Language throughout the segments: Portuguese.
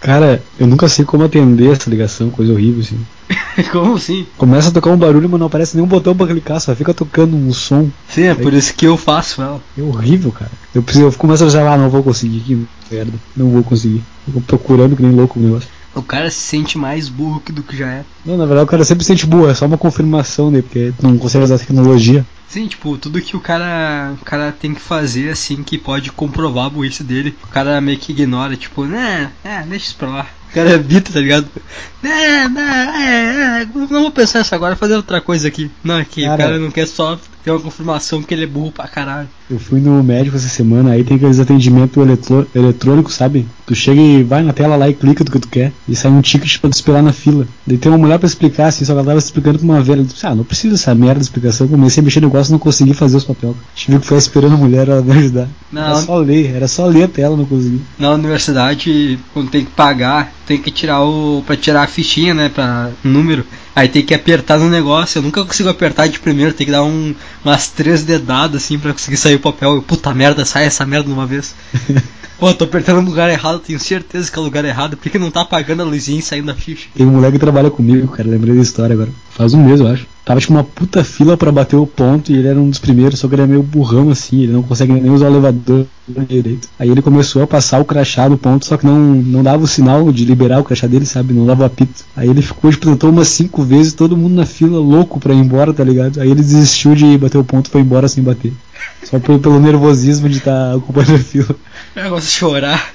Cara, eu nunca sei como atender essa ligação, coisa horrível, assim. Como assim? Começa a tocar um barulho, mas não aparece nenhum botão pra clicar, só fica tocando um som. Sim, é por isso que eu faço ela. É horrível, cara. Eu, preciso, eu começo a pensar, ah, não vou conseguir, que merda, não vou conseguir. Fico procurando que nem louco o negócio. O cara se sente mais burro que do que já é. Não, na verdade o cara sempre se sente burro, é só uma confirmação, né, porque tu não consegue usar a tecnologia. Sim, tipo, tudo que o cara, o cara tem que fazer, assim, que pode comprovar a burrice dele, o cara meio que ignora, tipo, né, é, deixa isso pra lá. O cara é bita, tá ligado? Né, né, é, é, não vou pensar isso agora, vou fazer outra coisa aqui. Não, é que Cara. o cara não quer só ter uma confirmação que ele é burro pra caralho. Eu fui no médico essa semana, aí tem aqueles atendimentos eletro- eletrônicos, sabe? Tu chega e vai na tela lá e clica do que tu quer, e sai um ticket pra tu esperar na fila. Daí tem uma mulher pra explicar, assim, só que ela tava explicando pra uma velha. Eu disse, Ah, não precisa dessa merda de explicação. Comecei a mexer no negócio e não consegui fazer os papéis. Tive que ficar esperando a mulher ela me ajudar. Não. Era só ler, era só ler a tela, não consegui. Na universidade, quando tem que pagar, tem que tirar o. pra tirar a fichinha, né? Pra número. Aí tem que apertar no negócio. Eu nunca consigo apertar de primeiro, tem que dar um, umas três dedadas assim pra conseguir sair o papel. Eu, puta merda, sai essa merda de uma vez. Pô, tô apertando no lugar errado, tenho certeza que é o lugar errado. Por que não tá apagando a luzinha e saindo a ficha? Tem um moleque que trabalha comigo, cara, lembrei da história agora. Faz um mês, eu acho. Tava tipo uma puta fila pra bater o ponto e ele era um dos primeiros, só que ele é meio burrão assim, ele não consegue nem usar o elevador direito. Aí ele começou a passar o crachá do ponto, só que não, não dava o sinal de liberar o crachá dele, sabe? Não dava o apito. Aí ele ficou, tipo, tentou umas cinco vezes, todo mundo na fila louco pra ir embora, tá ligado? Aí ele desistiu de bater o ponto e foi embora sem bater. Só pelo, pelo nervosismo de estar ocupando a fila. É, Eu gosto de chorar.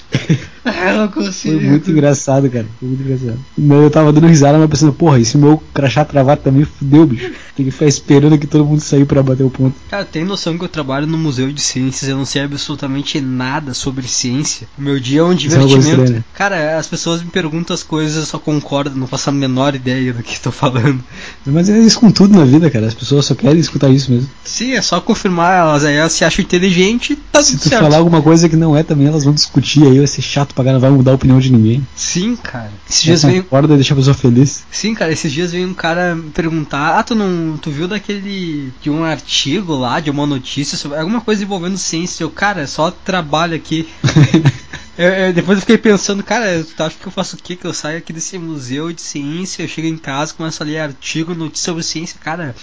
Ah, eu não consigo. Foi muito engraçado, cara. Foi muito engraçado. Não, Eu tava dando risada, mas pensando, porra, e se meu crachá travar também fudeu, bicho. Tem que ficar esperando que todo mundo sair pra bater o ponto. Cara, tem noção que eu trabalho no Museu de Ciências, eu não sei absolutamente nada sobre ciência. O meu dia é um é uma coisa divertimento. estranha. Cara, as pessoas me perguntam as coisas, eu só concordo, não faço a menor ideia do que estou falando. Mas é isso com tudo na vida, cara. As pessoas só querem escutar isso mesmo. Sim, é só confirmar elas, aí elas se acham inteligente, tá Se tudo tu certo. falar alguma coisa que não é também, elas vão discutir aí, vai ser chato pra cara, não vai mudar a opinião de ninguém. Sim, cara. Esses dias Essa veio, corda deixa a pessoa feliz. Sim, cara, esses dias veio um cara me perguntar, ah, tu não. Tu viu daquele. de um artigo lá, de uma notícia, sobre alguma coisa envolvendo ciência. Eu, cara, só trabalho aqui. Eu- eu- depois eu fiquei pensando, cara, tu acha que eu faço o quê? Que eu saio aqui desse museu de ciência, eu chego em casa, começo a ler artigo, notícia sobre ciência, cara,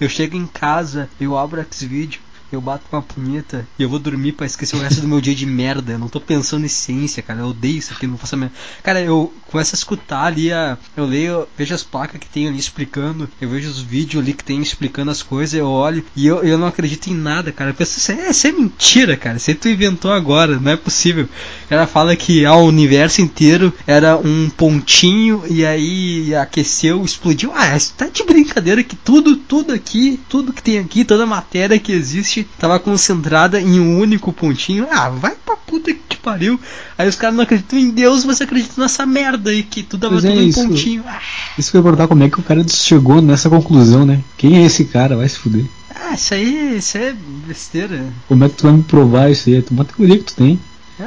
eu chego em casa, eu abro Xvideo, eu bato uma punheta e eu vou dormir pra esquecer o resto do meu dia de merda. Eu não tô pensando em ciência, cara. Eu odeio isso aqui, não faço a minha... Cara, eu começo a escutar ali a. Eu leio, vejo as placas que tem ali explicando, eu vejo os vídeos ali que tem explicando as coisas, eu olho e eu, eu não acredito em nada, cara. Eu penso, isso é, isso é mentira, cara. Isso aí tu inventou agora, não é possível. Ela fala que ah, o universo inteiro era um pontinho e aí aqueceu, explodiu. Ah, isso tá de brincadeira que tudo, tudo aqui, tudo que tem aqui, toda a matéria que existe tava concentrada em um único pontinho. Ah, vai pra puta que te pariu. Aí os caras não acreditam em Deus, mas acreditam nessa merda aí que tudo tava Pois é, tudo em isso. pontinho. Ah, Isso que eu ia perguntar como é que o cara chegou nessa conclusão, né? Quem é esse cara? Vai se fuder. ah, isso aí, isso aí é besteira. Como é que tu vai me provar isso aí? É uma teoria que tu tem.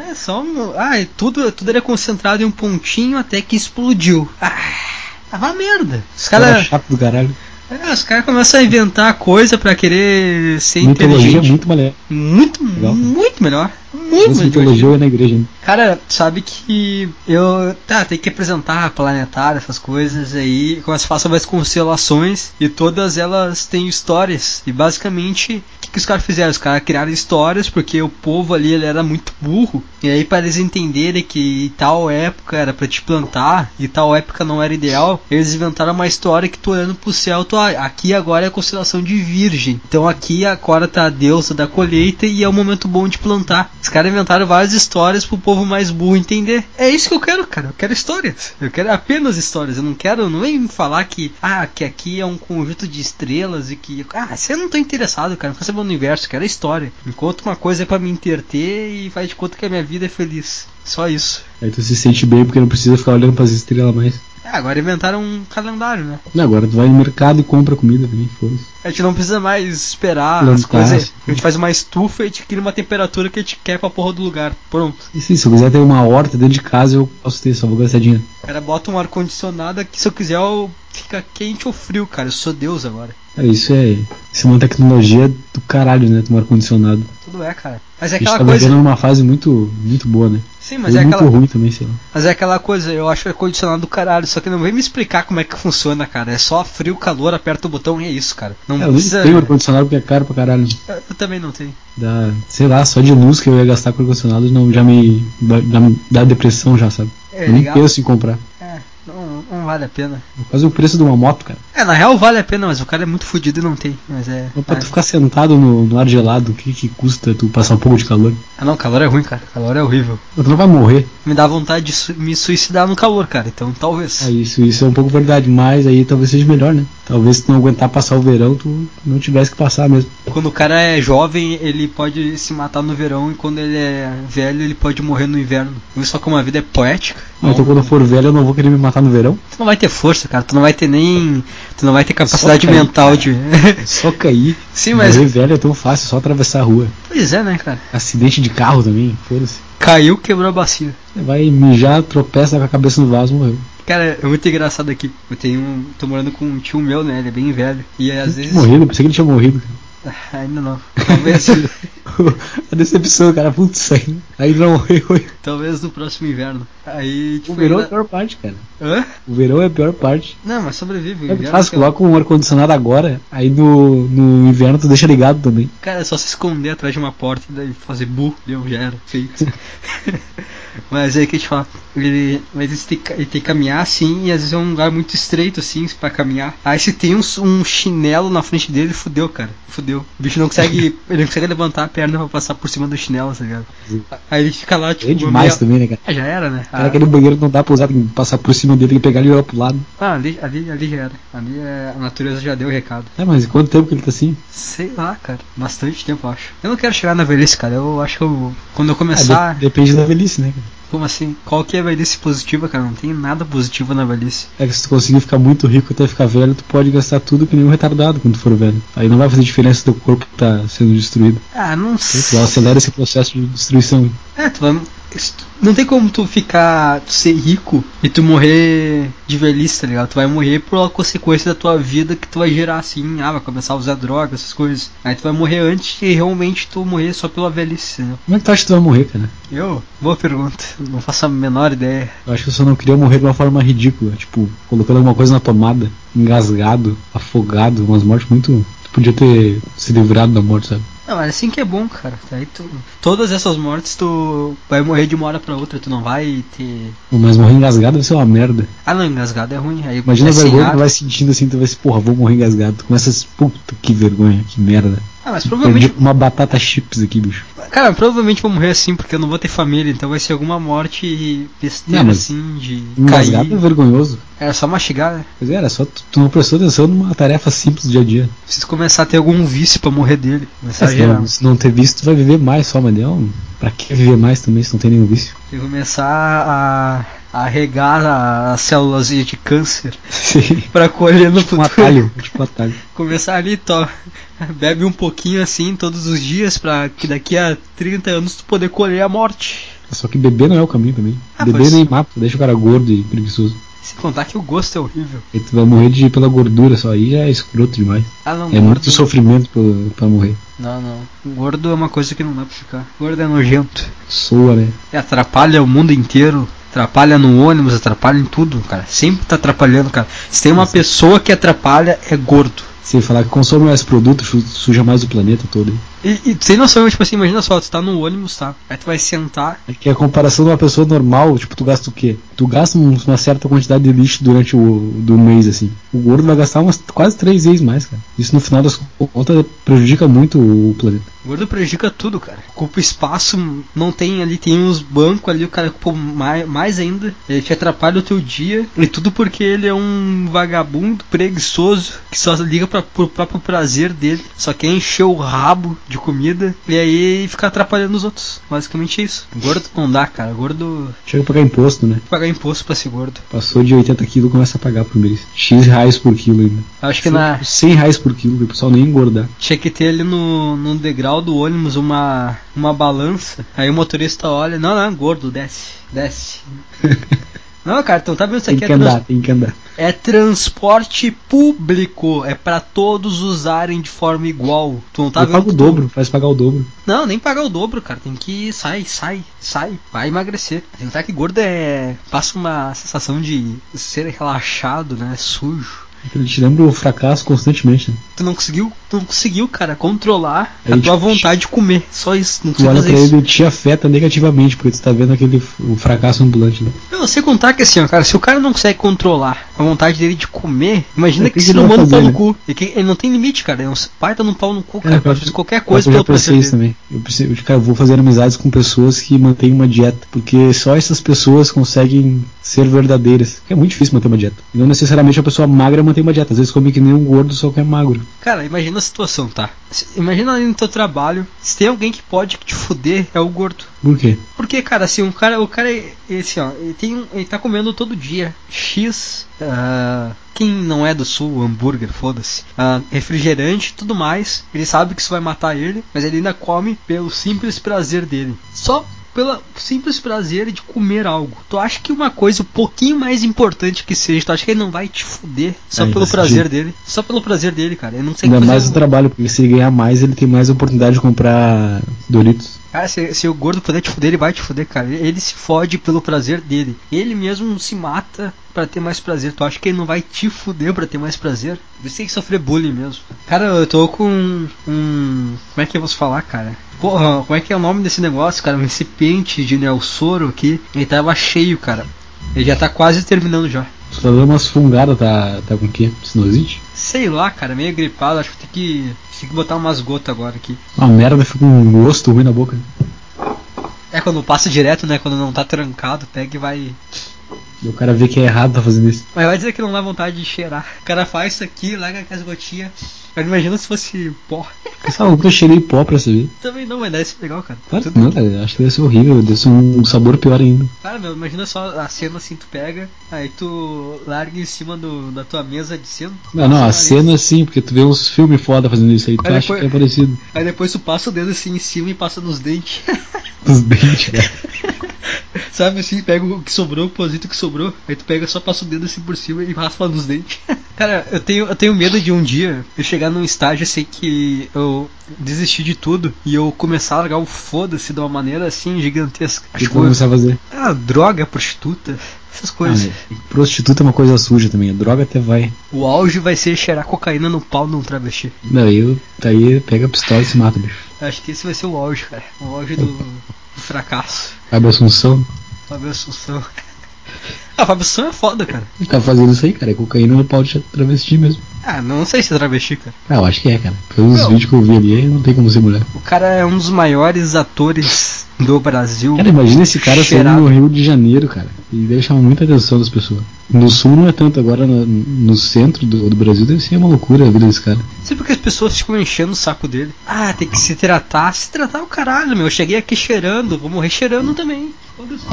É só um. Ah, e tudo, tudo era concentrado em um pontinho até que explodiu. Ah, tava merda. Os Cara caras. chato do caralho. É, os caras começam a inventar coisa pra querer ser Mitologia é inteligente. muito malé. Muito, Legal. muito melhor. Muito Essa melhor. mitologia é na igreja, né? Cara, sabe que eu. Tá, tem que apresentar planetário, essas coisas aí. Começa a falar sobre as constelações. E todas elas têm histórias. E basicamente, o que, que os caras fizeram? Os caras criaram histórias porque o povo ali ele era muito burro. E aí, para eles entenderem que tal época era pra te plantar e tal época não era ideal, eles inventaram uma história que tu olhando pro céu, tu, ah, aqui agora é a constelação de Virgem. Então aqui agora tá a deusa da colheita e é o momento bom de plantar. Os caras inventaram várias histórias pro povo mais burro entender. É isso que eu quero, cara. Eu quero histórias. Eu quero apenas histórias. Eu não quero, não vem me falar que, ah, que aqui é um conjunto de estrelas e que. Ah, você não tá interessado, cara. Não quero saber o universo, eu quero história. Encontra uma coisa pra me interter e faz de conta que a minha vida é feliz. Só isso. Aí tu se sente bem porque não precisa ficar olhando pras estrelas mais. É, agora inventaram um calendário, né? Não, agora tu vai no mercado e compra comida também, foda-se. A gente não precisa mais esperar Não as coisas. passa. A gente faz uma estufa e a gente cria uma temperatura que a gente quer pra porra do lugar. Pronto. E sim, se eu quiser ter uma horta dentro de casa, eu posso ter, só vou gastar dinheiro. O cara bota um ar-condicionado que se eu quiser eu fica quente ou frio, cara. Eu sou Deus agora. Cara, isso é. Isso é uma tecnologia do caralho, né? Tomar ar-condicionado. Tudo é, cara. Mas é A gente aquela tá coisa. vivendo numa fase muito, muito boa, né? Sim, Sim, mas Ou é muito aquela. ruim também, sei lá. Mas é aquela coisa, eu acho ar-condicionado do caralho, só que não vem me explicar como é que funciona, cara. É só frio, calor, aperta o botão e é isso, cara. Não É, eu nem precisa. tenho ar-condicionado porque é caro pra caralho. Eu, eu também não tenho. Dá, sei lá, só de luz que eu ia gastar com ar-condicionado não, já me dá, dá depressão já, sabe? É eu nem legal. penso em comprar. É, não, não vale a pena. É quase o preço de uma moto, cara. É, na real vale a pena, mas o cara é muito fodido e não tem. Mas é. Mas Pra tu é. ficar sentado no, no ar gelado, o que, que custa tu passar um pouco de calor? Ah, não, calor é ruim, cara. Calor é horrível. Tu não vai morrer. Me dá vontade de su- me suicidar no calor, cara. Então talvez. Ah, isso, isso é um pouco verdade, mas aí talvez seja melhor, né? Talvez se tu não aguentar passar o verão, tu não tivesse que passar mesmo. Quando o cara é jovem, ele pode se matar no verão e quando ele é velho, ele pode morrer no inverno. Viu só como a vida é poética? Mas então quando eu for velho, eu não vou querer me matar no verão? Tu não vai ter força, cara. Tu não vai ter nem. Tu não vai ter capacidade cair, mental de. Só cair. Sim, mas. Morrer velho é tão fácil, é só atravessar a rua. Pois é, né, cara? Acidente de carro também, foda-se. Caiu, quebrou a bacia. Vai mijar, tropeça tá com a cabeça no vaso, morreu. Cara, é muito engraçado aqui. Eu tenho. tô morando com um tio meu, né? Ele é bem velho. E às vezes. Morrido, pensei que ele tinha morrido. cara. Ah, Ainda não. Talvez. a decepção, cara, putz, aí- aí não morreu. talvez no próximo inverno. Aí, O tipo. verão é a ainda- pior parte, cara. Hã? O verão é a pior parte. Não, mas sobrevive. o Sabe o que inverno, faz? cara. Coloca um ar-condicionado agora, aí no, no inverno tu deixa ligado também. Cara, é só se esconder atrás de uma porta e daí fazer burro, deu, já era, feito. Mas aí que a gente fala, ele, mas ele tem, que- ele tem que caminhar assim, e às vezes é um lugar muito estreito assim pra caminhar. Aí se tem um, s- um chinelo na frente dele, fudeu, cara, fudeu. O bicho não consegue, ele não consegue levantar a perna pra passar por cima do chinelo, tá ligado? Aí ele fica lá, tipo, É demais meia- também, né, cara? Ah, já era, né? Cara, Ah, aquele banheiro não dá pra usar, tem que passar por cima dele, tem que pegar ele e olhar pro lado. ah, ali, ali, ali já era. Ali é, a natureza já deu o recado. É, mas quanto tempo que ele tá assim? Sei lá, cara. Bastante tempo, eu acho. Eu não quero chegar na velhice, cara. Eu acho que eu, quando eu É, de- começar. depende da velhice, né, cara? Como assim? Qual que é a velhice positiva, cara? Não tem nada positivo na velhice. É que se tu conseguir ficar muito rico até ficar velho, tu pode gastar tudo que nem um retardado quando tu for velho. Aí não vai fazer diferença se teu corpo tá sendo destruído. Ah, não Tu sei. acelera esse processo de destruição. É, tu vai. isso- tu- Não tem como tu ficar. Tu ser rico e tu morrer de velhice, tá ligado? Tu vai morrer por uma consequência da tua vida que tu vai gerar assim. Ah, vai começar a usar droga, essas coisas. Aí tu vai morrer antes e realmente tu morrer só pela velhice, né? Como é que tu acha que tu vai morrer, cara? Eu? Boa pergunta. Não faço a menor ideia. Eu acho que eu só não queria morrer de uma forma ridícula, tipo, colocando alguma coisa na tomada, engasgado, afogado, umas mortes muito. Tu podia ter se livrado da morte, sabe? Não, mas assim que é bom, cara. Aí tu, todas essas mortes tu vai morrer de uma hora pra outra, tu não vai ter. Mas morrer engasgado deve ser uma merda. Ah não, engasgado é ruim. Aí Imagina é a sem vergonha que ar. tu vai sentindo assim, tu vai se, porra, vou morrer engasgado. Tu começa a se, puta que vergonha, que merda. Ah, mas Perdi provavelmente. com uma batata chips aqui, bicho. Cara, provavelmente vou morrer assim, porque eu não vou ter família, então vai ser alguma morte besteira Não, mas assim, de Engasgado é cair. vergonhoso. Era só mastigar, né? Pois é, era só tu, tu não prestou atenção numa tarefa simples do dia a dia. Preciso começar a ter algum vício pra morrer dele. Começar a Se gerar. não, se não ter visto, tu vai viver mais só, mas não. Pra que viver mais também se não tem nenhum vício? E começar a, a regar a- as células de câncer Sim. pra colher no Um futuro. atalho, tipo um atalho. começar ali, to... bebe um pouquinho assim todos os dias pra que daqui a 30 anos tu poder colher a morte. Só que beber não é o caminho também. Ah, beber pois. nem mata, deixa o cara gordo e preguiçoso. Se contar que o gosto é horrível. Aí tu vai morrer de, pela gordura só, aí já é escroto demais. Ah não, É muito gordo. sofrimento pra, pra morrer. Não, não. Gordo é uma coisa que não dá pra ficar. Gordo é nojento. Soa, né? E atrapalha o mundo inteiro. Atrapalha no ônibus, atrapalha em tudo, cara. Sempre tá atrapalhando, cara. Se tem uma pessoa que atrapalha, é gordo. Sem falar que consome mais produto, su- suja mais o planeta todo. hein? E, e tu tem noção, tipo assim, imagina só, tu tá no ônibus, tá? Aí tu vai sentar, É que a comparação de uma pessoa normal, tipo, tu gasta o quê? Tu gasta um- uma certa quantidade de lixo durante o do mês, assim. O gordo vai gastar umas quase três vezes mais, cara. Isso no final das contas prejudica muito o planeta. Gordo prejudica tudo, cara. Ocupa espaço, não tem ali, tem uns bancos ali, o cara ocupa mais, mais ainda. Ele te atrapalha o teu dia. E tudo porque ele é um vagabundo preguiçoso que só liga pra, pro próprio prazer dele. Só quer encher o rabo de comida e aí fica atrapalhando os outros. Basicamente é isso. Gordo não dá, cara. Gordo tem Chega a pagar imposto, né? que pagar imposto pra ser gordo. Passou de 80 quilos, começa a pagar por mês. X reais por quilo ainda. Acho que na. 100 reais por quilo, que o pessoal nem engordar. Tinha que ter ali no, no degrau do ônibus uma, uma balança. Aí o motorista olha, não, não, gordo, desce, desce. não, cara, então tá vendo isso Tem aqui que é, trans- andar, tem que andar. é transporte público, é para todos usarem de forma igual. Tu não tá Eu vendo? pago o dobro, faz pagar o dobro. Não, nem pagar o dobro, cara. Tem que sai, sai, sai, vai emagrecer. Tem que que gordo é passa uma sensação de ser relaxado, né, sujo. Ele Então, te lembra o fracasso constantemente, né? Tu não conseguiu, tu não conseguiu, cara, controlar Aí, a tipo, tua vontade de comer. Só isso, não Tu conseguiu olha fazer pra isso. ele e te afeta negativamente, porque tu tá vendo aquele f- o fracasso ambulante, né? Eu sei contar que assim, ó, cara, se o cara não consegue controlar a vontade dele de comer, imagina É, o que que se que não ele vai manda um pau fazer, no cu. Ele, que- ele não tem limite, cara. É um pai tá no pau no cu, É, cara. eu pode acho- fazer qualquer coisa eu já pelo prazer pensei isso dele. também. Eu preciso, cara, eu vou fazer amizades com pessoas que mantêm uma dieta, porque só essas pessoas conseguem ser verdadeiras. É muito difícil manter uma dieta. E não necessariamente a pessoa magra mantém uma dieta. Às vezes come que nem um gordo, só que é magro. Cara, imagina a situação, tá? Se- Imagina ali no teu trabalho, se tem alguém que pode te fuder, é o gordo. Por quê? Porque, cara, assim, um cara, o cara, é- é assim, ó, ele, tem, um- ele tá comendo todo dia X, ah, quem não é do sul, hambúrguer, foda-se, ah, refrigerante, tudo mais. Ele sabe que isso vai matar ele, mas ele ainda come pelo simples prazer dele. Só pelo simples prazer de comer algo. Tu acha que uma coisa um pouquinho mais importante que seja, tu acha que ele não vai te fuder só Aí, pelo faz prazer dele? Só pelo prazer dele, cara. Ele não consegue Ainda fazer mais um- no trabalho, porque se ele ganhar mais, ele tem mais oportunidade de comprar Doritos. Cara, se, se o gordo puder te fuder, ele vai te fuder, cara. Ele, ele se fode pelo prazer dele. Ele mesmo se mata pra ter mais prazer. Tu acha que ele não vai te fuder pra ter mais prazer? Você tem que sofrer bullying mesmo. Cara, eu tô com um. um- como é que eu vou falar, cara? Porra, como é que é o nome desse negócio, cara? Um recipiente de Nelsoro aqui. Ele tava cheio, cara. Ele já tá quase terminando já. Tu tá dando umas fungadas, tá, tá com o quê? Sinusite? Sei lá, cara, meio gripado. Acho que tem que, tem que botar umas gotas agora aqui. Uma merda, fica um gosto ruim na boca. É quando passa direto, né? Quando não tá trancado, pega e vai. E o cara vê que é errado tá fazendo isso. Mas vai dizer que não dá vontade de cheirar. O cara faz isso aqui, larga com as gotinhas. Cara, imagina se fosse pó. Essa louca eu cheirei pó pra saber. Também não, mas deve ser legal, cara. Claro que Tudo- não, cara. Acho que deve ser horrível, deve ser um sabor pior ainda. Cara, meu, imagina só a cena assim, tu pega, aí tu larga em cima do, da tua mesa de cena. Não, Ah, não, a Nariz. cena sim, porque tu vê uns filmes foda fazendo isso aí, tu Aí acha depois- que é parecido. Aí depois tu passa o dedo assim em cima e passa nos dentes. Os dentes, cara. Sabe assim, pega o que sobrou, o posito que sobrou, aí tu pega, só passa o dedo assim por cima e raspa nos dentes. Cara, eu tenho, eu tenho medo de um dia eu chegar num estágio assim que eu desisti de tudo e eu começar a largar o foda-se de uma maneira assim gigantesca. O que Acho tu que vai eu- começar a fazer? ah, droga, prostituta, essas Ah, coisas. né, prostituta é uma coisa suja também, a droga até vai. O auge vai ser cheirar cocaína no pau num travesti. Não, aí eu, daí pega a pistola e se mata, bicho. Acho que esse vai ser o auge, cara. O auge do, do fracasso. Fábio Assunção Fábio Assunção. Ah, Fábio Assunção é foda, cara. ele tá fazendo isso aí, cara. É cocaína no pau de travesti mesmo. Ah, não sei se é travesti, cara. Ah, eu acho que é, cara. Pelos Não. vídeos que eu vi ali, não tem como ser mulher. O cara é um dos maiores atores do Brasil. Cara, imagina esse cara um- saindo Cheirado. no Rio de Janeiro, cara. E deve chamar muita atenção das pessoas. No sul não é tanto, agora no, no centro do, do Brasil deve ser uma loucura a vida desse cara. Sempre que as pessoas ficam enchendo o saco dele. Ah, tem que se tratar. Se tratar é o caralho, meu. Eu cheguei aqui cheirando, vou morrer cheirando também. Foda-se.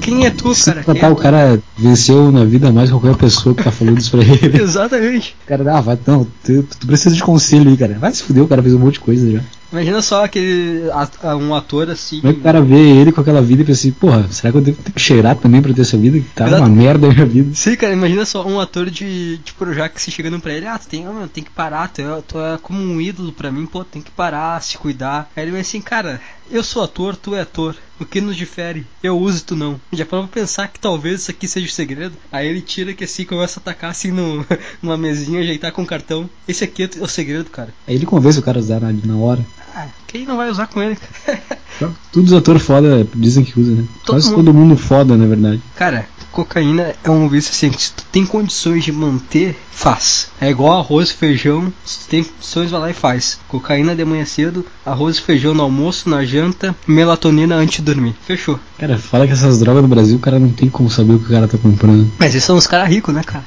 Quem é tu, Se cara? Quem tratar é o tu? cara venceu na vida mais qualquer pessoa que tá falando isso pra ele. Exatamente. O cara, ah, vai, não, tu, tu precisa de conselho aí, cara. Vai se fuder, o cara fez um monte de coisa já. Imagina só aquele. at- um ator assim. Como é que o cara vê ele com aquela vida e pensa assim, porra, será que eu devo ter que cheirar também pra ter essa vida? Que tá Exato. uma merda a minha vida. Sim, cara, imagina só um ator de, de Projac se chegando pra ele, ah, tu tem, ah, mano, tem que parar, tu é, tu é como um ídolo pra mim, pô, tem que parar, se cuidar. Aí ele vai assim, cara, eu sou ator, tu é ator, o que nos difere? Eu uso e tu não. Já parou pra pensar que talvez isso aqui seja o segredo? Aí ele tira que assim, começa a atacar assim no, numa mesinha, ajeitar com o cartão. Esse aqui é o segredo, cara. Aí ele convence o cara a usar na, na hora. Ah, quem não vai usar com ele, cara? Tá. Todos os atores foda dizem que usa, né? Todo Quase mundo. todo mundo foda, na verdade. Cara, cocaína é um vício assim, que se tu tem condições de manter, faz. É igual arroz e feijão, se tu tem condições, vai lá e faz. Cocaína de manhã cedo, arroz e feijão no almoço, na janta, melatonina antes de dormir. Fechou. Cara, fala que essas drogas no Brasil, o cara não tem como saber o que o cara tá comprando. Mas esses são os caras ricos, né, cara?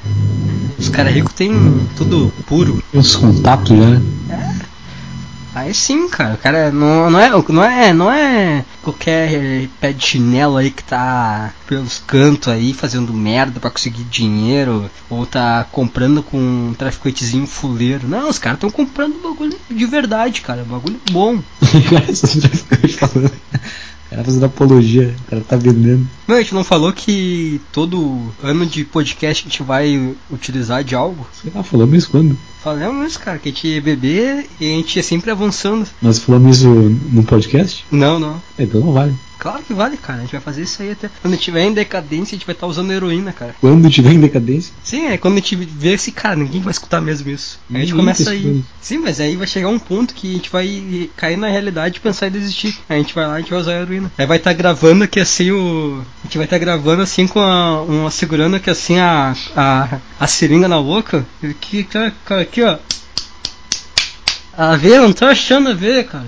Os caras ricos tem tudo puro. Tem uns contatos já, né? Aí sim, cara, o cara não, não é, não é, não é qualquer eh, pé de chinelo aí que tá pelos cantos aí fazendo merda pra conseguir dinheiro ou tá comprando com um traficantezinho fuleiro. Não, os caras tão comprando bagulho de verdade, cara, bagulho bom. Cara, esses traficantes falando. O cara fazendo apologia, o cara tá vendendo. Não, a gente não falou que todo ano de podcast a gente vai utilizar de algo? Sei lá, falamos isso quando? Falamos isso, cara, que a gente é bebê e a gente é sempre avançando. Nós falamos isso num podcast? Não, não. Então não vale. Claro que vale, cara. A gente vai fazer isso aí até. Quando a gente tiver em decadência, a gente vai estar usando heroína, cara. Quando tiver em decadência, Sim, é quando a gente vê esse cara, ninguém vai escutar mesmo isso. Aí a gente Ninguém começa tá aí. escutando. Sim, mas aí vai chegar um ponto que a gente vai cair na realidade e pensar em desistir. Aí a gente vai lá e a gente vai usar a heroína. Aí vai estar gravando aqui assim o. A gente vai estar gravando assim com a. Uma, segurando aqui assim a. a, a seringa na boca. E Aqui, tá, cara, aqui, ó. A ver, não tô achando a ver, cara.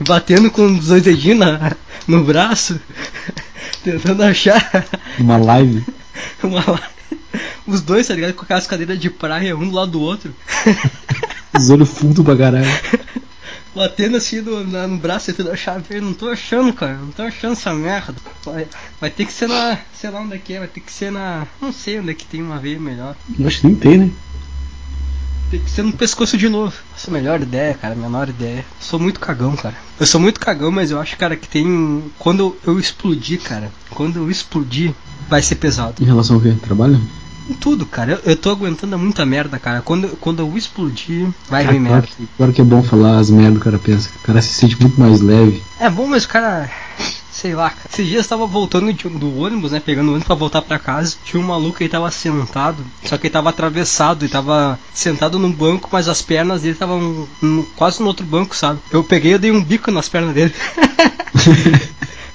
Batendo com os dois dedinhos na- no braço. Tentando achar uma live. uma lá. Os dois, tá ligado? Com aquelas cadeiras de praia, um do lado do outro. Os olhos fundo pra caralho. Batendo assim no, na- no braço, tentando achar. Eu não tô achando, cara. Não tô achando essa merda. Vai, vai ter que ser na. Sei lá onde é que é. Vai ter que ser na. Não sei onde é que tem uma veia melhor. Eu acho que nem tem, né? Tem que ser no pescoço de novo. Nossa, melhor ideia, cara. Menor ideia. Eu sou muito cagão, cara. Eu sou muito cagão, mas eu acho, cara, que tem. um, Quando eu explodir, cara. Quando eu explodir, vai ser pesado. Em relação ao quê? Trabalho? Em tudo, cara. Eu, eu tô aguentando muita merda, cara. Quando, quando eu explodir, vai Ah, vir claro, merda. que, claro que é bom falar as merdas que o cara pensa. O cara se sente muito mais leve. É bom, mas o cara. Sei lá, cara. Esses dias eu tava voltando de- do ônibus, né? Pegando o ônibus pra voltar pra casa. Tinha um maluco ele tava sentado. Só que ele tava atravessado. Ele tava sentado num banco, mas as pernas dele estavam no- quase no outro banco, sabe? Eu peguei e dei um bico nas pernas dele.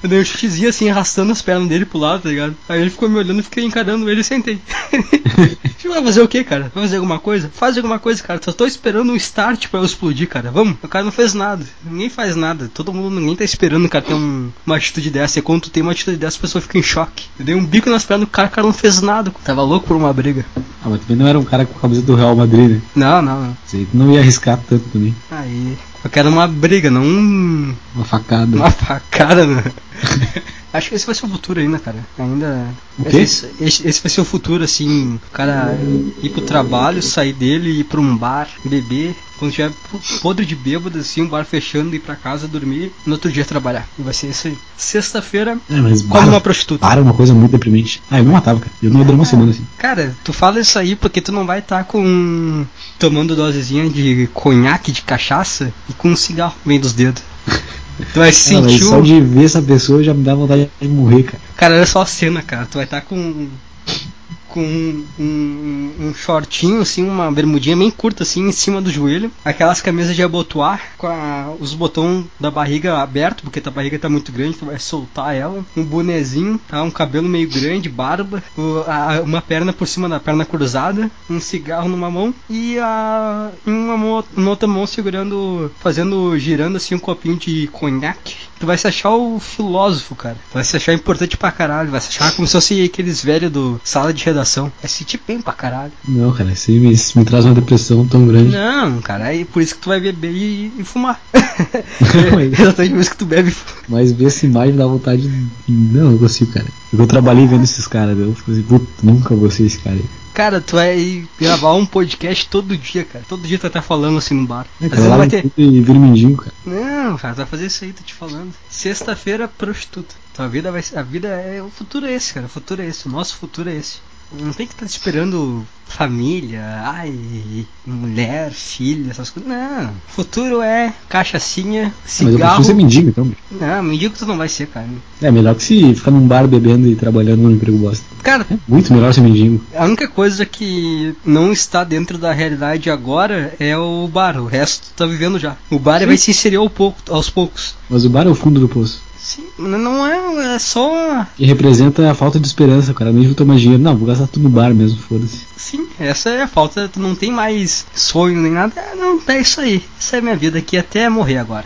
eu dei um chutezinho assim, arrastando as pernas dele pro lado, tá ligado? Aí ele ficou me olhando, eu fiquei encarando ele e sentei. Tipo, Vai fazer o que, cara? Vai fazer alguma coisa? Faz alguma coisa, cara. Só tô esperando um start pra eu explodir, cara. Vamos? O cara não fez nada. Ninguém faz nada. Todo mundo, ninguém tá esperando, cara, ter um- uma atitude dessa. E quando tu tem uma atitude dessa, a pessoa fica em choque. Eu dei um bico nas pernas do cara, o cara não fez nada. Tava louco por uma briga. Ah, mas também não era um cara com a camisa do Real Madrid, né? Não, não, não. Isso aí tu não ia arriscar tanto também. Aí. Eu quero uma briga, não um- Uma facada. uma facada, né? Acho que esse vai ser o futuro ainda, cara. Ainda. O quê? Esse, esse- esse vai ser o futuro, assim. O cara ir pro trabalho, sair dele, ir pra um bar, beber. Quando tiver po- podre de bêbado, assim, um bar fechando, ir pra casa, dormir. No outro dia trabalhar. E vai ser isso aí. Sexta-feira, É, mas como uma para, prostituta. para é uma coisa muito deprimente. Ah, eu me matava, cara. Eu não ia durar uma semana assim. Cara, tu fala isso aí porque tu não vai estar com. tomando dosezinha de conhaque, de cachaça e com um cigarro no meio dos dedos. Tu Ah, vai mas sentir só um. de ver essa pessoa já me dá vontade de morrer, cara. Cara, olha só a cena, cara. Tu vai estar com. Com um, um- um shortinho, assim, uma bermudinha bem curta, assim, em cima do joelho. Aquelas camisas de abotoar, com a- os botões da barriga aberto, porque a barriga tá muito grande, tu vai soltar ela. Um bonezinho, tá? Um cabelo meio grande, barba. o- a- a- uma perna por cima da perna cruzada. Um cigarro numa mão. E a, em uma mão, na outra mão segurando, fazendo, girando, assim, um copinho de conhaque. Tu vai se achar o filósofo, cara. Tu vai se achar importante pra caralho. Vai se achar como se fosse aqueles velhos do sala de redação. Vai se sentir bem pra caralho. Não, cara, isso aí me, isso me traz uma depressão tão grande. Não, cara, é por isso que tu vai beber e, e fumar. Não, É Exatamente por isso que tu bebe e fuma. Mas ver essa imagem dá vontade. de- Não, não consigo, cara. Eu trabalhei vendo esses caras, eu falei assim, "Puta, nunca vou ser esse cara aí. Cara, tu vai gravar um podcast todo dia, cara. Todo dia tu vai estar falando assim no bar. É, Às vezes cara, não lá vai no ter. fundo e vira mendigo, cara. Não, cara, tu vai fazer isso aí, tô te falando. Sexta-feira, prostituta. Tua vida vai ser. A vida é. O futuro é esse, cara. O futuro é esse. O nosso futuro é esse. Não tem que estar esperando família, ai, mulher, filho, essas coisas. Não. O futuro é cachaçinha, Mas eu prefiro cigarro. ser mendigo, então. bicho. Não, me diga que tu não vai ser, cara. É melhor que se ficar num bar bebendo e trabalhando num emprego bosta. Cara, Muito melhor ser mendigo. A única coisa que não está dentro da realidade agora é o bar, o resto tu tá vivendo já. O bar Sim. vai se inserir ao pouco, aos poucos. Mas o bar é o fundo do poço. Sim, n- não é, é só. Que representa a falta de esperança, cara. Nem vou tomar dinheiro. Não, vou gastar tudo no bar mesmo, foda-se. Sim, essa é a falta, tu não tem mais sonho nem nada. É, Não, é isso aí. Essa é a minha vida aqui até morrer agora.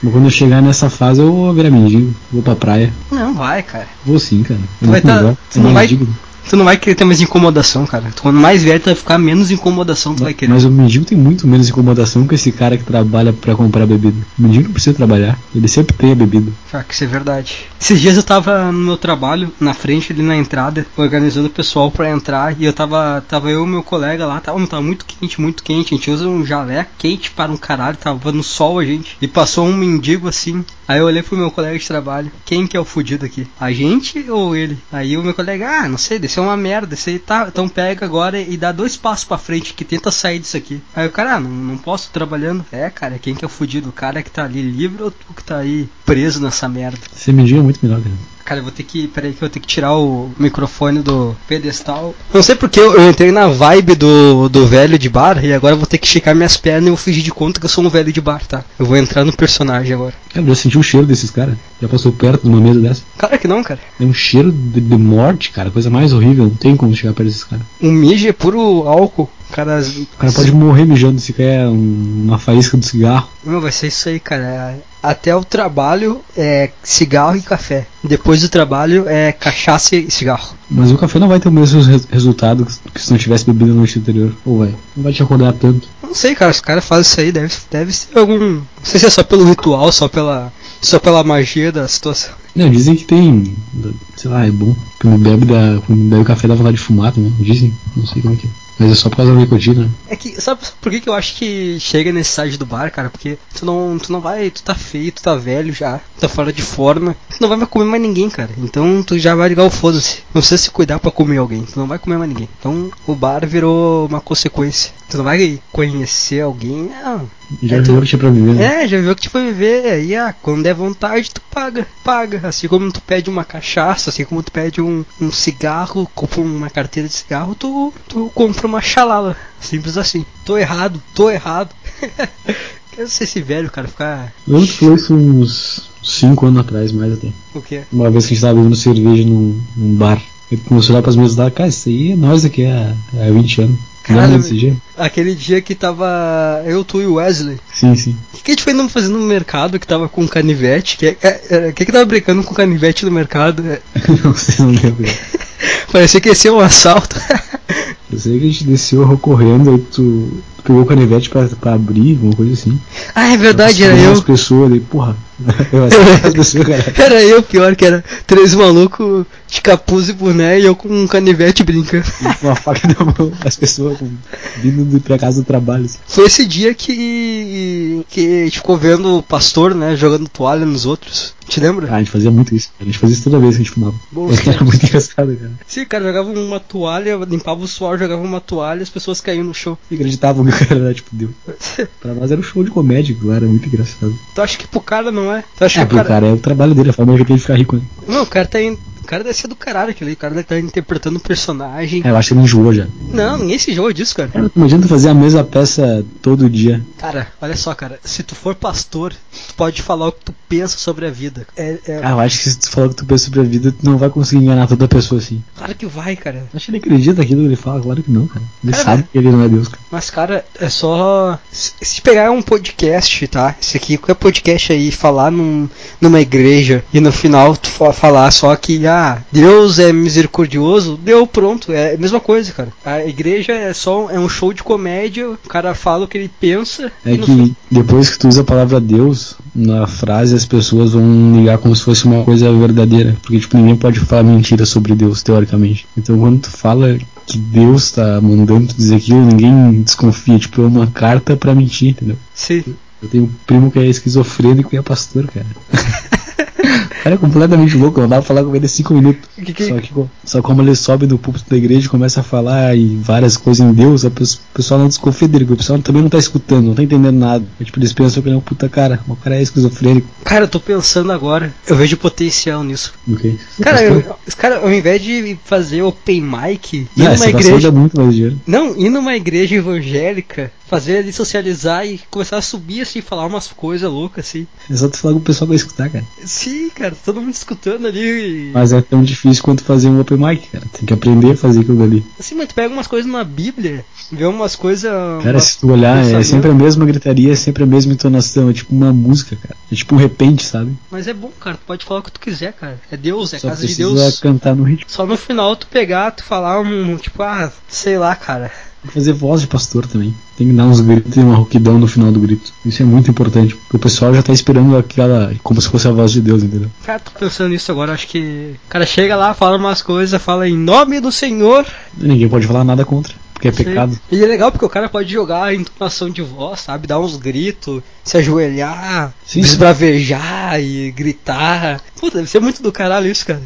Mas quando eu chegar nessa fase, eu vou virar mendigo. Vou pra praia. Não vai, cara. Vou sim, cara. É vai muito tá- melhor. tu não É vai- mendigo. Tu Tu não vai querer ter mais incomodação, cara. Tu, quando mais velho, tu vai ficar menos incomodação, tu vai querer. Mas o mendigo tem muito menos incomodação que esse cara que trabalha pra comprar bebida. O mendigo não precisa trabalhar, ele sempre tem a bebida. Ah, que isso é verdade. Esses dias eu tava no meu trabalho, na frente ali na entrada, organizando o pessoal pra entrar, e eu tava. Tava eu e meu colega lá, tava, tava muito quente, muito quente. A gente usa um jalé quente para um caralho, tava no sol a gente. E passou um mendigo assim. Aí eu olhei pro meu colega de trabalho, quem que é o fudido aqui? A gente ou ele? Aí o meu colega, ah, não sei, desse é uma merda, esse aí tá. Então pega agora e dá dois passos pra frente que tenta sair disso aqui. Aí o cara, ah, não, não posso tô trabalhando. É, cara, quem que é o fudido? O cara que tá ali livre ou tu que tá aí preso nessa merda? Esse mendigo é muito melhor, cara. Cara, eu vou ter que. Peraí, que eu vou ter que tirar o microfone do pedestal. Não sei porque eu, eu entrei na vibe do, do velho de bar e agora eu vou ter que esticar minhas pernas e eu vou fingir de conta que eu sou um velho de bar, tá? Eu vou entrar no personagem agora. Cara, já sentiu o cheiro desses caras? Já passou perto de uma mesa dessa? Claro que não, cara. É um cheiro de, de morte, cara. Coisa mais horrível. Não tem como chegar perto desses caras. O mijo é puro álcool. O cara, O cara pode morrer mijando se quer um- uma faísca do cigarro. Meu, vai ser isso aí, cara. Até o trabalho é cigarro e café. Depois do trabalho é cachaça e cigarro. Mas o café não vai ter o mesmo res- resultado que, que se não tivesse bebido na noite anterior. Ou vai. Não vai te acordar tanto. Não sei, cara, os caras fazem isso aí, deve, deve ser algum. Não sei se é só pelo ritual, só pela. só pela magia da situação. Não, dizem que tem. Sei lá, é bom. Quando bebe, dá, quando bebe café dá vontade de fumar também. Dizem. Não sei como é que é. Mas é só por causa da nicotina. né? É que, sabe por que, que eu acho que chega nesse estágio do bar, cara? Porque tu não, tu não vai, tu tá feio, tu tá velho já, tu tá fora de forma, tu não vai mais comer mais ninguém, cara. Então tu já vai ligar o foda-se. Não precisa se cuidar pra comer alguém, tu não vai comer mais ninguém. Então o bar virou uma consequência. Tu não vai conhecer alguém, não. Já É, tu- viu que tinha pra viver, né? É, já viu que tu foi viver, aí ah, quando der vontade tu paga, paga. Assim como tu pede uma cachaça, assim como tu pede um, um cigarro, compra uma carteira de cigarro, tu, tu compra uma xalala. Simples assim. Tô errado, tô errado. Quero ser esse velho, cara, ficar. Eu acho que foi isso uns 5 anos atrás, mais até. O quê? Uma vez que a gente tava bebendo cerveja num, num bar. Ele começou a olhar pras mesas e tava, cara, isso aí é nós aqui há, há 20 anos. Caralho, Lembra desse dia? Aquele dia que tava eu, tu e o Wesley. Sim, sim. O que, que a gente foi não fazendo no mercado que tava com canivete? Que, é, é, é, que que tava brincando com canivete no mercado? É, não sei, não lembro. parecia que ia ser um assalto. Eu sei que a gente desceu correndo, aí tu, tu pegou o canivete pra, pra abrir, alguma coisa assim. ah, é verdade, era Passou eu. As pessoas ali, porra. Eu acho que pessoas, cara. Era eu, pior que era três malucos de capuz e boné e eu com um canivete brincando. Com uma faca na mão, as pessoas com- vindo de, pra casa do trabalho. assim. Foi esse dia que, que a gente ficou vendo o pastor, né, jogando toalha nos outros. Te lembra? Ah, a gente fazia muito isso, cara. A gente fazia isso toda vez que a gente fumava. Bom, Era muito engraçado, cara. Sim, cara, jogava uma toalha, limpava o suor, jogava uma toalha e as pessoas caíam no chão. E acreditavam que o cara era tipo Deus. Pra nós era um show de comédia, claro, era muito engraçado. Tu acha que pro cara não é? Tu acha É, que pro pro cara... cara é o trabalho dele, a forma que ele tem de ficar rico, né? Não, o cara tá in... O cara deve ser do caralho aquele, o cara deve tá interpretando o personagem. É, eu acho que ele enjoou já. Não, ninguém se joga disso, cara. Cara, imagina tu fazer a mesma peça todo dia. Cara, olha só, cara, se tu for pastor, tu pode falar o que tu pensa sobre a vida. É, é- Ah, eu acho que se tu falar o que tu pensa sobre a vida, tu não vai conseguir enganar toda pessoa assim. Claro que vai, cara. Acho que ele acredita naquilo que ele fala, claro que não, cara. Ele Cara, sabe que ele não é Deus, cara. Mas, cara, é só. Se se pegar um podcast, tá? Esse aqui, qualquer podcast aí, falar num, numa igreja e no final tu fa- falar só que, ah, Deus é misericordioso, deu pronto. É a mesma coisa, cara. A igreja é só é um show de comédia, o cara fala o que ele pensa É e no fim- que depois que tu usa a palavra Deus na frase, as pessoas vão ligar como se fosse uma coisa verdadeira. Porque, tipo, ninguém pode falar mentira sobre Deus, teoricamente. Então, quando tu fala que Deus tá mandando tu dizer aquilo, ninguém desconfia. Tipo, é uma carta pra mentir, entendeu? Sim. Eu tenho um primo que é esquizofrênico e é pastor, cara. O cara é completamente louco, eu dava pra falar com ele em 5 minutos. Que que- Só, que, co- só como ele sobe do púlpito da igreja e começa a falar ah, e várias coisas em Deus, a pes- o pessoal não desconfia dele, porque o pessoal também não tá escutando, não tá entendendo nada. É, tipo, eles pensam que ele é um puta cara, o cara é esquizofrênico. Cara, eu tô pensando agora, eu vejo potencial nisso. Ok. Cara, eu, os cara, ao invés de fazer open mic, ir não, numa essa é igreja... igreja. dá muito mais dinheiro. Não, ir numa igreja evangélica fazer ele socializar e começar a subir assim, falar umas coisas loucas assim. É só tu falar que o pessoal vai escutar, cara. Sim, cara, todo mundo escutando ali. e- Mas é tão difícil quanto fazer um open mic, cara. Tem que aprender a fazer aquilo ali. Assim, mas tu pega umas coisas na Bíblia, vê umas coisas. Cara, umas- se tu olhar, é pensamento. sempre a mesma gritaria, é sempre a mesma entonação. É tipo uma música, cara. É tipo um repente, sabe? Mas é bom, cara, tu pode falar o que tu quiser, cara. É Deus, é Só casa de precisa Deus. cantar no ritmo. Só no final tu pegar, tu falar um, tipo, ah, sei lá, cara. Tem que Fazer voz de pastor também. Tem que dar uns gritos e uma rouquidão no final do grito. Isso é muito importante, porque o pessoal já tá esperando aquela. como se fosse a voz de Deus, entendeu? Cara, tô pensando nisso agora, acho que. Cara, chega lá, fala umas coisas, fala em nome do Senhor. E ninguém pode falar nada contra, porque é pecado. E é legal porque o cara pode jogar a entonação de voz, sabe? Dar uns gritos, se ajoelhar, Sim, sim. desbravejar e gritar. Puta, deve ser muito do caralho isso, cara.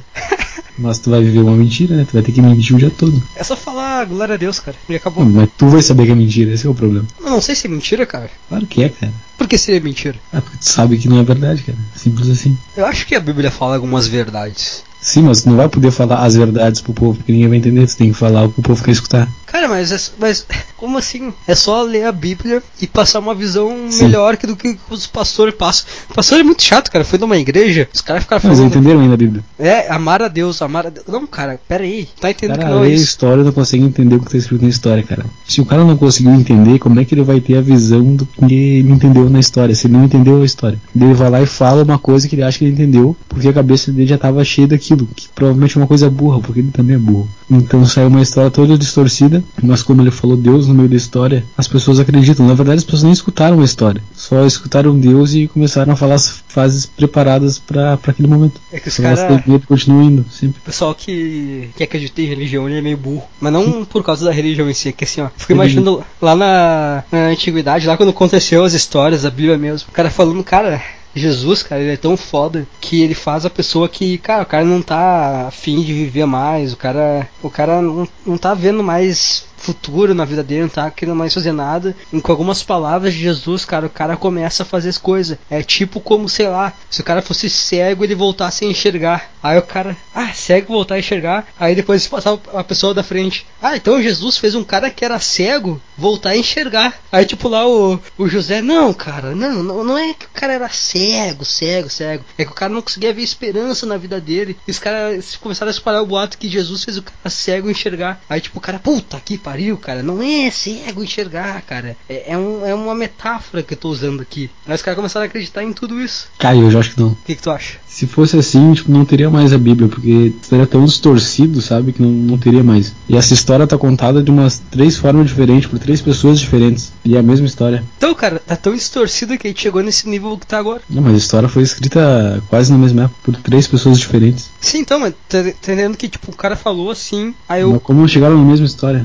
Mas tu vai viver uma mentira, né? Tu vai ter que mentir o dia todo. É só falar glória a Deus, cara. E acabou. Pô, mas tu vai saber que é mentira, esse é o problema. Eu não sei se é mentira, cara. Claro que é, cara. Por que seria mentira? Ah, porque tu sabe que não é verdade, cara. Simples assim. Eu acho que a Bíblia fala algumas verdades. Sim, mas tu não vai poder falar as verdades pro povo, porque ninguém vai entender. Tu tem que falar o que o povo quer escutar. Cara, mas, é s- mas como assim? É só ler a Bíblia e passar uma visão Sim. melhor que do que os pastores passam. O pastor é muito chato, cara. Foi numa igreja, os caras ficaram Mas falando. entenderam ainda a Bíblia. É, amar a Deus, amar a Deus. Não, cara, pera aí. Tá O entendendo cara que não é lê a isso? história e não consegue entender o que tá escrito na história, cara. Se o cara não conseguiu entender, como é que ele vai ter a visão do que ele entendeu na história? Se ele não entendeu a história. Ele vai lá e fala uma coisa que ele acha que ele entendeu, porque a cabeça dele já tava cheia daquilo, que provavelmente é uma coisa burra, porque ele também é burro. Então saiu uma história toda distorcida, mas como ele falou Deus no meio da história, as pessoas acreditam. Na verdade, as pessoas nem escutaram a história, só escutaram Deus e começaram a falar as frases preparadas para aquele momento. É que os Então elas caras. têm medo e continuam indo, sempre. O pessoal que, que acredita em religião, ele é meio burro. Mas não por causa da religião em si, é que assim, ó. Fico imaginando lá na, na antiguidade, lá quando aconteceu as histórias da Bíblia mesmo. O cara falando, cara. Jesus, cara, ele é tão foda que ele faz a pessoa que, cara, o cara não tá afim de viver mais, o cara, o cara não, não tá vendo mais futuro na vida dele, não tá querendo mais fazer nada. E com algumas palavras de Jesus, cara, o cara começa a fazer as coisas. É tipo como, sei lá, se o cara fosse cego ele voltasse a enxergar. Aí o cara, ah, cego voltar a enxergar. Aí depois passava a pessoa da frente. Ah, então Jesus fez um cara que era cego voltar a enxergar. Aí tipo lá o, o José, não, cara, não, não, não é que o cara era cego, cego, cego. É que o cara não conseguia ver esperança na vida dele. E os caras começaram a espalhar o boato que Jesus fez o cara cego enxergar. Aí tipo o cara, puta que pariu, cara, não é cego enxergar, cara. É, é, um- é uma metáfora que eu tô usando aqui. Aí os caras começaram a acreditar em tudo isso. Cara, eu já acho que não. O que, que tu acha? Se fosse assim, tipo, não teria mais a Bíblia, porque seria tão distorcido, sabe, que não, não teria mais. E essa história tá contada de umas três formas diferentes, por três pessoas diferentes. E é a mesma história. Então, cara, tá tão distorcido que a gente chegou nesse nível que tá agora. Não, mas a história foi escrita quase na mesma época, por três pessoas diferentes. Sim, então, mas tá entendendo que, tipo, o cara falou assim, aí Mas eu. como chegaram na mesma história?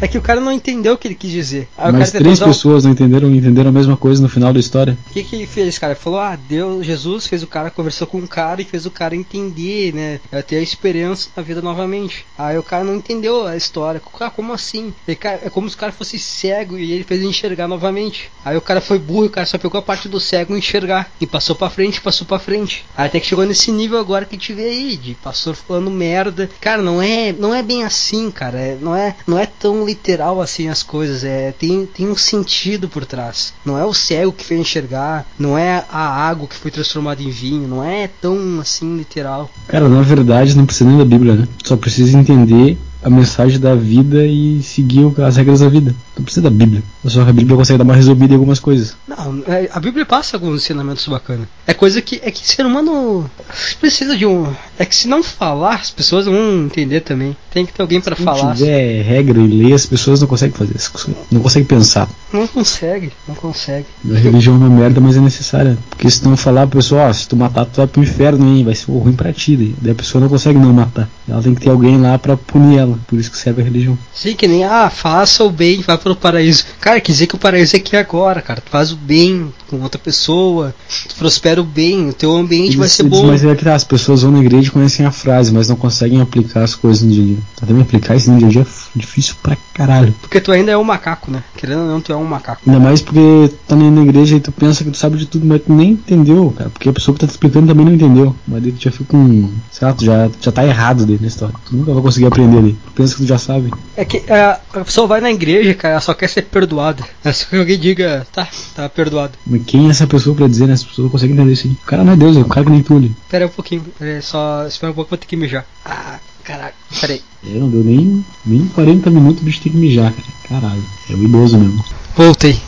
É que o cara não entendeu o que ele quis dizer. Aí o cara Mas tentou três usar um- pessoas não entenderam entenderam a mesma coisa no final da história. O que, que ele fez, cara? Ele Falou, ah, Deus, Jesus fez o cara, conversou com o cara e fez o cara entender, né? É, Ter a esperança na vida novamente. Aí o cara não entendeu a história. Cara, como assim? Ele, cara, é como se o cara fosse cego e ele fez ele enxergar novamente. Aí o cara foi burro, o cara só pegou a parte do cego e enxergar. E passou pra frente, passou pra frente. Aí até que chegou nesse nível agora que a gente vê aí, de pastor falando merda. Cara, não é, não é bem assim, cara. É, não, é, não é tão literal assim as coisas. É, tem, tem um sentido por trás. Não é o cego que fez enxergar, não é a água que foi transformada em vinho, não é tão assim literal. Cara, na verdade, não precisa nem da Bíblia, né? Só precisa entender a mensagem da vida e seguir o- as regras da vida. Não precisa da Bíblia. Só que a Bíblia consegue dar uma resumida em algumas coisas. Não, é, a Bíblia passa alguns ensinamentos bacanas. É coisa que é que ser humano precisa de um. É que se não falar, as pessoas vão entender também. Tem que ter alguém pra Se falar. tiver regra e lei, as pessoas não conseguem fazer, as pessoas não conseguem pensar. Não consegue, não consegue. A religião é uma merda, mas é necessária. Porque se não falar, a pessoa, ó, se tu matar, tu vai pro inferno, hein? Vai ser ruim pra ti. Daí Daí a pessoa não consegue não matar. Ela tem que ter alguém lá pra punir ela. Por isso que serve a religião. Sim, que nem, ah, faça o bem, vá pro paraíso. Cara, quer dizer que o paraíso é aqui agora, cara. Tu faz o bem com outra pessoa, tu prospera o bem, o teu ambiente vai Eles- ser eles- bom. Mas é que tá, as pessoas vão na igreja e conhecem a frase, mas não conseguem aplicar as coisas no dia a dia. Até me aplicar isso no dia a dia é difícil pra caralho. Porque tu ainda é um macaco, né? Querendo ou não, tu é um macaco. Ainda mais porque tá na igreja e tu pensa que tu sabe de tudo, mas tu nem entendeu, cara. Porque a pessoa que tá te explicando também não entendeu. Mas daí tu já fica com. Sei lá, tu já, já tá errado dele na história. Tu nunca vai conseguir aprender ali. Tu pensa que tu já sabe. É que é, a pessoa vai na igreja, cara, ela só quer ser perdoada. É só que alguém diga, tá, tá perdoado. Mas quem é essa pessoa pra dizer, né? As pessoas não conseguem entender isso aí. O cara não é Deus, é um cara que nem tu ali. Pera um pouquinho, pera aí, só espera um pouco, vou ter que mijar. Ah, caraca, peraí. É, não deu nem, nem 40 minutos o bicho tem que mijar, cara. Caralho. É um idoso mesmo. Voltei.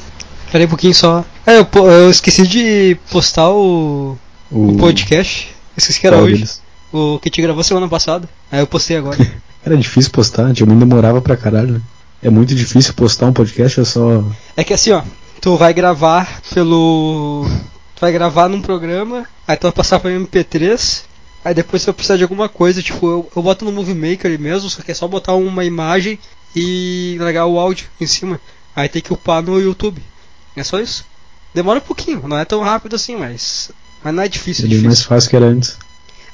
Pera aí um pouquinho só. Ah, eu, po- eu esqueci de postar o, o podcast. Esqueci que era qual hoje. deles? O que te gravou semana passada. Aí eu postei agora. Era difícil postar, tipo, nem demorava pra caralho, né? É muito difícil postar um podcast, é só. É que assim, ó, tu vai gravar pelo. Tu vai gravar num programa, aí tu vai passar pra MP3, aí depois se eu precisar de alguma coisa, tipo, eu, eu boto no Movie Maker ali mesmo, só que é só botar uma imagem e largar o áudio em cima. Aí tem que upar no YouTube. É só isso. Demora um pouquinho, não é tão rápido assim, mas. Mas não é difícil, é Seria difícil. mais fácil que era antes.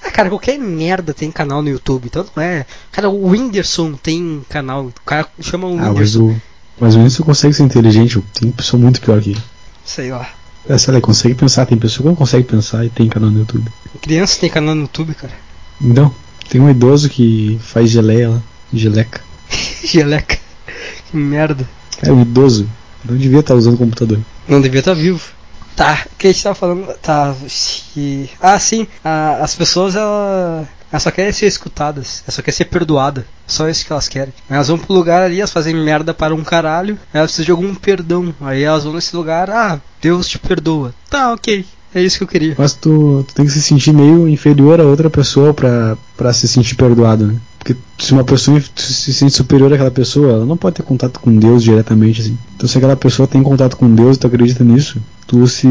Ah, cara, qualquer merda tem canal no YouTube, tanto não é. Cara, o Whindersson tem canal. O cara chama o Ah, mas Whindersson. o. Mas o Whindersson consegue ser inteligente, tem pessoa muito pior que ele. Sei lá. É sério, ele consegue pensar, tem pessoa que não consegue pensar e tem canal no YouTube. Criança tem canal no YouTube, cara. Então, tem um idoso que faz geleia lá, geleca. Geleca. Que merda. É um idoso, não devia estar usando computador. Não devia estar vivo. Tá, o que a gente tava falando. Tá. que- Ah, sim. a- as pessoas, ela- elas só querem ser escutadas. Elas só querem ser perdoadas. Só isso que elas querem. Elas vão pro lugar ali, elas fazem merda para um caralho. Elas precisam de algum perdão. Aí elas vão nesse lugar. Ah, Deus te perdoa. Tá, ok. É isso que eu queria. Mas tu, tu tem que se sentir meio inferior a outra pessoa pra, pra se sentir perdoado, né? Porque se uma pessoa inf- se sente superior àquela pessoa, ela não pode ter contato com Deus diretamente, assim. Então se aquela pessoa tem contato com Deus e tu acredita nisso, tu se,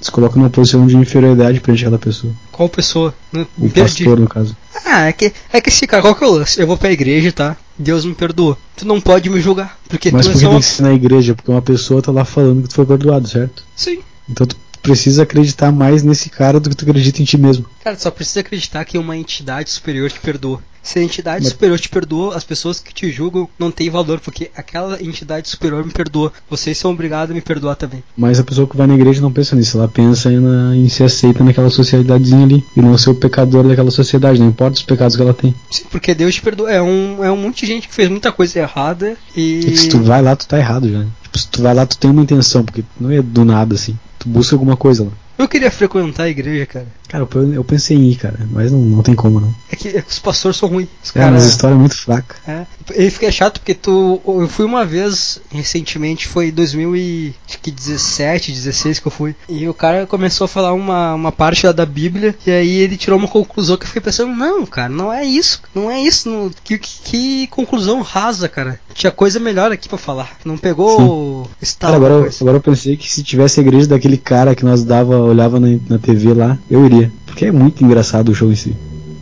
se coloca numa posição de inferioridade perante aquela pessoa. Qual pessoa? Né? O Um pastor, no caso. Ah, é que, é que se cara, qual que é o lance? Eu vou pra igreja, tá? Deus me perdoa. Tu não pode me julgar. Porque Mas tu é por que só tem uma... que ser na igreja? Porque uma pessoa tá lá falando que tu foi perdoado, certo? Sim. Então tu precisa acreditar mais nesse cara do que tu acredita em ti mesmo. Cara, tu só precisa acreditar que uma entidade superior te perdoa. Se a entidade Mas- superior te perdoa, as pessoas que te julgam não têm valor, porque aquela entidade superior me perdoa. Vocês são obrigados a me perdoar também. Mas a pessoa que vai na igreja não pensa nisso, ela pensa em, na- em se aceita naquela sociedadezinha ali e não ser o pecador daquela sociedade, não importa os pecados que ela tem. Sim, porque Deus te perdoa. É um, é um monte de gente que fez muita coisa errada E e. É se tu vai lá, tu tá errado já. Tipo, se tu vai lá, tu tem uma intenção, porque não é do nada assim. Tu busca alguma coisa lá. Eu queria frequentar a igreja, cara. Cara, eu, eu pensei em ir, cara, mas não, não tem como não. É que, é que os pastores são ruins. Os É, mas a história é muito fraca. É, ele fica chato porque tu. Eu fui uma vez recentemente, foi em 2017, 16 que eu fui. E o cara começou a falar uma, uma parte lá da Bíblia. E aí ele tirou uma conclusão que eu fiquei pensando: não, cara, não é isso. Não é isso. não- que, que, que conclusão rasa, cara. Tinha coisa melhor aqui pra falar. Não pegou. Está Cara, agora, eu- agora eu pensei que se tivesse a igreja daquele cara que nós dava, olhava na, na TV lá, eu iria. Porque é muito engraçado o show em si.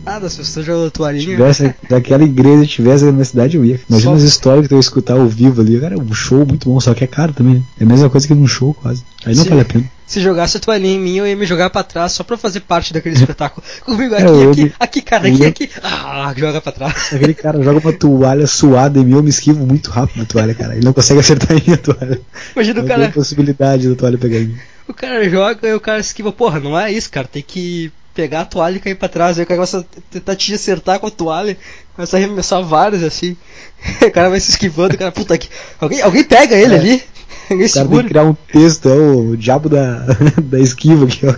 Nada, as pessoas jogando Se toalhinha. tivesse daquela igreja, tivesse na minha cidade, eu ia. Imagina Só- as histórias que tu ia escutar ao vivo ali. Cara, é um show muito bom, só que é caro também. né? É a mesma coisa que num show, quase. Aí não Sim. vale a pena. Se jogasse a toalhinha em mim, eu ia me jogar pra trás só pra fazer parte daquele espetáculo. Comigo É, eu aqui, me- aqui, aqui, cara, eu aqui, me- aqui. Ah, joga pra trás. Aquele cara joga uma toalha suada em mim, eu me esquivo muito rápido na toalha, cara. Ele não consegue acertar em minha toalha. Imagina Não o tem cara, possibilidade da toalha pegar em mim. o cara joga e o cara esquiva. Porra, não é isso, cara. Tem que pegar a toalha e cair pra trás. Aí o cara começa a tentar te acertar com a toalha. Começa a arremessar vários assim. o cara vai se esquivando. O cara, puta que. Alguém, alguém pega ele É. ali. Alguém O cara tem que segura. criar um texto, é o diabo da, da esquiva aqui, ó.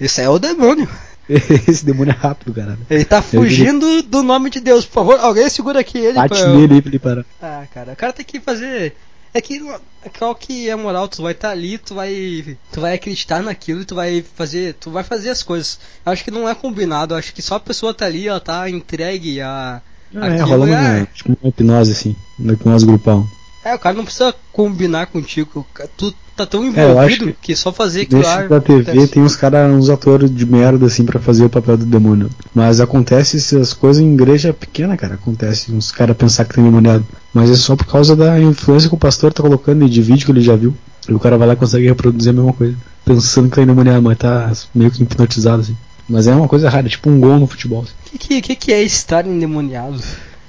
Isso aí é o demônio. Esse demônio é rápido, cara. Ele tá diria- fugindo do nome de Deus. Por favor, alguém segura aqui ele. Bate pra eu- nele aí pra ele parar. Ah, cara, o cara tem que fazer. É que não- qual que é a moral? Tu vai estar ali, tu vai, tu vai acreditar naquilo, e tu vai fazer, tu vai fazer as coisas. Eu acho que não é combinado. eu acho que só a pessoa tá ali, ela tá entregue a. Ah, é, Aquilo rola é- uma, tipo, uma hipnose, assim. Uma hipnose grupal. É, o cara não precisa combinar contigo. ca- Tu tá tão É, eu acho envolvido que... só fazer que Desse da TV tem uns caras, uns atores de merda assim pra fazer o papel do demônio. Mas acontece essas coisas em igreja pequena, cara. Acontece uns caras pensar que tem demoniado. Mas é só por causa da influência que o pastor tá colocando e de vídeo que ele já viu. E o cara vai lá e consegue reproduzir a mesma coisa. Pensando que tá endemoniado, mas tá meio que hipnotizado assim. Mas é uma coisa rara, é tipo um gol no futebol. assim. O que, que, que é estar endemoniado?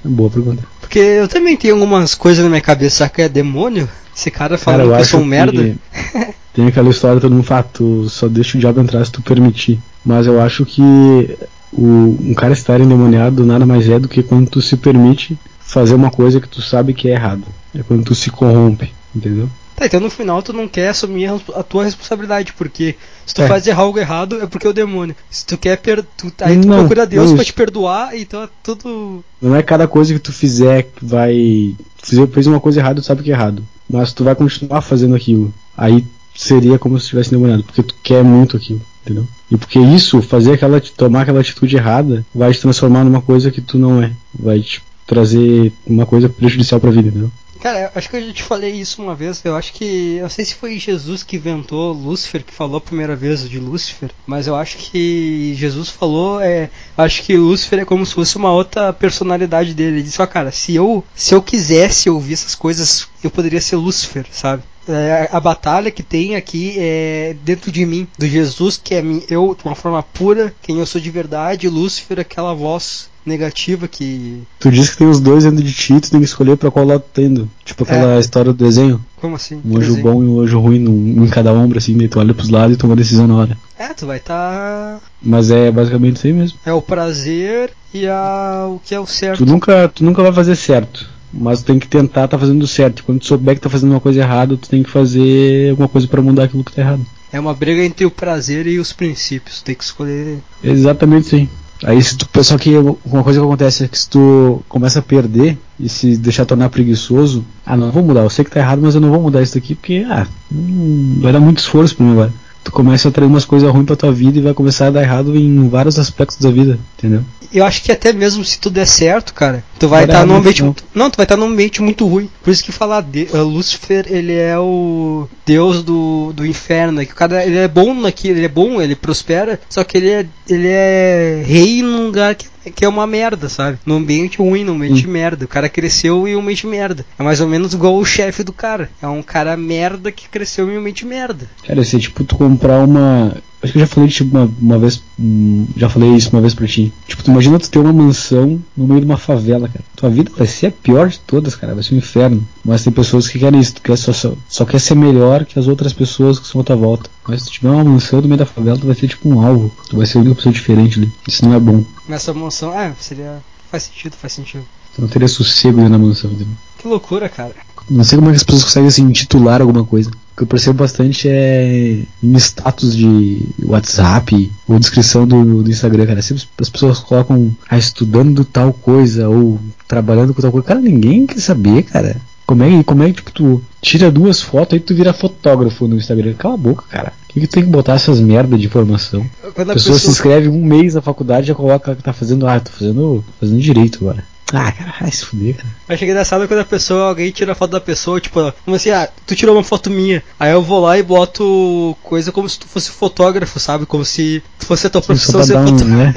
Boa pergunta. Porque eu também tenho algumas coisas na minha cabeça. Será que é demônio? Esse cara falando que eu sou um merda? Tem aquela história, todo mundo fala, "Ah, tu só deixa o diabo entrar se tu permitir. Mas eu acho que o, um cara estar endemoniado nada mais é do que quando tu se permite fazer uma coisa que tu sabe que é errado. É quando tu se corrompe, entendeu? Tá, então no final tu não quer assumir a tua responsabilidade, porque se tu É. faz errar algo errado é porque é o demônio. Se tu quer per... tu... aí tu Não, procura Deus não pra isso. te perdoar, então é tudo Não é cada coisa que tu fizer que vai. Tu fizer- fez uma coisa errada, tu sabe que é errado. Mas tu vai continuar fazendo aquilo. Aí seria como se estivesse demorado, porque tu quer muito aquilo, entendeu? E porque isso, fazer aquela. tomar aquela atitude errada, vai te transformar numa coisa que tu não é. Vai te trazer uma coisa prejudicial pra vida, entendeu? Cara, eu acho que eu já te falei isso uma vez. Eu acho que. Eu não sei se foi Jesus que inventou Lúcifer, que falou a primeira vez de Lúcifer, mas eu acho que Jesus falou. É, acho que Lúcifer é como se fosse uma outra personalidade dele. Ele disse: Ó, cara, se eu, se eu quisesse ouvir essas coisas, eu poderia ser Lúcifer, sabe? É, a batalha que tem aqui é dentro de mim, do Jesus que é mim, eu de uma forma pura, quem eu sou de verdade, Lúcifer, aquela voz negativa que. Tu diz que tem os dois dentro de ti, tu tem que escolher pra qual lado tá indo. Tipo aquela história do desenho, Como assim? um anjo Quer dizer- bom e um anjo ruim num- em cada ombro, assim, daí tu olha pros lados e toma a decisão na hora. É, tu vai tá estar. Mas é basicamente isso aí mesmo. É o prazer e a, o que é o certo. Tu nunca, tu nunca vai fazer certo, mas tu tem que tentar tá fazendo certo. Quando tu souber que tá fazendo uma coisa errada, tu tem que fazer alguma coisa pra mudar aquilo que tá errado. É uma briga entre o prazer e os princípios. Tem que escolher. Exatamente sim. Aí se tu, só que uma coisa que acontece é que se tu começa a perder e se deixar tornar preguiçoso, ah não vou mudar, eu sei que tá errado, mas eu não vou mudar isso daqui porque ah, hum, vai dar muito esforço pra mim agora. Tu começa a trazer umas coisas ruins pra tua vida e vai começar a dar errado em vários aspectos da vida, entendeu? Eu acho que até mesmo se tudo der certo, cara, tu vai Vai dar estar num muito ambiente. bom. Muito, não, tu vai estar num ambiente muito ruim. Por isso que falar de, eh, Lúcifer, ele é o deus do, do inferno. né? Que o cara ele é bom naquilo, ele é bom, ele prospera, só que ele é, ele é rei num lugar que, que é uma merda, sabe? Num ambiente ruim, num Hum. ambiente merda. O cara cresceu em um ambiente merda. É mais ou menos igual o chefe do cara. É um cara merda que cresceu em um ambiente merda. Cara, isso é tipo tu comprar uma. Acho que eu já falei tipo, uma, uma vez. hum, Já falei isso uma vez pra ti. Tipo, tu imagina tu ter uma mansão no meio de uma favela, cara. Tua vida vai ser a pior de todas, cara. Vai ser um inferno. Mas tem pessoas que querem isso. Tu quer só, só, só quer ser melhor que as outras pessoas que são à tua volta. Mas se tu tiver uma mansão no meio da favela, tu vai ser tipo um alvo. Tu vai ser uma pessoa diferente ali. Isso não é bom. Nessa emoção. Ah, seria. Faz sentido, faz sentido. Tu não teria sossego ali na mansão dele. Que loucura, cara. Não sei como é que as pessoas conseguem se intitular alguma coisa. O que eu percebo bastante é em status de WhatsApp ou descrição do, do Instagram, cara. Sempre as pessoas colocam ah, estudando tal coisa ou trabalhando com tal coisa. Cara, ninguém quer saber, cara. Como é, que- como é que tipo, tu tira duas fotos aí tu vira fotógrafo no Instagram? Cala a boca, cara. Por que, que tu tem que botar essas merda de informação? Quando A a pessoa se pessoa- inscreve um mês na faculdade e já coloca que tá fazendo, ah, tô fazendo, tô fazendo direito agora. Ah, cara, vai se fuder, cara. Eu achei engraçado quando a pessoa, alguém tira a foto da pessoa, tipo, como assim, ah, tu tirou uma foto minha. Aí eu vou lá e boto coisa como se tu fosse fotógrafo, sabe? Como se tu fosse a tua profissão Só ser pra dar um, fotógrafo. né?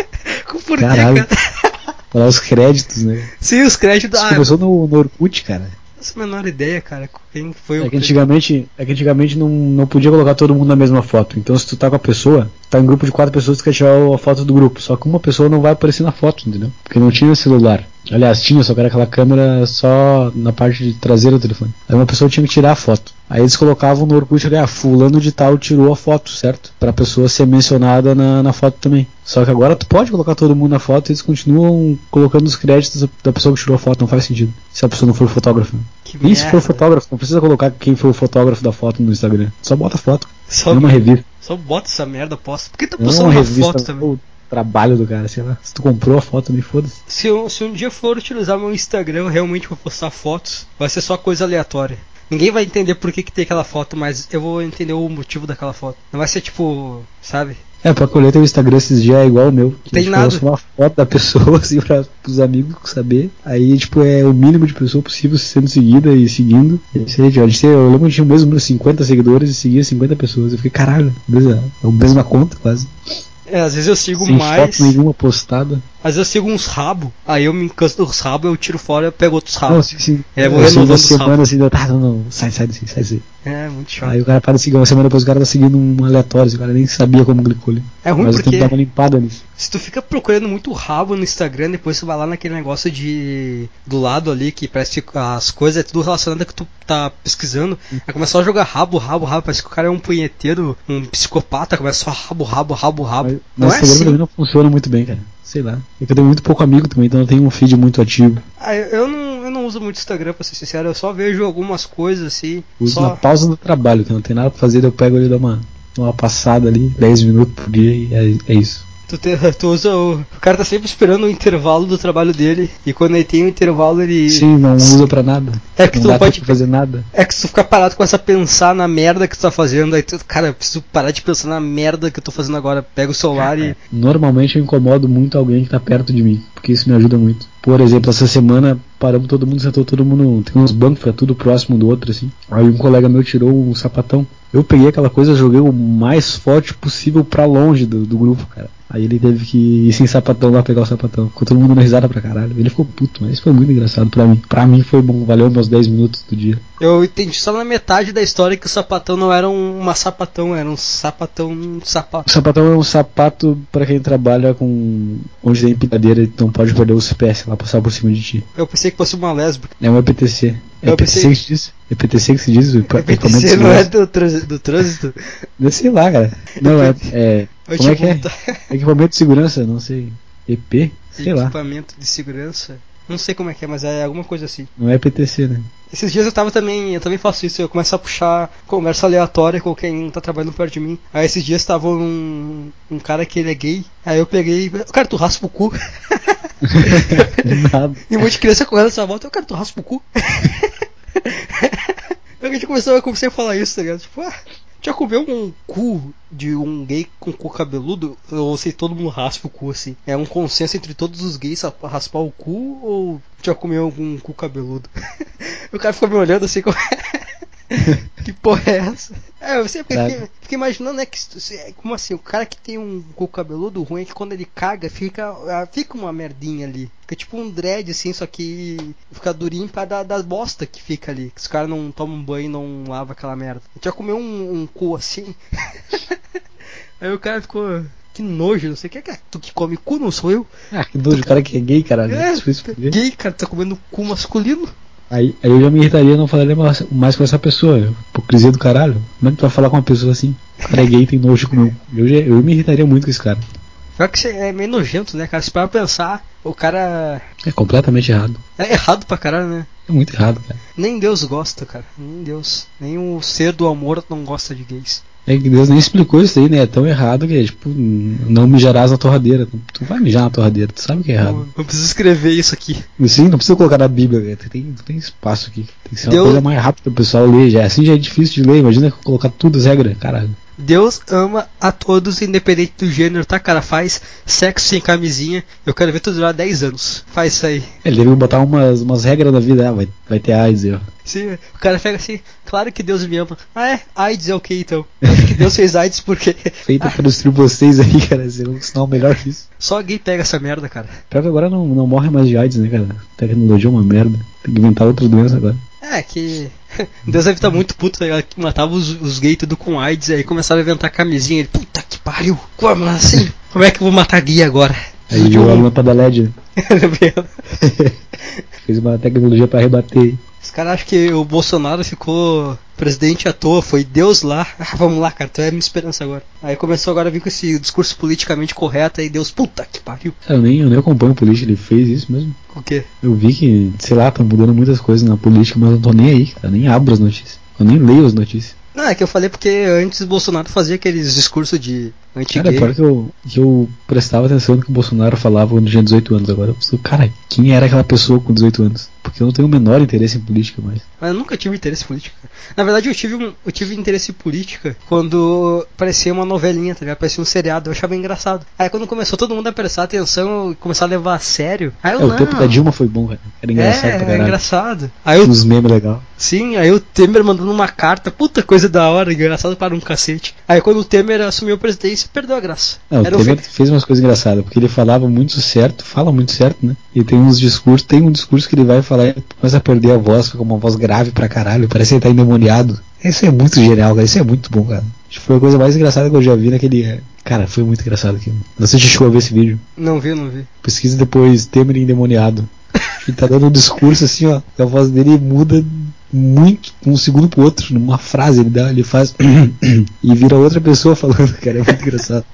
Por quê, Caralho. cara? Olha os créditos, né? Sim, os créditos. Isso Ah, eu não começou no, no Orkut, cara. faço a menor ideia, cara. Quem foi É o. que antigamente, é que antigamente não, não podia colocar todo mundo na mesma foto. Então se tu tá com a pessoa, tá em um grupo de quatro pessoas, tu quer tirar a foto do grupo. Só que uma pessoa não vai aparecer na foto, entendeu? Porque não tinha celular. Aliás, tinha, só que era aquela câmera só na parte de traseira do telefone. Aí uma pessoa tinha que tirar a foto. Aí eles colocavam no Orkut, ali, ah, fulano de tal tirou a foto, certo? Pra pessoa ser mencionada na, na foto também. Só que agora tu pode colocar todo mundo na foto e eles continuam colocando os créditos da- da pessoa que tirou a foto. Não faz sentido. Se a pessoa não for fotógrafa. que Nem se merda. for fotógrafo, não precisa colocar quem foi o fotógrafo da foto no Instagram. Só bota a foto. Só, Não é uma revista. só bota essa merda, posta. Por que tá Não é postando uma uma revista. foto também? ou O trabalho do cara, sei lá. Se tu comprou a foto, me foda-se. Se, eu- se um dia for utilizar meu Instagram eu realmente vou postar fotos, vai ser só coisa aleatória. Ninguém vai entender por que, que tem aquela foto, mas eu vou entender o motivo daquela foto. Não vai ser tipo, sabe? É, pra colher teu Instagram esses dias é igual o meu. que Tem tipo, nada. Eu lanço uma foto da pessoa, assim, pra, pros amigos saber. Aí, tipo, é o mínimo de pessoa possível sendo seguida e seguindo. E isso aí, tipo, a gente tem- eu lembro que tinha o mesmo número, 50 seguidores e seguia 50 pessoas. Eu fiquei, caralho, beleza. É a mesma conta, quase. É, às vezes eu sigo Sem mais. foto nenhuma postada. Às vezes eu sigo uns rabos, aí eu me canso dos rabos, eu tiro fora e eu pego outros Não, rabos. sim, sim. É, vou Eu sigo renovando uma os semana rabos. assim, eu- tá, não, não, sai, sai desse, sai desse. É, muito chato. Aí o cara para de seguir, uma semana depois o cara tá seguindo um aleatório, assim, o cara nem sabia como clicou ali. É ruim Mas eu porque tenho que dar uma limpada nisso. se tu fica procurando muito rabo no Instagram, depois tu vai lá naquele negócio de. do lado ali, que parece que as coisas é tudo relacionado que tu tá pesquisando. Aí começa só a jogar rabo, rabo, rabo. Parece que o cara é um punheteiro, um psicopata, começa só rabo, rabo, rabo, rabo. Mas não mas é Instagram pra mim assim. não funciona muito bem, cara. Sei lá. É que eu tenho muito pouco amigo também, então eu tenho um feed muito ativo. Ah, eu- eu não, eu não uso muito Instagram, pra ser sincero, eu só vejo algumas coisas assim. Uso só... na pausa do trabalho, que não tem nada pra fazer, eu pego ele dou uma, dou uma passada ali, 10 minutos por dia e é, é isso. Tu, te- tu usa o. O cara tá sempre esperando o intervalo do trabalho dele. E quando ele tem o intervalo, ele. Sim, não usa pra nada. É que tu não não dá pode- tempo pra fazer nada. É que se tu ficar parado, começa a pensar na merda que tu tá fazendo. Aí tu, cara, eu preciso parar de pensar na merda que eu tô fazendo agora. Pega o celular e. Normalmente eu incomodo muito alguém que tá perto de mim, porque isso me ajuda muito. Por exemplo, essa semana paramos todo mundo, sentou todo mundo, tem uns bancos pra tudo próximo do outro, assim. Aí um colega meu tirou um sapatão. Eu peguei aquela coisa, joguei o mais forte possível pra longe do, do grupo, cara. Aí ele teve que ir sem sapatão lá pegar o sapatão. Ficou todo mundo na risada pra caralho. Ele ficou puto, mas foi muito engraçado pra mim. Pra mim foi bom, valeu meus 10 minutos do dia. Eu entendi só na metade da história que o sapatão não era um, uma sapatão, era um sapatão, um O sapato. sapatão é um sapato pra quem trabalha com. onde tem picadeira, então pode perder os pés, lá passar por cima de ti. Eu pensei que fosse uma lésbica. É um EPTC. É É o EPTC que se diz? EPTC que se diz? O equi- equipamento de EPTC não é segurança. do, trans- do trânsito. Eu sei lá, cara. Não, é. é Eu como é que tinha é? vontade- Equipamento de segurança, não sei. EP? Sei lá. Equipamento de segurança. Não sei como é que é, mas é alguma coisa assim. Não é EPTC, né? Esses dias eu tava também, eu também faço isso, eu começo a puxar conversa aleatória com quem tá trabalhando perto de mim. Aí esses dias tava um, um cara que ele é gay, aí eu peguei, e falei, cara, tu raspa o cu. Nada. E um monte de criança correndo nessa volta, eu, cara, tu raspa o cu. Aí a gente começou, eu comecei a falar isso, tá ligado? Tipo, ah, já comeu um cu de um gay com cu cabeludo? Ou se todo mundo raspa o cu, assim? É um consenso entre todos os gays a- raspar o cu ou já comeu algum cu cabeludo? o cara ficou me olhando assim, como Que porra é essa? É, eu sempre Sabe? fiquei, fiquei imaginando, né, que isso- se- como assim, o cara que tem um cu cabeludo, o ruim é que quando ele caga, fica, ah, fica uma merdinha ali. Fica tipo um dread, assim, só que fica durinho pra dar das bosta que fica ali. Que os caras não tomam um banho e não lavam aquela merda. A gente já comeu um, um cu assim. Aí o cara ficou, que nojo, não sei o que, cara, tu que come cu, não sou eu. Ah, que doido, o cara que é gay, caralho. É, Isso foi isso, né? Gay, cara, tá comendo cu masculino. Aí, aí eu já me irritaria e não falaria mais, mais com essa pessoa. Hipocrisia do caralho. Como é que tu vai falar com uma pessoa assim? O cara é gay, tem nojo comigo. Eu, já, eu me irritaria muito com esse cara. Pior que isso é meio nojento, né, cara, se parar pra pensar, o cara É completamente errado. é errado pra caralho, né. É muito errado, cara. Nem Deus gosta, cara. Nem Deus. Nem o ser do amor não gosta de gays. É que Deus nem explicou isso aí, né? É tão errado que é tipo, não mijarás na torradeira. Tu vai mijar na torradeira, tu sabe que é errado. Eu, eu preciso escrever isso aqui. Sim, não precisa colocar na Bíblia, velho. Tu Tem, tu tem espaço aqui. Tem que ser uma Deus- coisa mais rápida pro pessoal ler. Já. Assim já é difícil de ler, imagina colocar tudo as regras, caralho. Deus ama a todos, independente do gênero, tá, cara? Faz sexo sem camisinha. Eu quero ver tu durar 10 anos. Faz isso aí. Ele deve É, botar umas, umas regras na vida, ah, vai, vai ter AIDS, ó. Sim, o cara pega assim, claro que Deus me ama. Ah, é? AIDS é o que então? Acho que Deus fez AIDS porque Feita pra destruir vocês aí, cara. Você não sinal melhor que isso. só gay pega essa merda, cara. Pior que agora não, não morre mais de AIDS, né, cara? Tecnologia é uma merda. Tem que inventar outra doença agora. É, que. Deus deve estar muito puto, tá ligado? Que matava os, os gays tudo com AIDS, aí começaram a inventar camisinha. Ele, puta que pariu! Como assim? Como é que eu vou matar gay agora? Aí viu a lâmpada LED, né? Lembrando. fez uma tecnologia pra rebater. Os caras acham que o Bolsonaro ficou presidente à toa, foi Deus lá. Ah, vamos lá, cara, tu é a minha esperança agora. Aí começou agora a vir com esse discurso politicamente correto, aí Deus, puta que pariu. Cara, eu nem, eu nem acompanho política, ele fez isso mesmo. O quê? Eu vi que, sei lá, tá mudando muitas coisas na política, mas eu não tô nem aí, cara. Nem abro as notícias. Eu nem leio as notícias. Não, é que eu falei porque antes o Bolsonaro fazia aqueles discursos de Cara, anti-gay. pior que eu, que eu prestava atenção no que o Bolsonaro falava quando tinha 18 anos agora. Eu pensei, cara, quem era aquela pessoa com 18 anos? Porque eu não tenho o menor interesse em política mais. Mas eu nunca tive interesse político. cara. Na verdade, eu tive, um, eu tive interesse em política quando parecia uma novelinha, tá ligado? Parecia um seriado, eu achava engraçado. Aí quando começou todo mundo a prestar atenção e começar a levar a sério, aí eu é, o não. tempo da Dilma foi bom, cara. Era engraçado é, pra é caralho. engraçado. Aí eu Tinha uns memes legal. Sim, aí o Temer mandando uma carta, puta coisa da hora, engraçado para um cacete. Aí quando o Temer assumiu a presidência, perdeu a graça. Não, É, o Era um Temer ofensa. fez umas coisas engraçadas, porque ele falava muito certo, fala muito certo, né? E tem uns discursos, tem um discurso que ele vai falar e começa a perder a voz, fica com uma voz grave pra caralho, parece que ele tá endemoniado. Isso é muito genial, cara, isso é muito bom, cara. Acho que foi a coisa mais engraçada que eu já vi naquele. Cara, foi muito engraçado aquilo. Não sei se chegou a ver esse vídeo. Não vi, não vi. Pesquisa depois Temer endemoniado. Ele tá dando um discurso assim, ó. que A voz dele muda muito de um segundo pro outro, numa frase. Ele, dá, ele faz e vira outra pessoa falando, cara. É muito engraçado.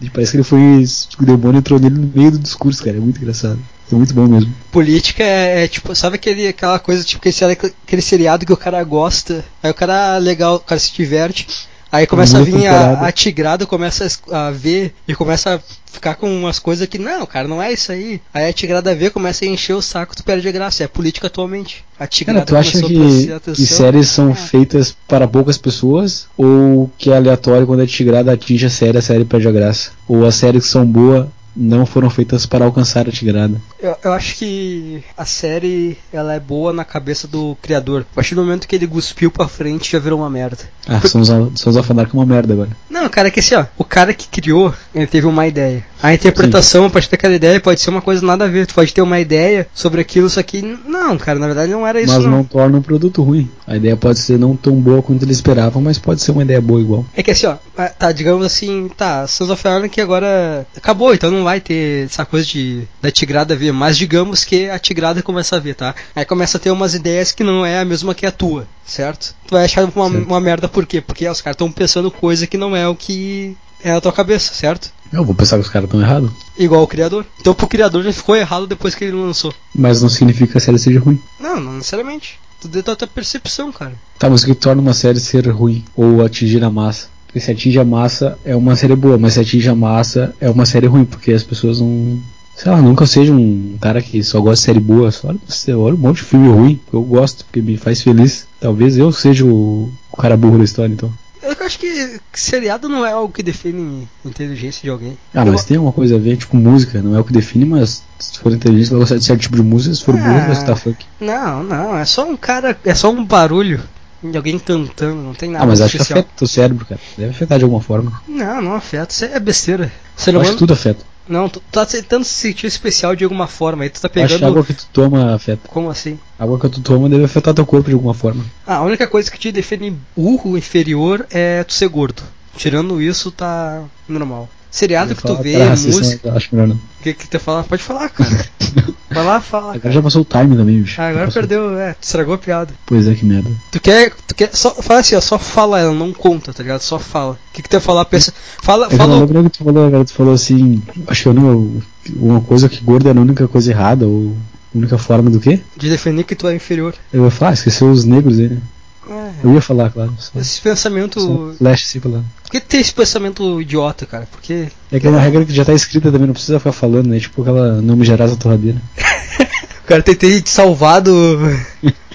E parece que ele foi. tipo, O demônio entrou nele no meio do discurso, cara. É muito engraçado. É muito bom mesmo. Política é, é tipo, sabe aquele, aquela coisa, tipo, aquele, seri- aquele seriado que o cara gosta, aí o cara legal, o cara se diverte, aí começa a Primeira vir a, temporada. a tigrada, começa a, es- a ver e começa a ficar com umas coisas que, não, cara, não é isso aí. Aí a tigrada vê, começa a encher o saco, tu perde a graça. É política atualmente. A tigrada Cara, tu acha começou a prestar que, é que atenção. séries são Ah. feitas para poucas pessoas? Ou que é aleatório quando a tigrada atinge a série, a série perde a graça? Ou as séries que são boas não foram feitas para alcançar a tigrada? Eu, eu acho que a série ela é boa na cabeça do criador. A partir do momento que ele cuspiu pra frente, já virou uma merda. Ah, são os, são os afanar com é uma merda agora. Não, cara, é que assim, ó, o cara que criou, ele teve uma ideia. A interpretação a partir daquela ideia pode ser uma coisa nada a ver. Tu pode ter uma ideia sobre aquilo, só que. Não, cara, na verdade não era isso, mas não. não. torna um produto ruim. A ideia pode ser não tão boa quanto eles esperavam, mas pode ser uma ideia boa igual. É que assim, ó, ah, tá, digamos assim, tá, Sons of Anarchy agora acabou, então não vai ter essa coisa de da tigrada ver, mas digamos que a tigrada começa a ver, tá? Aí começa a ter umas ideias que não é a mesma que a tua, certo? Tu vai achar uma, Certo. uma merda por quê? Porque ó, os caras estão pensando coisa que não é o que é na tua cabeça, certo? Eu vou pensar que os caras estão errados. Igual o criador. Então pro criador já ficou errado depois que ele lançou. Mas não significa que a série seja ruim. Não, não necessariamente. Tudo é da tua percepção, cara. Tá, mas o que torna uma série ser ruim? Ou atingir a massa? Porque se atinge a massa, é uma série boa, mas se atinge a massa, é uma série ruim, porque as pessoas não. Sei lá, nunca eu seja um cara que só gosta de série boa, só olha, você olha um monte de filme ruim, que eu gosto, porque me faz feliz. Talvez eu seja o, o cara burro da história, então. Eu acho que seriado não é algo que define a inteligência de alguém. Ah, mas tem uma coisa a ver, tipo, música, não é o que define, mas se for inteligente, vai gostar de certo tipo de música, se for Ah. burro, vai escutar funk. Não, não, é só um cara, é só um barulho de alguém cantando, não tem nada Ah, mas acho que especial. afeta o cérebro, cara. Deve afetar de alguma forma. Não, não afeta, isso é besteira. Ser Eu acho que humano, tudo afeta. não, tu, tu tá tentando se sentir especial de alguma forma, aí tu Eu tá Acho que a pegando água que tu toma afeta. como assim? A água que tu toma deve afetar teu corpo de alguma forma. Ah, a única coisa que te define burro inferior é tu ser gordo. Tirando isso, tá normal. Seriado Eu que falo, tu vê, cara, racista, música, eu Acho melhor não. o que que tu fala? Pode falar, cara. Vai lá, fala. Agora já passou o time também, bicho. Ah, agora Já passou. perdeu, é, tu estragou a piada. Pois é, que merda. Tu quer, tu quer, só, fala assim, ó, só fala ela, não conta, tá ligado? Só fala. O que que tu ia falar? Pensa, fala, Eu não fala, lembro o que tu falou, agora tu falou assim, acho que eu não, uma coisa que gordo é a única coisa errada, ou a única forma do quê? de definir que tu é inferior. Eu ia falar, ah, esqueceu os negros aí, né? É, Eu ia falar, claro. Só, esse pensamento, só um flash assim falando. por que ter esse pensamento idiota, cara? Porque, É que é uma regra que já tá escrita também, não precisa ficar falando, né? Tipo aquela não me gerar essa torradeira. o cara tentei te salvar do,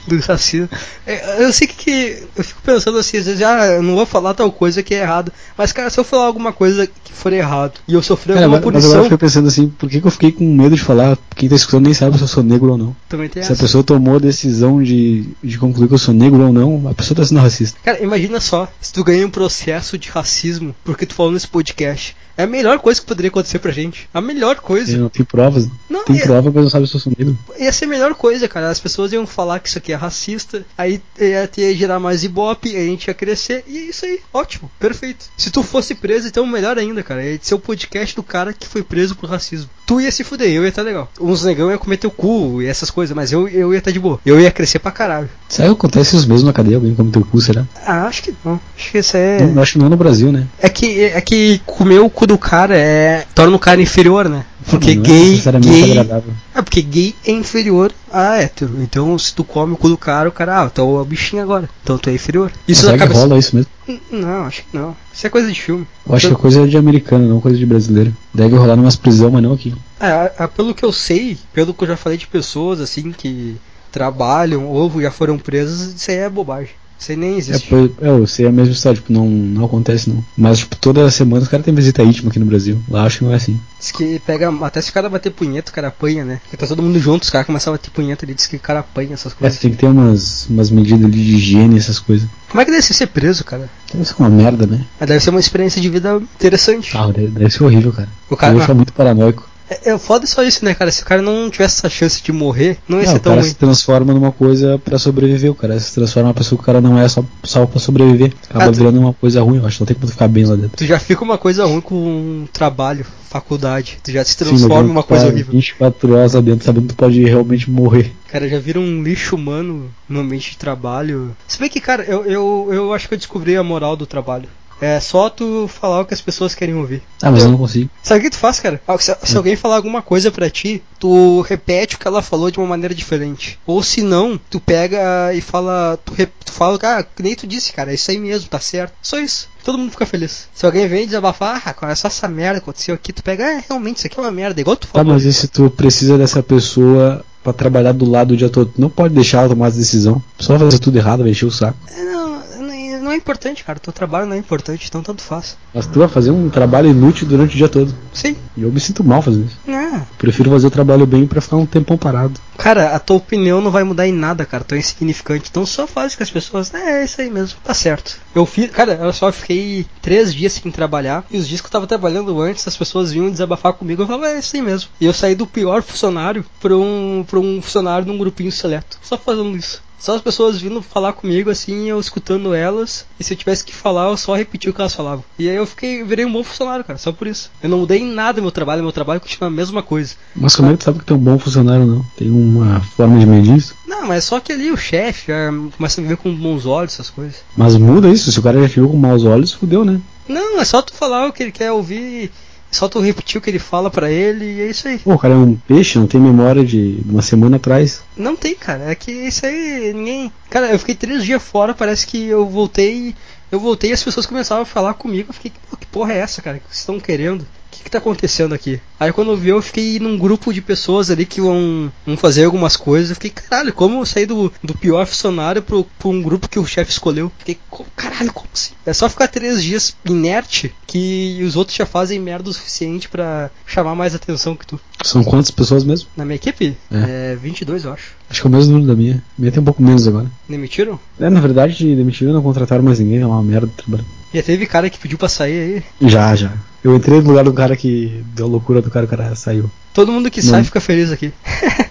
do racismo. É, eu sei que, que, eu fico pensando assim, às vezes, ah, eu não vou falar tal coisa que é errado. Mas, cara, se eu falar alguma coisa que for errado e eu sofrer Cara, alguma mas, mas agora eu punição, fiquei pensando assim, por que, que eu fiquei com medo de falar? Quem tá escutando nem sabe se eu sou negro ou não. também tem Se a essa. pessoa tomou a decisão de, de concluir que eu sou negro ou não, a pessoa tá sendo racista. Cara, imagina só, se tu ganha um processo de racismo porque tu falou nesse podcast. É a melhor coisa que poderia acontecer pra gente. A melhor coisa. Eu não tenho provas. Não, Tem ia, prova, mas não sabe se eu sou negro. ia ser a melhor coisa, cara. As pessoas iam falar que isso aqui é racista, aí ia, ter- ia gerar mais ibope, aí a gente ia crescer, e é isso aí. Ótimo, perfeito. Se tu fosse preso, então melhor ainda, cara. Ia ser o podcast do cara que foi preso por racismo. Tu ia se fuder, eu ia estar legal. Uns negão ia comer teu cu e essas coisas, mas eu, eu ia estar de boa. Eu ia crescer pra caralho. Será que acontece isso mesmo na cadeia? Alguém come teu cu, será? Ah, acho que não. Acho que isso é. Não, acho que não no Brasil, né? É que, é que comer o cu do cara é, torna o cara inferior, né? Porque não é gay. necessariamente gay agradável. é, porque gay é inferior a hétero. Então, se tu come o cu do cara, o cara, ah, tu é o bichinho agora. Então tu é inferior. Isso Será na que cabeça. rola isso mesmo? N- Não, acho que não. Isso é coisa de filme. Eu acho que é coisa de americano, não coisa de brasileiro. Deve rolar numas prisão, mas não aqui. É, a- a- pelo que eu sei, pelo que eu já falei de pessoas assim que trabalham ou já foram presas, isso aí é bobagem. Isso aí nem É, existe. pois- é, eu sei a mesma história, tipo, não, não acontece não. Mas, tipo, toda semana os caras têm visita íntima aqui no Brasil. Lá acho que não é assim. Diz que pega. Até se o cara bater punheta, o cara apanha, né? Porque tá todo mundo junto, os caras começam a bater punheta ali, diz que o cara apanha essas É, coisas. você tem que ter umas, umas medidas ali de higiene, essas coisas. Como é que deve ser ser preso, cara? Deve ser uma merda, né? Ah, Deve ser uma experiência de vida interessante. Ah, deve, deve ser horrível, cara. O cara- eu vou ficar muito paranoico. É, é foda só isso, né, cara? Se o cara não tivesse essa chance de morrer, não ia Não, ser o tão cara ruim. se transforma numa coisa pra sobreviver, o cara se transforma numa pessoa que o cara não é só, só pra sobreviver. Acaba Ah, tu- virando uma coisa ruim, eu acho. Não tem como tu ficar bem lá dentro. Tu já fica uma coisa ruim com um trabalho, faculdade. Tu já se Sim, é. transforma em uma coisa cara, horrível. 24 horas lá dentro, sabendo que tu pode realmente morrer. Cara, já vira um lixo humano no ambiente de trabalho. Se bem que, cara, eu, eu, eu acho que eu descobri a moral do trabalho. É só tu falar o que as pessoas querem ouvir. Ah, mas eu não consigo. Sabe o que tu faz, cara? Ah, Se, se alguém falar alguma coisa pra ti, tu repete o que ela falou de uma maneira diferente. Ou se não, tu pega e fala. Tu, re, tu fala, ah, que nem tu disse, cara, é isso aí mesmo, tá certo. Só isso. Todo mundo fica feliz. Se alguém vem desabafar, ah, cara, só essa merda que aconteceu aqui, tu pega, ah, realmente, isso aqui é uma merda, igual tu Tá, falou. mas e se tu precisa dessa pessoa pra trabalhar do lado o dia todo? Tu Não pode deixar ela tomar essa decisão. Só fazer tudo errado, vai encher o saco. É, não, não, não é importante, cara. Teu trabalho não é importante, então tanto faz. Mas tu vai fazer um trabalho inútil durante o dia todo. Sim. E eu me sinto mal fazendo isso. É. Prefiro fazer o trabalho bem pra ficar um tempão parado. Cara, a tua opinião não vai mudar em nada, cara. Tu é insignificante. Então só faz que as pessoas. É, é isso aí mesmo, tá certo. Eu fiz. Cara, eu só fiquei três dias sem trabalhar. E os dias que eu tava trabalhando antes, as pessoas vinham desabafar comigo. Eu falava, é isso aí mesmo. E eu saí do pior funcionário pra um, pra um funcionário num grupinho seleto. Só fazendo isso. Só as pessoas vindo falar comigo assim, eu escutando elas, e se eu tivesse que falar, eu só repetia o que elas falavam. E aí eu fiquei, virei um bom funcionário, cara, só por isso. Eu não mudei em nada meu trabalho, meu trabalho continua a mesma coisa. Mas como é que tu sabe que tu é um bom funcionário ou não? Tem uma forma de medir isso? Não, mas é só que ali o chefe já começa a viver com bons olhos essas coisas. Mas muda isso, se o cara já chegou com maus olhos, fudeu, né? Não, é só tu falar o que ele quer ouvir, é só tu repetir o que ele fala pra ele e é isso aí. Pô, o cara é um peixe, não tem memória de uma semana atrás. Não tem, cara, é que isso aí ninguém. Cara, eu fiquei três dias fora, parece que eu voltei. Eu voltei e as pessoas começavam a falar comigo. Eu fiquei, pô, que porra é essa, cara? O que vocês estão querendo? O que, que tá acontecendo aqui? Aí quando eu vi, eu fiquei num grupo de pessoas ali que vão, vão fazer algumas coisas. Eu fiquei, caralho, como eu saí do, do pior funcionário pro, pro um grupo que o chefe escolheu? Fiquei, co- caralho, como assim? É só ficar três dias inerte que os outros já fazem merda o suficiente pra chamar mais atenção que tu. São quantas pessoas mesmo? Na minha equipe, É. é 22, eu acho. Acho que é o mesmo número da minha. Minha tem um pouco menos agora. Demitiram? É, na verdade, demitiram, não contrataram mais ninguém, é uma merda de trabalho. Já teve cara que pediu pra sair aí. Já, já. Eu entrei no lugar do cara que deu a loucura do cara, o cara saiu. Todo mundo que Não. sai fica feliz aqui.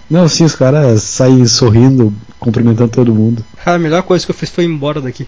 Não, sim, os caras saem sorrindo, cumprimentando todo mundo. Cara, a melhor coisa que eu fiz foi ir embora daqui.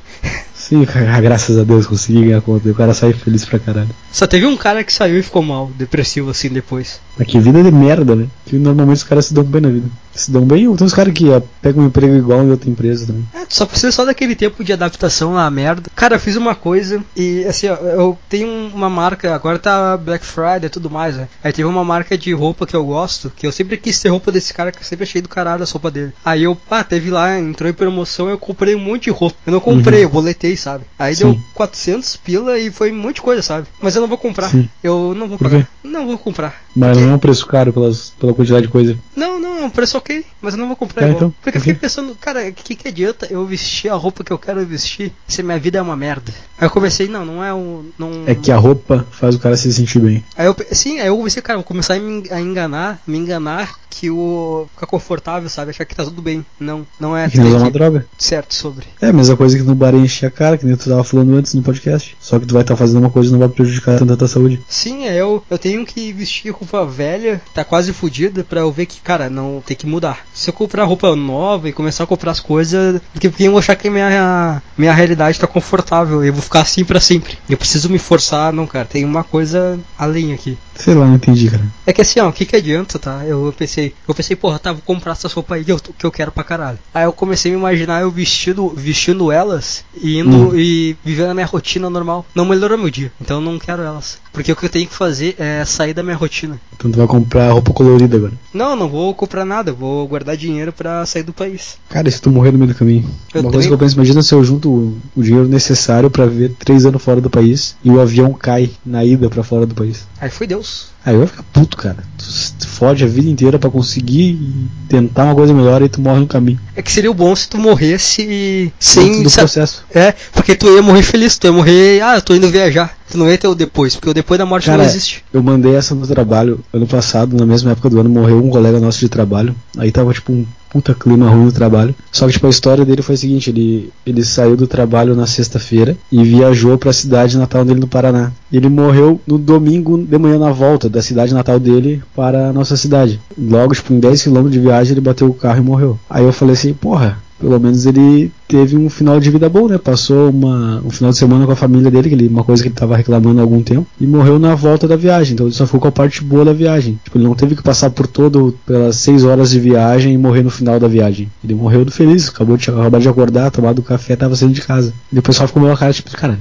Sim, cara, graças a Deus consegui ganhar a conta. E o cara sai feliz pra caralho. Só teve um cara que saiu e ficou mal, depressivo assim depois. Mas que vida de merda, né? Que normalmente os caras se dão bem na vida. Se dão bem, ou tem uns caras que ó, pegam um emprego igual em outra empresa também. É, tu só precisa só daquele tempo de adaptação à merda. Cara, eu fiz uma coisa e assim, ó, eu tenho uma marca, agora tá Black Friday e tudo mais, né? Aí teve uma marca de roupa que eu gosto, que eu sempre quis ter roupa desse cara, que eu sempre achei do caralho a roupa dele. Aí eu, pá, teve lá, entrou em promoção, eu comprei um monte de roupa. Eu não comprei, eu boletei, sabe? Aí deu Uhum. Sim. 400 pila e foi um monte de coisa, sabe? Mas eu não vou comprar. Sim. Eu não vou Por pagar. quê? Não vou comprar. Mas não é um preço caro pelas, pela quantidade de coisa. Não, não, é um preço ok, mas eu não vou comprar É, igual. então, Porque eu fiquei ok. pensando, cara, o que, que adianta eu vestir a roupa que eu quero vestir se minha vida é uma merda? Aí eu comecei, não, não é um. Não... É que a roupa faz o cara se sentir bem. Aí eu, pe- sim, aí eu comecei, cara, vou começar a me en- a enganar, me enganar que o. ficar confortável, sabe? Achar que tá tudo bem. Não, não é. É que nem tem usar uma que- droga. certo sobre. É a mesma coisa que no bar encher a cara, que nem tu tava falando antes no podcast. Só que tu vai estar fazendo uma coisa que não vai prejudicar tanto a tua saúde. Sim, aí eu, eu tenho que vestir roupa velha, tá quase fodida, pra eu ver que, cara, não tem que mudar. Se eu comprar roupa nova e começar a comprar as coisas, porque, porque eu vou achar que minha, minha realidade tá confortável, eu vou ficar assim pra sempre. Eu preciso me forçar, não, cara, tem uma coisa além aqui. Sei lá, não entendi, cara. É que assim, ó, o que que adianta, tá? Eu pensei, eu pensei, porra, tá, vou comprar essas roupas aí que eu, tô- que eu quero pra caralho. Aí eu comecei a me imaginar eu vestido, vestindo elas e indo Hum. e vivendo a minha rotina normal. Não melhorou meu dia, então eu não quero elas. Porque o que eu tenho que fazer é sair da minha rotina. Então tu vai comprar roupa colorida agora. Não, eu não vou comprar nada, eu vou guardar dinheiro pra sair do país. Cara, e se tu morrer no meio do caminho? Eu uma também- coisa que eu penso, imagina se eu junto o- o dinheiro necessário pra viver três anos fora do país e o avião cai na ida pra fora do país. Aí fui deu. Deus. Aí eu ia ficar puto, cara. Tu s- tu fode a vida inteira pra conseguir tentar uma coisa melhor e tu morre no caminho. É que seria o bom se tu morresse Dentro sem. do sa- processo. É, porque tu ia morrer feliz, tu ia morrer. Ah, eu tô indo viajar. Tu não ia ter o depois, porque o depois da morte Cara, não existe. eu mandei essa no trabalho ano passado, na mesma época do ano, morreu um colega nosso de trabalho. Aí tava tipo um puta clima ruim no trabalho. Só que tipo a história dele foi a seguinte, ele, ele saiu do trabalho na sexta-feira e viajou pra cidade natal dele no Paraná. Ele morreu no domingo de manhã na volta da cidade natal dele para a nossa cidade. Logo, tipo, em 10 km de viagem ele bateu o carro e morreu. Aí eu falei assim, porra, pelo menos ele teve um final de vida bom, né? Passou uma, um final de semana com a família dele, que ele, uma coisa que ele tava reclamando há algum tempo, e morreu na volta da viagem. Então ele só ficou com a parte boa da viagem. Tipo, ele não teve que passar por todo, pelas seis horas de viagem e morrer no final da viagem. Ele morreu do feliz, acabou de acabar de acordar, tomado o café, tava saindo de casa. E o pessoal ficou meio cara, tipo, cara,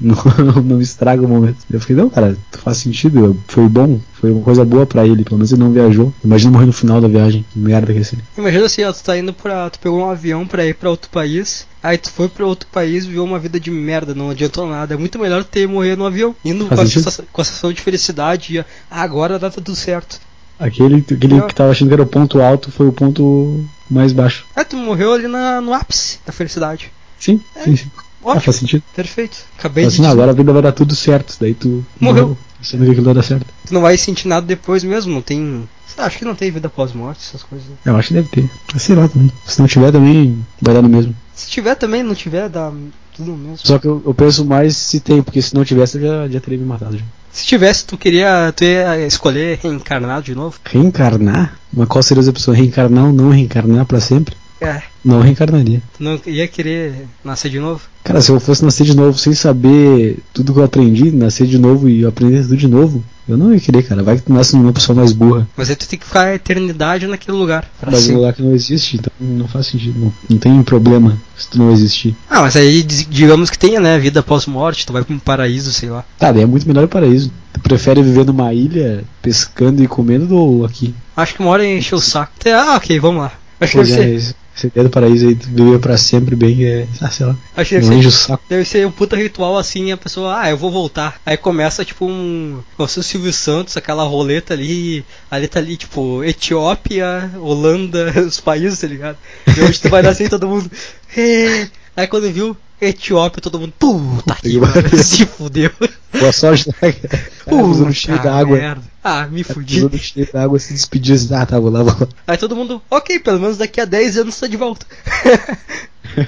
não, não, não estraga o momento. Eu fiquei, não, cara, faz sentido, foi bom, foi uma coisa boa pra ele, pelo menos ele não viajou. Imagina morrer no final da viagem, que merda que ia ser. Imagina assim, ó, tu tá indo pra. Tu pegou um avião pra ir pra outro país, aí tu foi pra outro país e viveu uma vida de merda, não adiantou nada. É muito melhor ter morrer no avião, indo com Faz a, sentido. sensação, com a sensação de felicidade e ah, agora dá tudo certo. Aquele, aquele Não. que tava achando que era o ponto alto foi o ponto mais baixo. Ah, tu morreu ali na, no ápice da felicidade. Sim, sim, sim. Ah, É, Ótimo, faz sentido. perfeito. Acabei Fala de Assim, "Ah, agora a vida vai dar tudo certo. Daí tu Morreu. Sendo que aquilo vai dar certo. Tu não vai sentir nada depois mesmo, não tem. Acho que não tem vida pós-morte, essas coisas. né? Eu acho que deve ter. Ah, Sei lá também. Se não tiver também, vai dar no mesmo. Se tiver também, não tiver, dá tudo no mesmo. Só que eu, eu penso mais se tem, porque se não tivesse eu já, já teria me matado. Já. Se tivesse, tu queria. Tu ia escolher reencarnar de novo? Reencarnar? Mas qual seria as opções? Reencarnar ou não reencarnar pra sempre? É. Não reencarnaria. Tu não ia querer nascer de novo? Cara, se eu fosse nascer de novo sem saber tudo que eu aprendi, nascer de novo e aprender tudo de novo, eu não ia querer, cara. Vai que tu nasce numa pessoa mais burra. Mas aí tu tem que ficar a eternidade naquele lugar. pra Mas um sempre. lugar que não existe, então não faz sentido. Não, não tem problema se tu não existir. Ah, mas aí diz- digamos que tenha, né? Vida pós-morte, tu vai pra um paraíso, sei lá. Tá, daí é muito melhor o paraíso. Tu prefere viver numa ilha, pescando e comendo ou aqui? Acho que uma hora encheu o saco. Até- Ah, ok, vamos lá. Acho que Pois deve é, ser. esse- essa ideia do paraíso aí, tu viver pra sempre bem, é. Ah, sei lá. Acho que deve Não ser. enche o saco. Deve ser um puta ritual assim, a pessoa, ah, eu vou voltar. Aí começa tipo um. Como se o Silvio Santos, aquela roleta ali. Ali tá ali, tipo, Etiópia, Holanda, os países, tá ligado? E hoje tu vai nascer todo mundo. "Ê". Aí quando viu, Etiópia, todo mundo. Puta que que pariu, pariu." se fudeu. Boa sorte, né? cara? Usando cheio Puta da água. merda. Ah, me fudi. Usando cheio da água, se despedir. assim, Ah, tá, vou lá, vou lá. Aí todo mundo, ok, pelo menos daqui a 10 anos tu tá de volta.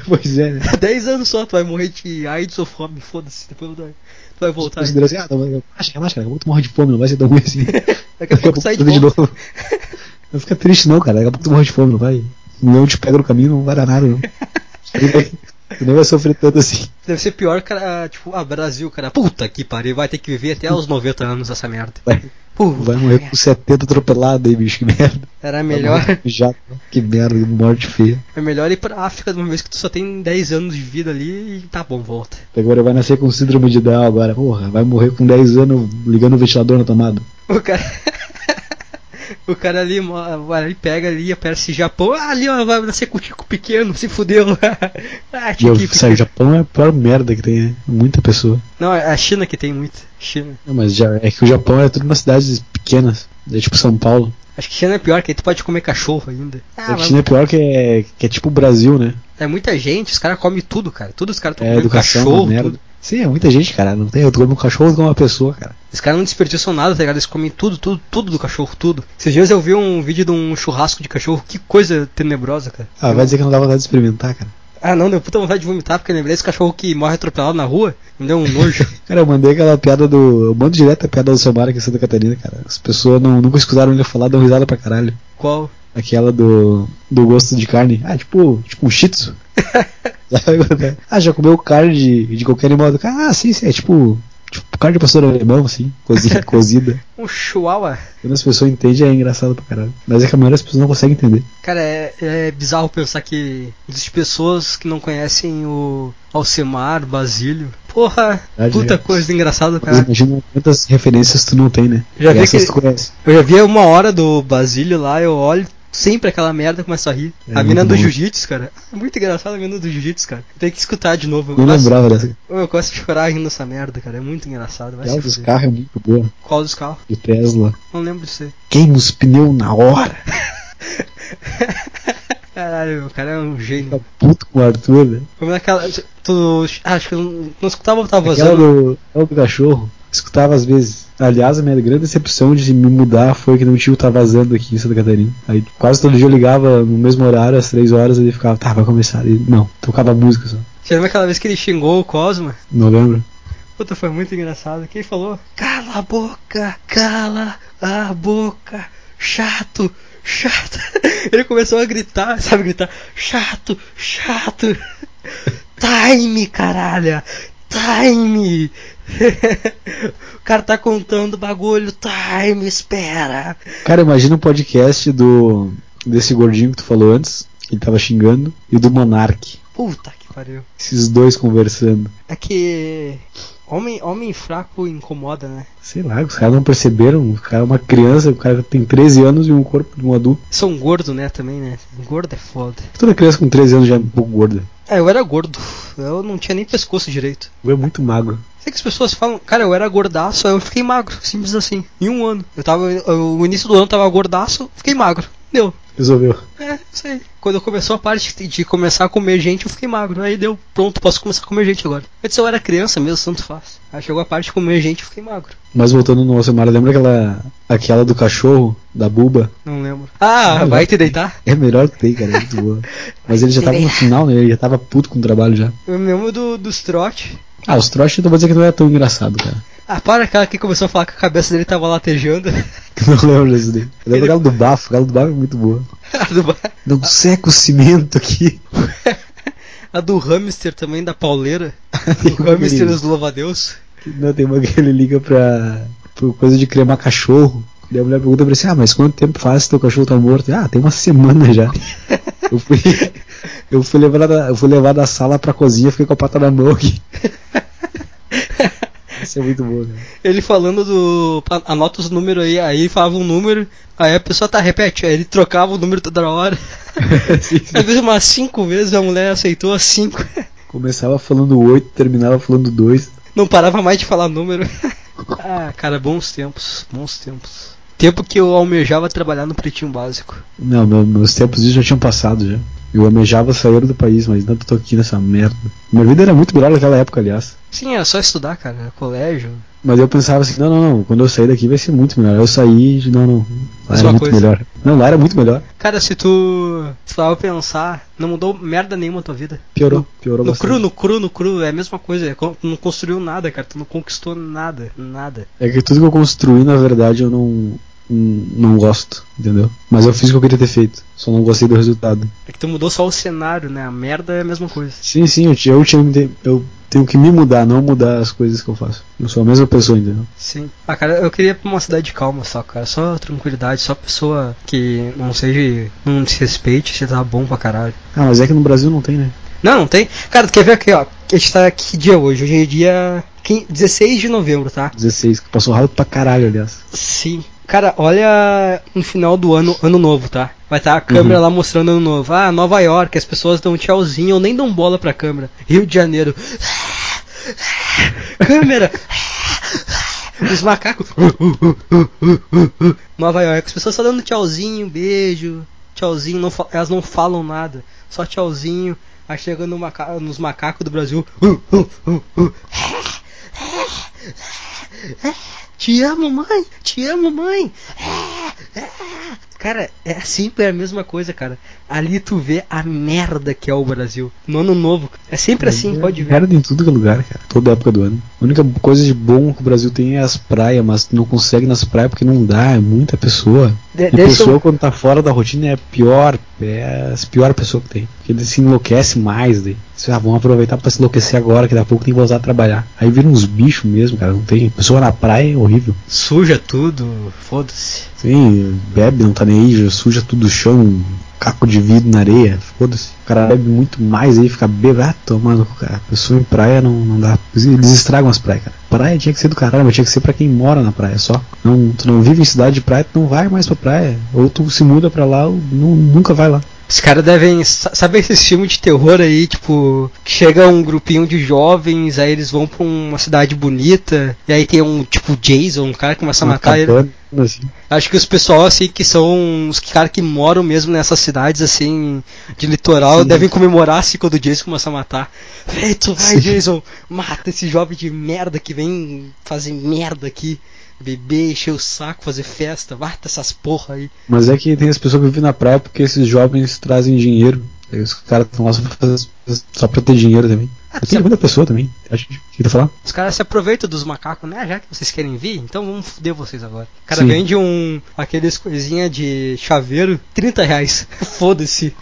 pois é, né? 10 anos só, tu vai morrer de AIDS ou fome, foda-se, depois tu vai- tu vai voltar. Considera assim, ah, tá, mas- máscara, máscara, eu vou morre de fome, não vai ser tão ruim assim. Daqui a pouco sai de tudo volta. novo. Não fica triste não, cara. Daqui a pouco tu morre de fome, não vai. Não te pega no caminho, não vai dar nada, não. Tu nem vai sofrer tanto assim. Deve ser pior, cara, tipo, ah, Brasil, cara, puta que pariu, vai ter que viver até os 90 anos essa merda. Vai, Puta vai morrer merda. com 70 atropelado aí, bicho, que merda. Tá Era melhor, Já, que merda, que morte feia. é melhor ir pra África de uma vez que tu só tem 10 anos de vida ali e tá bom, volta. Agora vai nascer com síndrome de Down agora. Porra, vai morrer com 10 anos ligando o ventilador na tomada. O cara. o cara ali, mo- ali pega ali, aparece Japão, ah, ali ó, vai nascer com o Tico pequeno, se fudeu. ah, E eu, Tico sério, o pequeno. Japão é a pior merda que tem, né? Muita pessoa. Não, é a China que tem muito. China. Não, mas já, é que o Japão é tudo umas cidades pequenas. É tipo São Paulo. Acho que China é pior, que aí tu pode comer cachorro ainda. Ah, a mas China é pior que é, que é tipo o Brasil, né? é muita gente, os caras comem tudo, cara. Tudo os caras estão É, comendo educação, cachorro, merda. tudo. Sim, é muita gente, cara. Não tem, eu como um cachorro como uma pessoa, cara. Os caras não desperdiçam nada, tá ligado? Eles comem tudo, tudo, tudo do cachorro, tudo. Esses dias eu vi um vídeo de um churrasco de cachorro, que coisa tenebrosa, cara. Ah, vai dizer que não dá vontade de experimentar, cara. Ah, não, deu puta vontade de vomitar, porque eu lembrei desse cachorro que morre atropelado na rua, me deu um nojo. Cara, eu mandei aquela piada do. Eu mando direto a piada do Samara aqui em Santa Catarina, cara. As pessoas não, nunca escutaram ele falar, dão risada pra caralho. Qual? Aquela do. do gosto de carne. Ah, tipo, tipo um shih tzu. Sabe quando é? ah, já comeu carne de, de qualquer animal do cara? Ah, sim, sim, é tipo. Tipo carne de pastor alemão, assim, cozida. cozida. Um chihuahua. Quando as pessoas entendem é engraçado pra caralho. Mas é que a maioria das pessoas não consegue entender. Cara, é, é bizarro pensar que existem pessoas que não conhecem o Alcemar, Basílio. Porra, Verdade, puta né? coisa engraçada, Mas cara. imagina quantas referências tu não tem, né? Já E vi essas que- tu conhece. Eu já vi uma hora do Basílio lá, eu olho, Sempre aquela merda começa a rir. É a mina muito do bom. jiu-jitsu, cara. É muito engraçada a mina do jiu-jitsu, cara. Tem que escutar de novo. Eu Eu gosto, lembrava dessa. eu gosto de chorar rindo dessa merda, cara. É muito engraçado. Vai Aquela se dos fuder. carros é muito boa, Qual dos carros? do Tesla. Não lembro disso aí. Queima os pneus na hora. Caralho, o cara é um gênio. Fica puto com o Arthur, né? velho. Como naquela. Tu. ah, acho que eu não, não escutava o que tava Aquela usando. do, aquela do cachorro. Escutava às vezes. Aliás, a minha grande decepção de me mudar foi que meu tio tá vazando aqui em Santa Catarina. Aí quase todo dia eu ligava no mesmo horário, às três horas, e ele ficava, tá, vai começar. E, não, tocava música só. Você lembra aquela vez que ele xingou o Cosma? Não lembro. Puta, foi muito engraçado. Quem falou? Cala a boca, cala a boca, chato, chato. Ele começou a gritar, sabe gritar? Chato, chato. Time, caralho. Time. o cara tá contando o bagulho. Time, espera. Cara, imagina o podcast do desse gordinho que tu falou antes, que ele tava xingando, e do Monark. Puta que pariu. Esses dois conversando. É que homem, homem fraco incomoda, né? Sei lá, os caras não perceberam. O cara é uma criança, o cara tem 13 anos e um corpo de um adulto. São gordo, né, também, né? Gordo é foda. Toda criança com 13 anos já é um pouco gorda. É, eu era gordo. Eu não tinha nem pescoço direito. Eu é muito magro. Sei que as pessoas falam, cara, eu era gordaço, aí eu fiquei magro, simples assim. Em um ano. Eu tava. eu- o início do ano eu tava gordaço, fiquei magro. Deu. Resolveu. É, isso aí. Quando começou a parte de começar a comer gente, eu fiquei magro. Aí deu, pronto, posso começar a comer gente agora. Antes eu era criança mesmo, tanto faz. Aí chegou a parte de comer gente, eu fiquei magro. Mas voltando no Alcemar, lembra aquela, aquela do cachorro, da buba? Não lembro. Ah, Ah, vai te deitar? É a melhor que tem, cara, é muito boa. Mas ele já tava no final, né? Ele já tava puto com o trabalho já. Eu me lembro do, dos trote. Ah, os trotes eu vou dizer que não é tão engraçado, cara. Ah, para aquela que começou a falar que a cabeça dele tava latejando. Não lembro disso daí. Eu lembro aquela do bafo, aquela do bafo é muito boa. A do- Não seca o cimento aqui. A do hamster também, da pauleira. Tem O uma que hamster ele- dos louvadeus. Não, tem uma que ele liga pra, pra coisa de cremar cachorro. Daí a mulher pergunta pra ele assim, ah, mas quanto tempo faz que teu cachorro tá morto? Ah, tem uma semana já. Eu fui, eu fui, levar, da, eu fui levar da sala pra cozinha, fiquei com a pata na mão aqui. Isso é muito bom, né? Ele falando do. pra- Anota os números aí, aí ele falava um número, aí a pessoa tá, repete, aí ele trocava o número toda hora. Às vezes umas cinco vezes a mulher aceitou as cinco. Começava falando 8, terminava falando 2. Não parava mais de falar número. Ah, cara, bons tempos, bons tempos. Tempo que eu almejava trabalhar no pretinho básico. Não, meu- meus tempos disso já tinham passado já. Eu almejava sair do país, mas ainda tô aqui nessa merda. Minha vida era muito melhor naquela época, aliás. Sim, era só estudar, cara, era colégio. Mas eu pensava assim, não, não, não, quando eu sair daqui vai ser muito melhor. Eu saí, de- não, não. Lá Mesma era muito coisa. melhor. Não, lá era muito melhor. Cara, se tu. Se tu for pensar, não mudou merda nenhuma a tua vida. Piorou, piorou No bastante. cru, no cru, no cru, é a mesma coisa. é con- Tu não construiu nada, cara. Tu não conquistou nada, nada. É que tudo que eu construí, na verdade, eu não, não não gosto, entendeu? Mas eu fiz o que eu queria ter feito, só não gostei do resultado. É que tu mudou só o cenário, né? A merda é a mesma coisa. Sim, sim, eu, ti- eu, tinha, me de- eu tenho que me mudar, não mudar as coisas que eu faço. Eu sou a mesma pessoa, entendeu? Sim. Ah, cara, eu queria ir pra uma cidade calma só, cara. Só tranquilidade, só pessoa que não seja. não se respeite, você tá bom pra caralho. Ah, mas é que no Brasil não tem, né? Não, não tem. Cara, tu quer ver aqui, ó. A gente tá. Que dia é hoje? Hoje é dia. quin- 16 de novembro, tá? 16, que passou rápido pra caralho, aliás. Sim. Cara, olha no final do ano, ano novo, tá? Vai estar a câmera lá mostrando ano novo. Ah, Nova York, as pessoas dão um tchauzinho ou nem dão bola pra câmera. Rio de Janeiro. câmera! Os macacos. Nova York, as pessoas só dando tchauzinho, beijo, tchauzinho, não fa- elas não falam nada, só tchauzinho. Aí chegando no maca- nos macacos do Brasil. Uh, Te amo, mãe! Te amo, mãe! Cara, é sempre a mesma coisa, cara. Ali tu vê a merda que é o Brasil. No ano novo. É sempre assim, pode ver. Merda em tudo que é lugar, cara. Toda época do ano. A única coisa de bom que o Brasil tem é as praias, mas tu não consegue nas praias porque não dá, é muita pessoa. De- e deixa eu- pessoa quando tá fora da rotina é a pior, é a pior pessoa que tem. Porque ele se enlouquece mais daí. Eles, ah, vamos aproveitar pra se enlouquecer agora, que daqui a pouco tem que voltar a trabalhar. Aí viram uns bichos mesmo, cara. Não tem. Pessoa na praia é horrível. Suja tudo, foda-se. Sim, bebe, não tá nem aí, já suja tudo o chão, caco de vidro na areia, foda-se. O cara bebe muito mais aí, fica bebado, ah, tomando, cara. Pessoa em praia não, não dá. Eles estragam as praias, cara. Praia tinha que ser do caralho, mas tinha que ser pra quem mora na praia só. Não, tu não vive em cidade de praia, tu não vai mais pra praia. Ou tu se muda pra lá, ou nu- nunca vai lá. Os caras devem. sa- Sabe esses filmes de terror aí, tipo, que chega um grupinho de jovens, aí eles vão pra uma cidade bonita, e aí tem um tipo Jason, um cara que começa a Uma matar ele. cabana, assim. Acho que os pessoal, assim, que são os caras que moram mesmo nessas cidades, assim, de litoral, Sim. devem comemorar assim quando o Jason começa a matar. Ei, tu vai, Sim. Jason, mata esse jovem de merda que vem fazer merda aqui, beber, encher o saco, fazer festa, mata essas porra aí. Mas é que tem as pessoas que vivem na praia porque esses jovens trazem dinheiro. Aí os caras estão lá só pra, fazer- só pra ter dinheiro também. Ah, Eu tenho muita pessoa também. Acho que que tá falar? Os caras se aproveitam dos macacos, né? Já que vocês querem vir, então vamos foder vocês agora. O cara Sim. vende um. aqueles coisinha de chaveiro, 30 reais. Foda-se.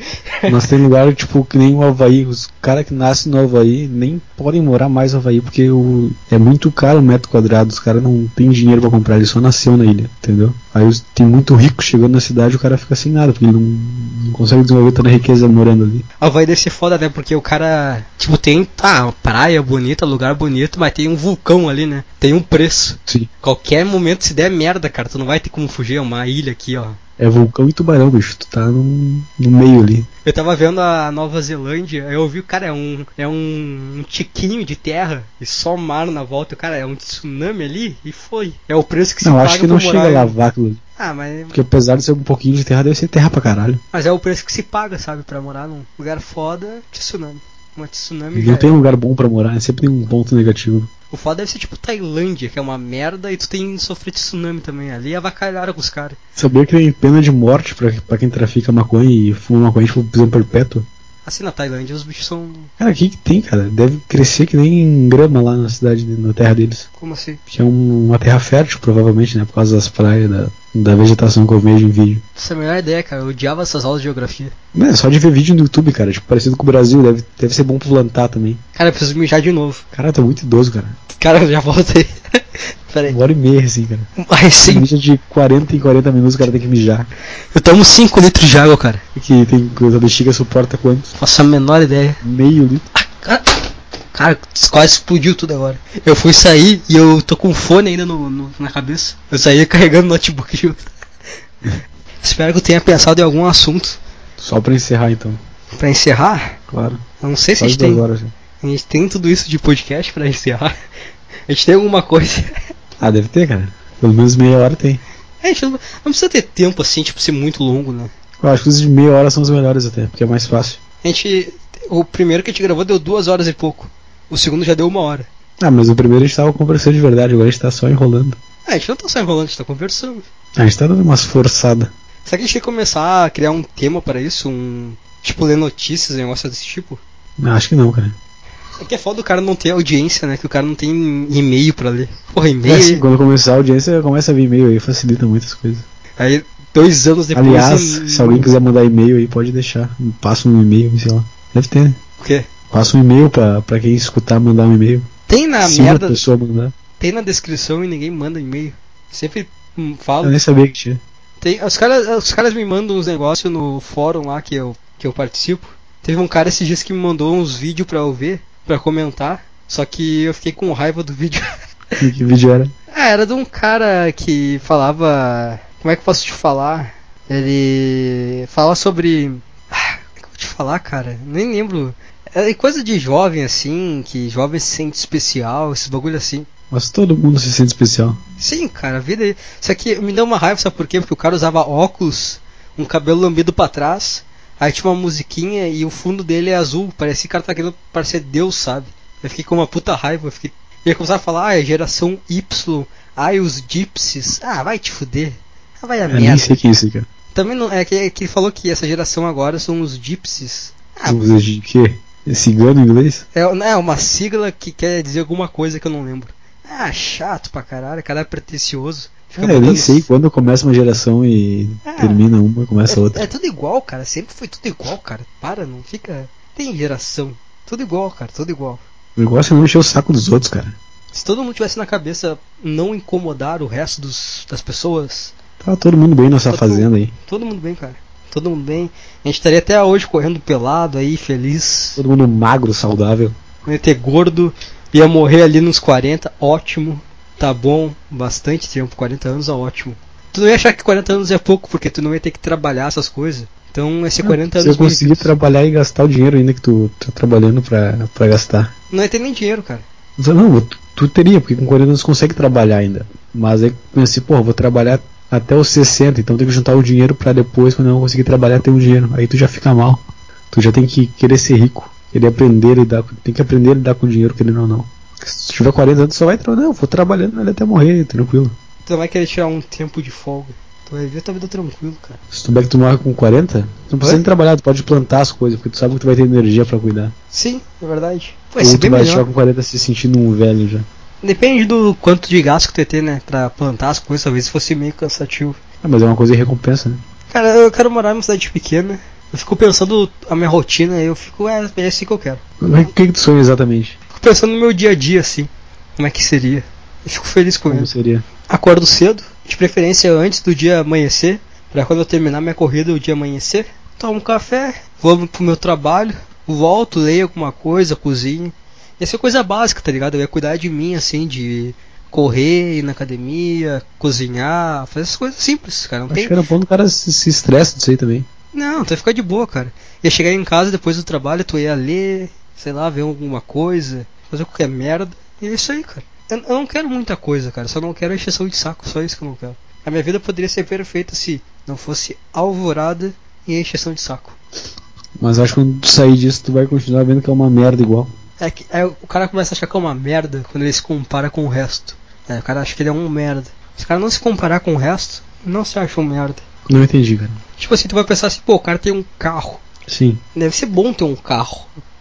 Mas tem lugar, tipo, que nem o Havaí. Os caras que nascem no Havaí nem podem morar mais no Havaí porque o... é muito caro o metro quadrado. Os caras não têm dinheiro pra comprar, ele só nasceu na ilha, entendeu? Aí os- tem muito rico chegando na cidade o cara fica sem nada porque ele não, não consegue desenvolver tanta riqueza morando ali. Ah, vai deve ser foda, né? Porque o cara. Tipo, tem. Tá, praia bonita, lugar bonito, mas tem um vulcão ali, né? Tem um preço. Sim. Qualquer momento, se der merda, cara, tu não vai ter como fugir. É uma ilha aqui, ó. É vulcão e tubarão, bicho. Tu tá num- no meio ali. Eu tava vendo a Nova Zelândia, eu ouvi, cara, é um, é um, um tiquinho de terra e só mar na volta, cara, é um tsunami ali e foi. É o preço que se Não, paga acho que não por morar chega em- lá vácuo. Ah, mas, Porque apesar de ser um pouquinho de terra, deve ser terra pra caralho. mas é o preço que se paga, sabe, pra morar num lugar foda, tsunami. Uma tsunami já Não é. tem um lugar bom pra morar, sempre tem um ponto negativo. O foda deve ser tipo Tailândia, que é uma merda, e tu tem que sofrer tsunami também ali, avacalharam com os caras. Sabia que tem pena de morte pra, pra quem trafica maconha e fuma maconha, tipo, prisão perpétua? Assim, na Tailândia os bichos são... Cara, o que que tem, cara? Deve crescer que nem grama lá na cidade, na terra deles. como assim? Que é um- uma terra fértil, provavelmente, né? Por causa das praias, da, da vegetação que eu vejo em vídeo. Essa é a melhor ideia, cara, eu odiava essas aulas de geografia. Não, é só de ver vídeo no YouTube, cara. Tipo, parecido com o Brasil, deve, deve ser bom pra plantar também. Cara, eu preciso mijar de novo. Cara, tá muito idoso, cara. Cara, eu já voltei. Pera aí. Uma hora e meia, assim, cara. Mas sim, Mídia de 40 em 40 minutos o cara tem que mijar. eu tomo 5 litros de água, cara. Que tem coisa bexiga suporta quanto? Faço a menor ideia. Meio litro. Cara, cara, quase explodiu tudo agora. Eu fui sair e eu tô com fone ainda no, no- na cabeça. Eu saí carregando o notebook junto. Espero que eu tenha pensado em algum assunto Só pra encerrar então. pra encerrar. Claro. Eu não sei se a Quase gente duas tem. horas. né? já. A gente tem tudo isso de podcast pra encerrar. A gente tem alguma coisa. Ah, deve ter, cara. Pelo menos meia hora tem. A gente não, não precisa ter tempo assim, tipo, ser muito longo, né? Eu acho que os de meia hora são os melhores até, porque é mais fácil. A gente. O primeiro que a gente gravou deu duas horas e pouco. O segundo já deu uma hora. Ah, mas o primeiro a gente tava conversando de verdade, agora a gente tá só enrolando. Ah, a gente não tá só enrolando, a gente tá conversando. A gente tá dando umas forçadas. Será que a gente tem que começar a criar um tema para isso? Um. Tipo, ler notícias, negócio desse tipo? Não, Acho que não, cara. É que é foda o cara não ter audiência, né? Que o cara não tem e-mail pra ler. Porra, É assim, e-mail. quando começar a audiência, começa a vir e-mail aí, facilita muitas coisas. Aí, dois anos depois. Aliás, e- se alguém quiser mandar e-mail aí, pode deixar. Passa um e-mail, sei lá. Deve ter, né? O quê? Passa um e-mail pra, pra quem escutar mandar um e-mail. Tem na se Ah, merda. uma pessoa mandar. Tem na descrição e ninguém manda e-mail. Sempre hum, Eu falo. nem sabia que tinha. Tem, os, caras, os caras me mandam uns negócios no fórum lá que eu, que eu participo. Teve um cara esses dias que me mandou uns vídeos pra eu ver, pra comentar. Só que eu fiquei com raiva do vídeo. Que que vídeo era? ah, era de um cara que falava. Como é que eu posso te falar? Ele. Fala sobre. Ah, Como é que eu vou te falar, cara? Nem lembro. É coisa de jovem assim, que jovem se sente especial, esses bagulho assim. Mas todo mundo se sente especial. Sim, cara, a vida. é- Só que me deu uma raiva, sabe por quê? Porque o cara usava óculos, um cabelo lambido pra trás, aí tinha uma musiquinha e o fundo dele é azul. Parecia que o cara tá querendo parecer Deus, sabe? Eu fiquei com uma puta raiva, eu fiquei. E aí começava a falar, ah, é geração Y, ai os gypsies, ah, vai te fuder. Ah, vai a Eu nem merda. sei o que é isso, cara. Também não. É que, é que ele falou que essa geração agora são os gypsies. Ah, Música de quê? É Cigano em inglês? é, não, é uma sigla que quer dizer alguma coisa que eu não lembro. Ah, chato pra caralho, cara é pretencioso. Cara, eu nem sei quando começa uma geração e Ah. termina uma, começa É, outra. é tudo igual, cara. Sempre foi tudo igual, cara. Para, não fica. Tem geração. Tudo igual, cara. Tudo igual. O negócio é não encher o saco dos outros, cara. Se todo mundo tivesse na cabeça não incomodar o resto dos, das pessoas, Tá todo mundo bem nessa Tá todo- fazenda aí. todo mundo bem, cara. Todo mundo bem. A gente estaria até hoje correndo pelado aí, feliz. Todo mundo magro, saudável. Ia ter gordo. Ia morrer ali nos 40. Ótimo. Tá bom. Bastante tempo. 40 anos é ótimo. Tu não ia achar que 40 anos é pouco, porque tu não ia ter que trabalhar essas coisas. Então ia ser 40 Se anos eu conseguir bem-vindos. trabalhar e gastar o dinheiro ainda que tu tá trabalhando pra, pra gastar. Não ia ter nem dinheiro, cara. Mas, Não, tu, tu teria, porque com 40 anos tu consegue trabalhar ainda. Mas aí pensei, pô, vou trabalhar até os 60, então tem que juntar o dinheiro pra depois, quando eu não conseguir trabalhar, ter um dinheiro. Aí tu já fica mal. Tu já tem que querer ser rico. Querer aprender a lidar, com- tem que aprender a lidar com o dinheiro, querendo ou não. Porque Se tu tiver 40 anos, tu só vai trabalhar. Não, vou trabalhando ali até morrer, tranquilo. Tu vai querer tirar um tempo de folga. Tu vai ver tua vida tranquilo, cara. Se tu que tu morre com 40, tu não precisa Oi? nem trabalhar, tu pode plantar as coisas, porque tu sabe que tu vai ter energia pra cuidar. Sim, é verdade. Pô, Ou isso é tu bem vai melhor. chegar com 40 se sentindo um velho já. Depende do quanto de gasto que tu ia ter, né? Pra plantar as coisas, talvez fosse meio cansativo. Ah, mas é uma coisa que recompensa, né? Cara, eu quero morar numa cidade pequena. Eu fico pensando a minha rotina, eu fico, é, é assim que eu quero. O que, que tu sonha exatamente? Fico pensando no meu dia a dia, assim. Como é que seria? Eu fico feliz com Como isso. seria? Acordo cedo, de preferência antes do dia amanhecer, pra quando eu terminar minha corrida o dia amanhecer. Tomo um café, vou pro meu trabalho, volto, leio alguma coisa, cozinho. Essa é coisa básica, tá ligado? Eu ia cuidar de mim, assim, de correr, ir na academia, cozinhar, fazer essas coisas simples, cara. Não Acho tem. que era bom o cara se, se estressa disso aí também. Não, tu ia ficar de boa, cara. Ia chegar em casa depois do trabalho, tu ia ler, sei lá, ver alguma coisa, fazer qualquer merda. E é isso aí, cara. Eu, eu não quero muita coisa, cara. Só não quero encheção de saco, só isso que eu não quero. A minha vida poderia ser perfeita se não fosse alvorada e encheção de saco. Mas acho que quando tu sair disso, tu vai continuar vendo que é uma merda igual. É que é, o cara começa a achar que é uma merda quando ele se compara com o resto. É, o cara acha que ele é um merda. Se o cara não se comparar com o resto, não se acha um merda. Não entendi, cara. Tipo assim, tu vai pensar assim, pô, o cara tem um carro. Sim. Deve ser bom ter um carro.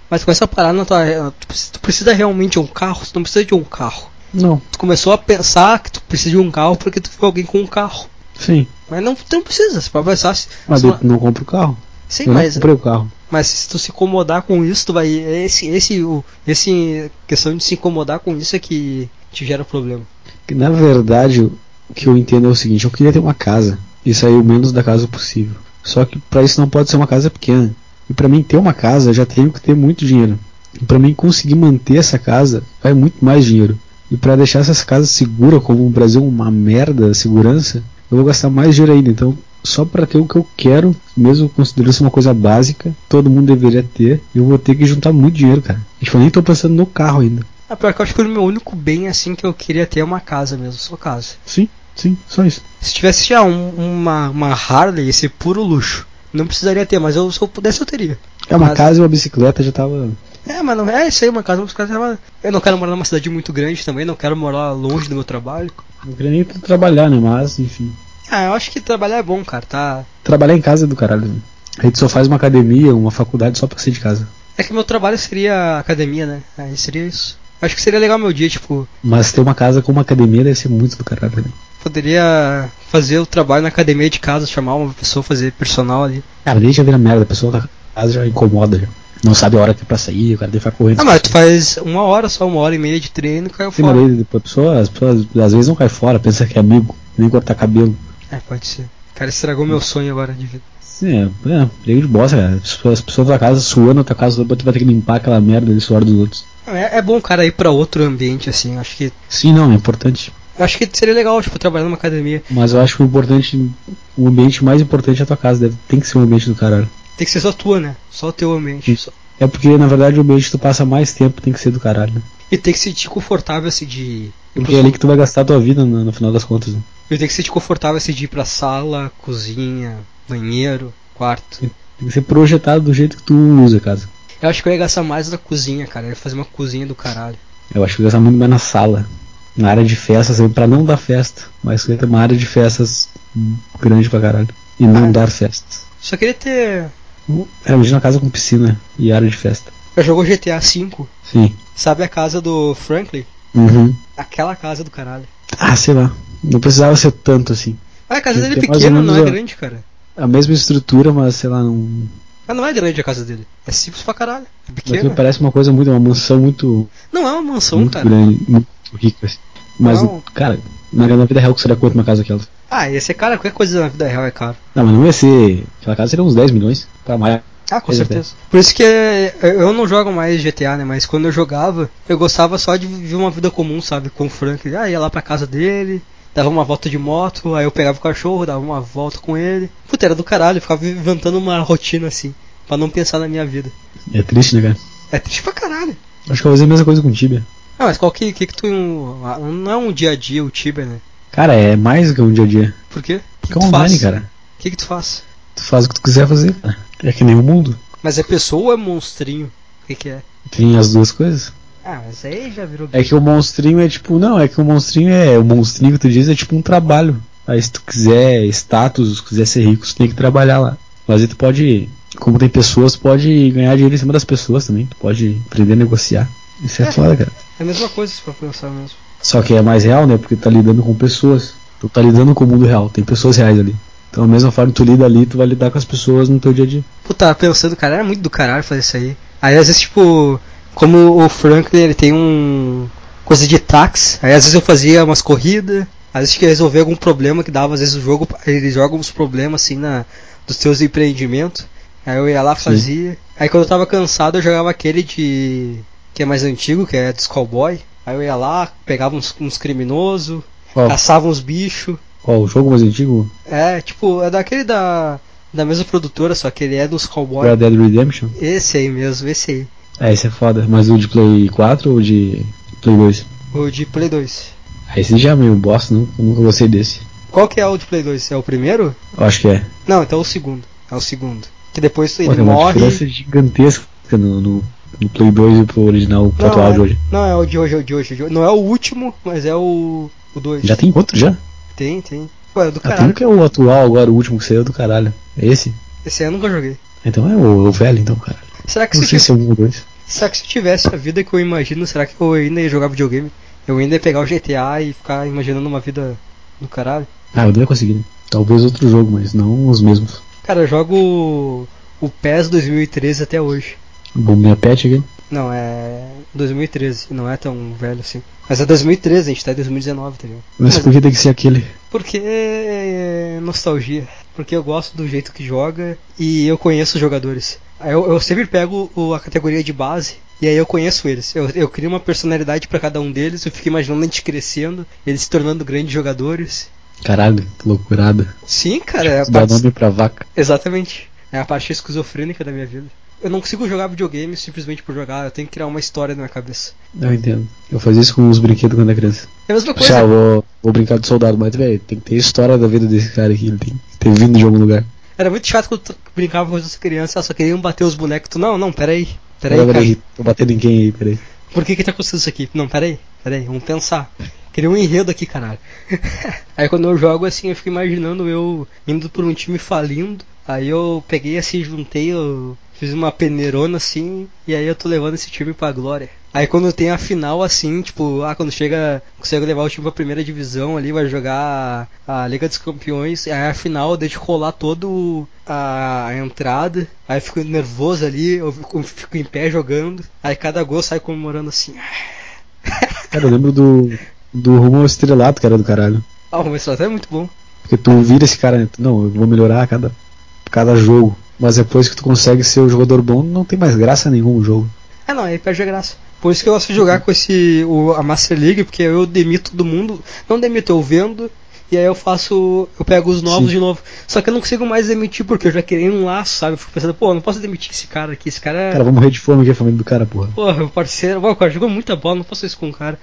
Mas começa a parar na tua. Tu precisa- tu precisa realmente de um carro, tu não precisa de um carro. Não. Tu começou a pensar que tu precisa de um carro porque tu viu alguém com um carro. Sim. Mas não, tu não precisa, você pode pensar. se- Mas se eu uma- não compro o carro. Sim, Eu não mas, comprei o carro. mas se tu se incomodar com isso, tu vai. Esse, esse, o, esse questão de se incomodar com isso é que te gera problema. Que, Na verdade, o que eu entendo é o seguinte: eu queria ter uma casa e sair o menos da casa possível. Só que pra isso não pode ser uma casa pequena. E pra mim ter uma casa, eu já tenho que ter muito dinheiro. E pra mim conseguir manter essa casa, vai muito mais dinheiro. E pra deixar essa casa segura, como o Brasil é uma merda, a segurança, eu vou gastar mais dinheiro ainda. Então, só pra ter o que eu quero, mesmo considerando isso uma coisa básica, todo mundo deveria ter, eu vou ter que juntar muito dinheiro, cara. Tipo, eu nem tô pensando no carro ainda. Ah, pior que eu acho que o meu único bem assim que eu queria ter é uma casa mesmo, só casa. Sim, sim, só isso. Se tivesse já um- uma, uma Harley, esse puro luxo. Não precisaria ter, mas eu, se eu pudesse eu teria. É uma Mas- casa e uma bicicleta já tava. É, mas não é isso aí, uma casa, uma casa. uma- Eu não quero morar numa cidade muito grande também, não quero morar longe do meu trabalho. Não queria nem trabalhar, né? Mas, enfim. Ah, eu acho que trabalhar é bom, cara, tá? Trabalhar em casa é do caralho. né? Aí tu só faz uma academia, uma faculdade só pra sair de casa. É que meu trabalho seria academia, né? Aí seria isso. Acho que seria legal meu dia, tipo, Mas ter uma casa com uma academia deve ser muito do caralho. Né? poderia fazer o trabalho na academia de casa, chamar uma pessoa, fazer personal ali. Cara, deixa vira merda, a pessoa da casa já incomoda. Já. Não sabe a hora que é pra sair, o cara deve ficar correndo. Ah, mas tu faz uma hora só, uma hora e meia de treino, caiu Sim, mas fora. aí, depois a pessoa, as pessoas às vezes não cai fora, pensa que é amigo, nem cortar cabelo. É, pode ser. Cara, estragou meu sonho agora de vida. Sim, é, é briga de bosta, cara. As pessoas, as pessoas da casa suando na tua casa, depois tu vai ter que limpar aquela merda ali, suor dos outros. Não, É, é bom, cara, ir pra outro ambiente, assim. Acho que. Sim, não, é importante. Acho que seria legal, tipo, trabalhar numa academia. Mas eu acho que o importante, o ambiente mais importante é a tua casa, deve, tem que ser o ambiente do caralho. Tem que ser só tua, né? Só o teu ambiente. Isso. É porque, na verdade, o ambiente que tu passa mais tempo tem que ser do caralho. né? E tem que se sentir confortável assim de. Porque é ali que tu vai gastar a tua vida no, no final das contas. né? Eu tenho que se sentir confortável assim de ir pra sala, cozinha, banheiro, quarto. Tem que ser projetado do jeito que tu usa a casa. Eu acho que eu ia gastar mais na cozinha, cara. Eu ia fazer uma cozinha do caralho. Eu acho que eu gastar muito mais na sala. Na área de festas, assim, pra não dar festa. Mas que ter uma área de festas hum, grande pra caralho. E não Ah. dar festas. Só queria ter. Era uma casa com piscina e área de festa. Já jogou GTA V? Sim. Sabe a casa do Franklin? Uhum. Aquela casa do caralho. Ah, sei lá. Não precisava ser tanto assim. Ah, a casa Ele dele é tem mais ou pequena, não menos é a- grande, cara. A mesma estrutura, mas sei lá, não. Ah, não é grande a casa dele. É simples pra caralho. É Aquilo pequena. parece uma coisa muito, uma mansão muito, Não é uma mansão, muito cara. grande, muito rica. Assim. Mas, Não. cara, na, na vida real que seria quanto uma casa aquela? Ah, ia ser cara, qualquer coisa na vida real é caro. Não, mas não ia ser. Aquela casa seria uns 10 milhões. Pra mais. Ah, com Pois é. certeza. Por isso que é, eu não jogo mais GTA, né? Mas quando eu jogava, eu gostava só de viver uma vida comum, sabe? Com o Frank. Ah, ia lá pra casa dele, dava uma volta de moto, aí eu pegava o cachorro, dava uma volta com ele. Puta, era do caralho, eu ficava inventando uma rotina assim, pra não pensar na minha vida. É triste, né, cara? É triste pra caralho. Acho que eu vou fazer a mesma coisa com o Tibia. Ah, mas qual que, que, que tu. ah, Não é um dia a dia o Tibia, né? Cara, é mais do que um dia a dia. Por quê? O que, Fica que tu online, faz? cara. O que, que tu faz? Tu faz o que tu quiser fazer, cara. É que nem o mundo. Mas é pessoa ou é monstrinho? O que, que é? Tem as duas coisas. Ah, mas aí já virou. É que o monstrinho é tipo. Não, é que o monstrinho é. O monstrinho que tu diz é tipo um trabalho. Aí se tu quiser status, se quiser ser rico, tu tem que trabalhar lá. Mas aí tu pode. Como tem pessoas, tu pode ganhar dinheiro em cima das pessoas também. Tu pode aprender a negociar. Isso é, É. foda, cara. É a mesma coisa pra pensar mesmo. Só que é mais real, né? Porque tu tá lidando com pessoas. Tu tá lidando com o mundo real. Tem pessoas reais ali. Então, da mesma forma que tu lida ali, tu vai lidar com as pessoas no teu dia a dia. Puta, tava pensando, cara, era muito do caralho fazer isso aí. Aí às vezes, tipo, como o Franklin ele tem um. coisa de táxi, aí às vezes eu fazia umas corridas, às vezes tinha que resolver algum problema que dava, às vezes o jogo, ele joga uns problemas assim na, dos seus empreendimentos. Aí eu ia lá, fazia. Aí quando eu tava cansado, eu jogava aquele de. que é mais antigo, que é dos cowboy. Aí eu ia lá, pegava uns, uns criminosos, Qual, caçava uns bichos. qual o jogo mais antigo? É, tipo, é daquele da. da mesma produtora, só que ele é dos cowboys. Red Dead Redemption? Esse aí mesmo, esse aí. É, esse é foda. Mas o de Play 4 ou de Play 2? O de Play 2. Ah, Esse já é meio bosta, nu- eu nunca gostei desse. Qual que é o de Play 2? É o primeiro? Eu acho que é. Não, então é o segundo. É o segundo. Que depois Pô, ele tem uma morre. diferença gigantesca no, no, no Play 2 e pro original, pro Não, atual de é, hoje. não, é o de hoje, é o de hoje, é o de hoje. Não é o último, mas é o. O 2. Já tem outro já? Tem, tem. Pô, é do Ah, tem um caralho. que é o atual agora, o último que saiu do caralho. É esse? Esse aí eu nunca joguei. Então é o, o velho, então, cara. Será que, Não se sei eu, se é um ou dois. será que se eu tivesse a vida que eu imagino, será que eu ainda ia jogar videogame? Eu ainda ia pegar o GTA e ficar imaginando uma vida do caralho? Ah, eu não ia conseguir, né? Talvez outro jogo, mas não os mesmos. Cara, eu jogo o- o PES 2013 até hoje. Bombinha Pet aqui. Não, é 2013, não é tão velho assim. Mas é 2013, a gente tá em 2019, tá ligado? Mas Mas- por que tem que ser aquele? Porque é nostalgia. Porque eu gosto do jeito que joga e eu conheço os jogadores. Aí Eu, eu sempre pego o- a categoria de base e aí eu conheço eles. Eu, eu crio uma personalidade pra cada um deles, eu fico imaginando a gente crescendo, eles se tornando grandes jogadores. Caralho, que loucurada. Sim, cara, é a Dá parte- nome pra vaca. Exatamente. É a parte esquizofrênica da minha vida. Eu não consigo jogar videogame simplesmente por jogar, eu tenho que criar uma história na minha cabeça. Eu entendo. Eu fazia isso com os brinquedos quando era criança. É a mesma coisa. Puxa, vou, vou brincar de soldado, mas, velho, tem que ter história da vida desse cara aqui. Ele tem que ter vindo de algum lugar. Era muito chato quando tu brincava com as crianças, elas só queriam bater os bonecos. Tu, não, não, peraí. Peraí, Peraí, cara. peraí, tô batendo em quem aí, peraí. Por que que tá acontecendo isso aqui? Não, peraí, peraí, vamos pensar. Queria um enredo aqui, caralho. aí quando eu jogo assim, eu fico imaginando eu indo por um time falindo. Aí eu peguei assim, juntei, eu fiz uma peneirona assim, e aí eu tô levando esse time pra glória. Aí quando tem a final assim, tipo, ah, quando chega, consegue levar o time pra primeira divisão ali, vai jogar a, a Liga dos Campeões, aí a final eu deixo rolar todo o- a, a entrada, aí eu fico nervoso ali, eu fico, eu fico em pé jogando, aí cada gol sai comemorando assim, Cara, eu lembro do, do rumo ao estrelato, cara, do caralho. ah, o Mestre é muito bom. Porque tu vira esse cara, né? tu, não, eu vou melhorar a cada, cada jogo. Mas depois que tu consegue ser um jogador bom, não tem mais graça nenhuma o jogo. Ah não, aí perde a graça. Por isso que eu gosto de jogar com esse o, a Master League, porque eu demito todo mundo. Não demito, eu vendo. E aí eu faço. Eu pego os novos Sim. de novo. Só que eu não consigo mais demitir, porque eu já criei um laço, sabe? Eu fico pensando, pô, eu não posso demitir esse cara aqui, esse cara é. Cara, vou morrer de fome aqui, a família do cara, porra. Porra, meu parceiro, Ué, o cara jogou muita bola, não faço isso com o cara.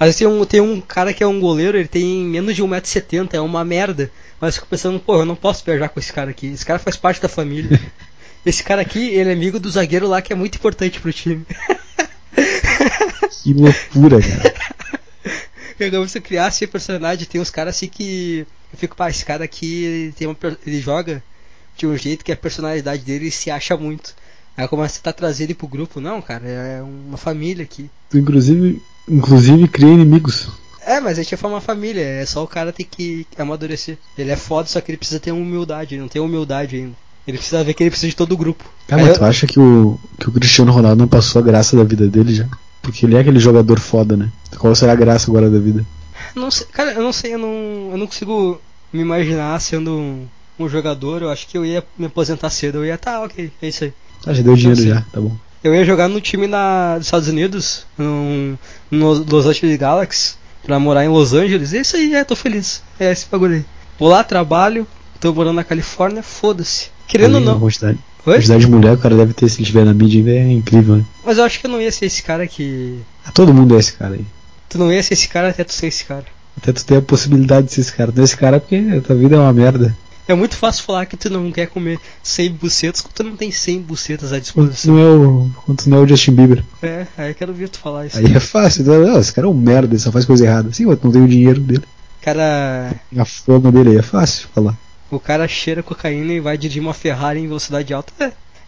Às vezes tem um, tem um cara que é um goleiro, ele tem menos de 1,70m, é uma merda. Mas eu fico pensando, porra, eu não posso viajar com esse cara aqui. Esse cara faz parte da família. esse cara aqui, ele é amigo do zagueiro lá que é muito importante pro time. Que loucura, cara. Pegamos se eu criasse personagem, tem uns caras assim que. Eu fico, pá, esse cara aqui ele, tem uma per- ele joga de um jeito que a personalidade dele se acha muito. Aí começa a tentar trazer ele pro grupo. Não, cara, é uma família aqui. Tu inclusive, inclusive cria inimigos. É, É, mas a gente ia formar família, é só o cara ter que amadurecer. Ele é foda, só que ele precisa ter humildade, ele não tem humildade ainda. Ele precisa ver que ele precisa de todo o grupo. Cara, Aí mas eu- tu acha que o, que o Cristiano Ronaldo não passou a graça da vida dele já? Porque ele é aquele jogador foda, né? Qual será a graça agora da vida? Não sei, cara, eu não sei, eu não, eu não consigo me imaginar sendo um, um jogador. Eu acho que eu ia me aposentar cedo. Eu ia, tá, ok, é isso aí. Ah, já deu dinheiro sei. já, tá bom. Eu ia jogar no time na, dos Estados Unidos, no, no Los Angeles Galaxy, pra morar em Los Angeles. É isso aí, é, tô feliz. É esse bagulho aí. Vou lá, trabalho, tô morando na Califórnia, foda-se. Querendo ou Além da não. Quantidade, Oi? quantidade de mulher que o cara deve ter se ele estiver na mídia ainda é incrível, né? Mas eu acho que eu não ia ser esse cara que. Ah, Todo mundo é esse cara aí. Tu não ia ser esse cara até tu ser esse cara. Até tu tem a possibilidade de ser esse cara. Tu é esse cara porque a tua vida é uma merda. É muito fácil falar que tu não quer comer 100 bucetas quando tu não tem 100 bucetas à Quando tu disposição. não é o, quando tu não é o Justin Bieber. É, aí eu quero ouvir tu falar isso. Aí é fácil. Tu, ah, esse cara é um merda, ele só faz coisa errada. Sim, mas tu não tem o dinheiro dele. Cara, A fama dele aí é fácil falar. o cara cheira cocaína e vai dirigir uma Ferrari em velocidade alta.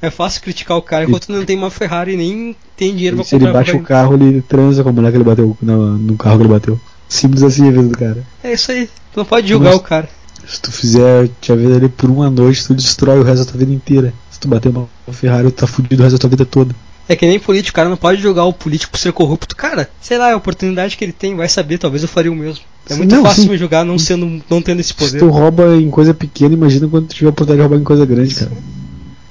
É, é fácil criticar o cara enquanto não tem uma Ferrari e nem tem dinheiro pra se ele comprar bate o cocaína. carro, ele transa com a mulher que ele bateu no, no carro que ele bateu. Simples assim a vida do cara. É isso aí. Tu não pode julgar Mas- o cara. Se tu fizer a vida dele por uma noite, tu destrói o resto da tua vida inteira. Se tu bater uma Ferrari, tu tá fudido o resto da tua vida toda. É que nem político, o cara não pode julgar o político por ser corrupto. Cara, sei lá, é a oportunidade que ele tem, vai saber, talvez eu faria o mesmo. É Sim, muito não, fácil sim. me julgar não sendo não tendo esse Se poder. tu rouba em coisa pequena, imagina quando tu tiver a oportunidade de roubar em coisa grande, cara.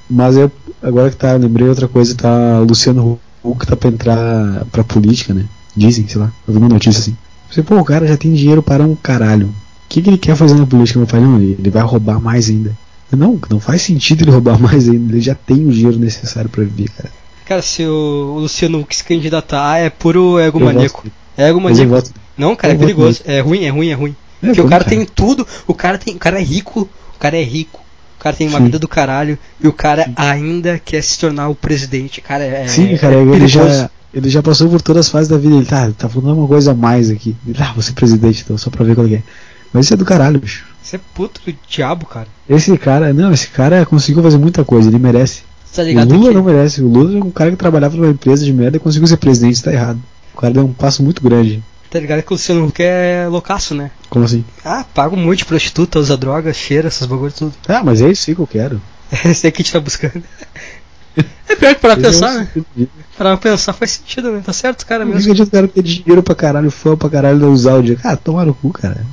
Mas eu, agora que tá, lembrei outra coisa, tá Luciano Huck tá pra entrar pra política, né? Dizem, sei lá, eu vi uma notícia assim. Você, pô, o cara já tem dinheiro para um caralho. O que, que ele quer fazer na política? Meu pai, não, ele vai roubar mais ainda. Eu, Não, não faz sentido ele roubar mais ainda. Ele já tem o dinheiro necessário pra viver, cara. Cara, se o Luciano Huck se candidatar é puro ego Eu maníaco. voto- É ego Mas eu maníaco. voto. Não, cara, eu é voto perigoso. É ruim, é ruim, é ruim. É, Porque o como, cara tem tudo, o cara tem. O cara é rico, o cara é rico, o cara tem uma Sim. vida do caralho, e o cara ainda quer se tornar o presidente. Cara, é. Sim, cara, é ele perigoso. já, ele já passou por todas as fases da vida. Ele tá, tá falando uma coisa a mais aqui. Ele, ah, você presidente, então, só pra ver qual que é. Mas isso é do caralho, bicho. Você é puto do diabo, cara. Esse cara, não, esse cara conseguiu fazer muita coisa, ele merece. Você tá o ligado Lula que. não merece. O Lula é um cara que trabalhava numa empresa de merda e conseguiu ser presidente, tá errado. O cara deu um passo muito grande. Tá ligado que o Luciano Huck é loucaço, né? Como assim? Ah, paga um monte de prostituta, usa droga, cheira, essas bagulho tudo. Ah, mas é isso aí que eu quero. Esse aqui te tá buscando. É pior que para Esse é o pensar, né? sentido de- Pra pensar faz sentido, né? Tá certo, cara Por mesmo. que adianta o cara ter dinheiro pra caralho, fã pra caralho, não usar o dinheiro? Cara, toma no cu, cara.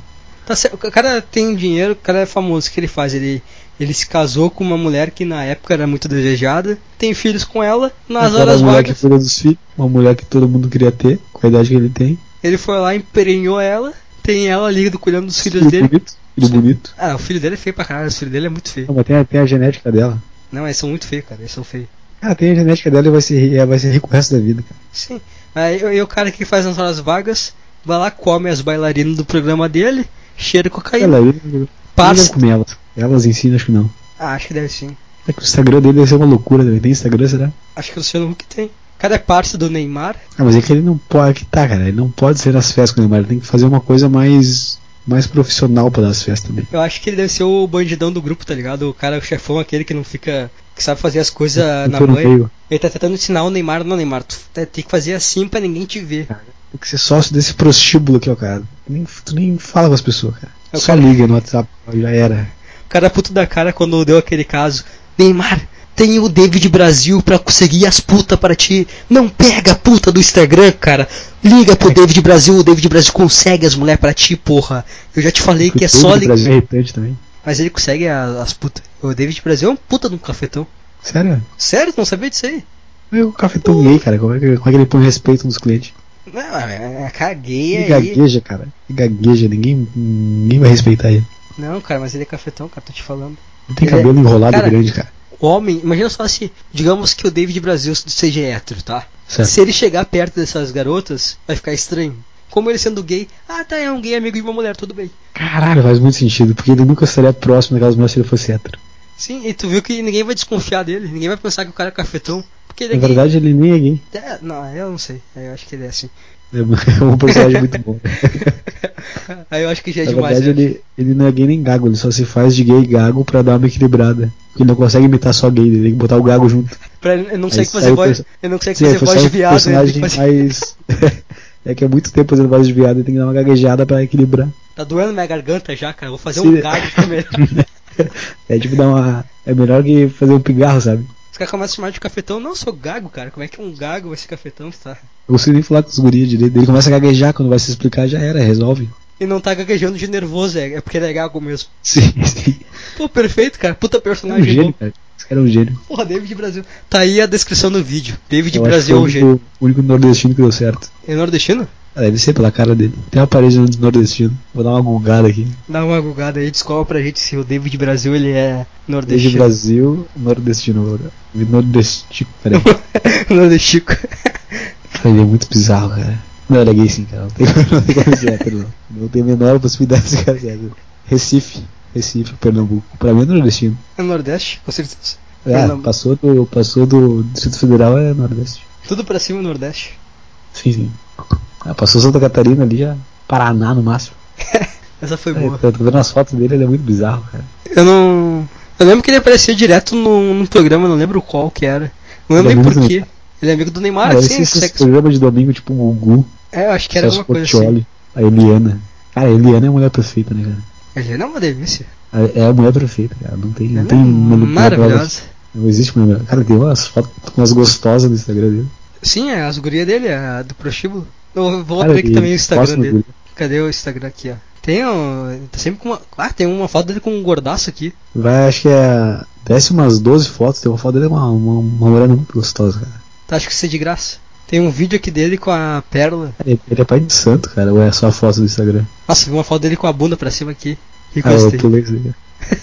Tá certo, o cara tem dinheiro, o cara é famoso, o que ele faz? Ele, ele se casou com uma mulher que na época era muito desejada, tem filhos com ela, nas Aquela horas mulher vagas, que cuida dos filhos, uma mulher que todo mundo queria ter, com a idade que ele tem. ele foi lá, emperenhou ela, tem ela ali do- cuidando dos filhos Filho dele. é bonito, filho Sim. bonito. Ah, o filho dele é feio pra caralho, o filho dele é muito feio. Não, mas tem, a- tem a genética dela. Não, eles são muito feios, cara, eles são feios. Cara, tem a genética dela e vai ser, ri- vai ser rico o resto da vida, cara. Sim, aí e o cara que faz nas horas vagas, vai lá, come as bailarinas do programa dele, cheira cocaína, Ela, ele, passa. com elas. Elas em si, acho que não. Ah, acho que deve sim. É que o Instagram dele deve ser uma loucura também. Tem Instagram, será? Acho que é o Luciano Huck tem. O cara é parça do Neymar, Ah, mas é que ele não pode. Que tá, cara. Ele não pode ser nas festas com o Neymar. Ele tem que fazer uma coisa mais. mais profissional pra dar as festas também. Eu acho que ele deve ser o bandidão do grupo, tá ligado? O cara, o chefão, aquele que não fica. que sabe fazer as coisas Ah, na Então, no manha. meio. Ele tá tentando ensinar o Neymar, não, Neymar, tu te- tem que fazer assim pra ninguém te ver. Tem que ser sócio desse prostíbulo aqui, ó, cara. Nem, tu nem fala com as pessoas, cara. Eu Só liga no WhatsApp, ó, já era. O cara puto da cara quando deu aquele caso. Neymar, tem o David Brasil pra conseguir as putas pra ti. Não pega a puta do Instagram, cara. Liga pro David Brasil, o David Brasil consegue as mulheres pra ti, porra. Eu já te falei que é O povo só do ligar. Brasil é irritante também. Mas ele consegue a- as putas. O David Brasil é um puta de um cafetão. Sério? Sério, tu não sabia disso aí? Eu o cafetão gay, cara. Como é, que, como é que ele põe respeito nos clientes? Não, é- é- caguei Ele aí. gagueja, cara. Ele gagueja, ninguém, ninguém vai respeitar ele. Não, cara, mas ele é cafetão, cara, tô te falando. Ele tem Ele é- cabelo enrolado cara, grande, cara. O homem, imagina só se, digamos que o David Brasil seja hétero, tá? Certo. Se ele chegar perto dessas garotas, vai ficar estranho. Como ele sendo gay, ah tá, é um gay amigo de uma mulher, tudo bem. Caralho, faz muito sentido, porque ele nunca estaria próximo daquelas mulheres se ele fosse hétero. Sim, e tu viu que ninguém vai desconfiar dele, ninguém vai pensar que o cara é cafetão. Porque ele é Na verdade, ele nem é gay. gay. É, não, eu não sei, eu acho que ele é assim. É um personagem muito bom. Aí eu acho que já é Na demais. verdade, né? ele, ele não é gay nem gago, ele só se faz de gay e gago pra dar uma equilibrada. Porque ele não consegue imitar só gay, ele tem que botar o gago junto. Pra ele, ele não consegue Aí fazer saiu o voz. perso- Ele não consegue Sim, é, fazer foi voz só de um viado, ele tem que personagem fazer- mais. É que há muito tempo fazendo voz de viado e tem que dar uma gaguejada pra equilibrar. Tá doendo minha garganta já, cara. Vou fazer Se- um gago também. É tipo dar uma. É melhor que fazer um pigarro, sabe? Os caras começam a chamar de cafetão. Não, eu sou gago, cara. Como é que um gago vai ser cafetão? Tá? Eu consigo nem falar com os guris direito. Ele começa a gaguejar quando vai se explicar, já era, resolve. E não tá gaguejando de nervoso, é, é porque ele é gago mesmo. Sim, sim. Pô, perfeito, cara. Puta É um personagem. gênio, bom. cara. Esse cara é um gênio. Porra, David Brasil. Tá aí a descrição do vídeo. David Eu acho Brasil é um que foi o gênio. único, o único nordestino que deu certo. É nordestino? Ah, deve ser pela cara dele. Tem uma parede no nordestino. Vou dar uma gulgada aqui. Dá uma gugada aí, descobre pra gente se o David Brasil ele é Desde nordestino. Brasil, nordestino. vou colocar. Nordestico, peraí. nordestino. Ele é muito bizarro, cara. Não, ele é gay sim, cara. Não tem, não tem como ser hétero, não. Não tem a menor possibilidade de ser cara ser hétero. Recife. Recife, Pernambuco. Pra mim é nordestino. É Nordeste, com certeza. Ah, Pernambuco. passou do, passou do Distrito Federal é nordeste. Tudo pra cima é Nordeste. Sim, sim. Ah, passou Santa Catarina ali, já Paraná no máximo. Essa foi É, boa. tô, tô vendo as fotos dele, ele é muito bizarro, cara. Eu não. Eu lembro que ele aparecia direto num, num programa, não lembro qual que era. Não lembro Ele é nem amigo do Ah, porquê. Ele é amigo do Neymar, Deve assim, ser esses sexo. programas de domingo, tipo o Gugu, É, eu acho que era Celso alguma coisa assim. Portiolli, a Eliana. Cara, a Eliana é a mulher perfeita, né, cara? Ele não é uma delícia. A- É a mulher perfeita, cara. Não tem, não Ela tem é manipulação. maravilhosa. Não existe mulher melhor. Cara, tem umas fotos com umas gostosas no Instagram dele. Sim, é as gurias dele, a do prostíbulo. Eu vou Cara, abrir aqui e também o Instagram próximo dele. dele. Cadê o Instagram aqui, ó? Tem um. Tá sempre com uma. Ah, tem uma foto dele com um gordaço aqui. Vai, acho que é. Desce umas 12 fotos, tem uma foto dele, é uma, uma, uma mulher muito gostosa, cara. Tá, acho que isso é de graça. Tem um vídeo aqui dele com a pérola. Cara, Ele, ele é pai de santo, cara, ou é só a foto do Instagram? Nossa, vi uma foto dele com a bunda pra cima aqui. Que Ah, eu gostei. pulei isso aí. cara.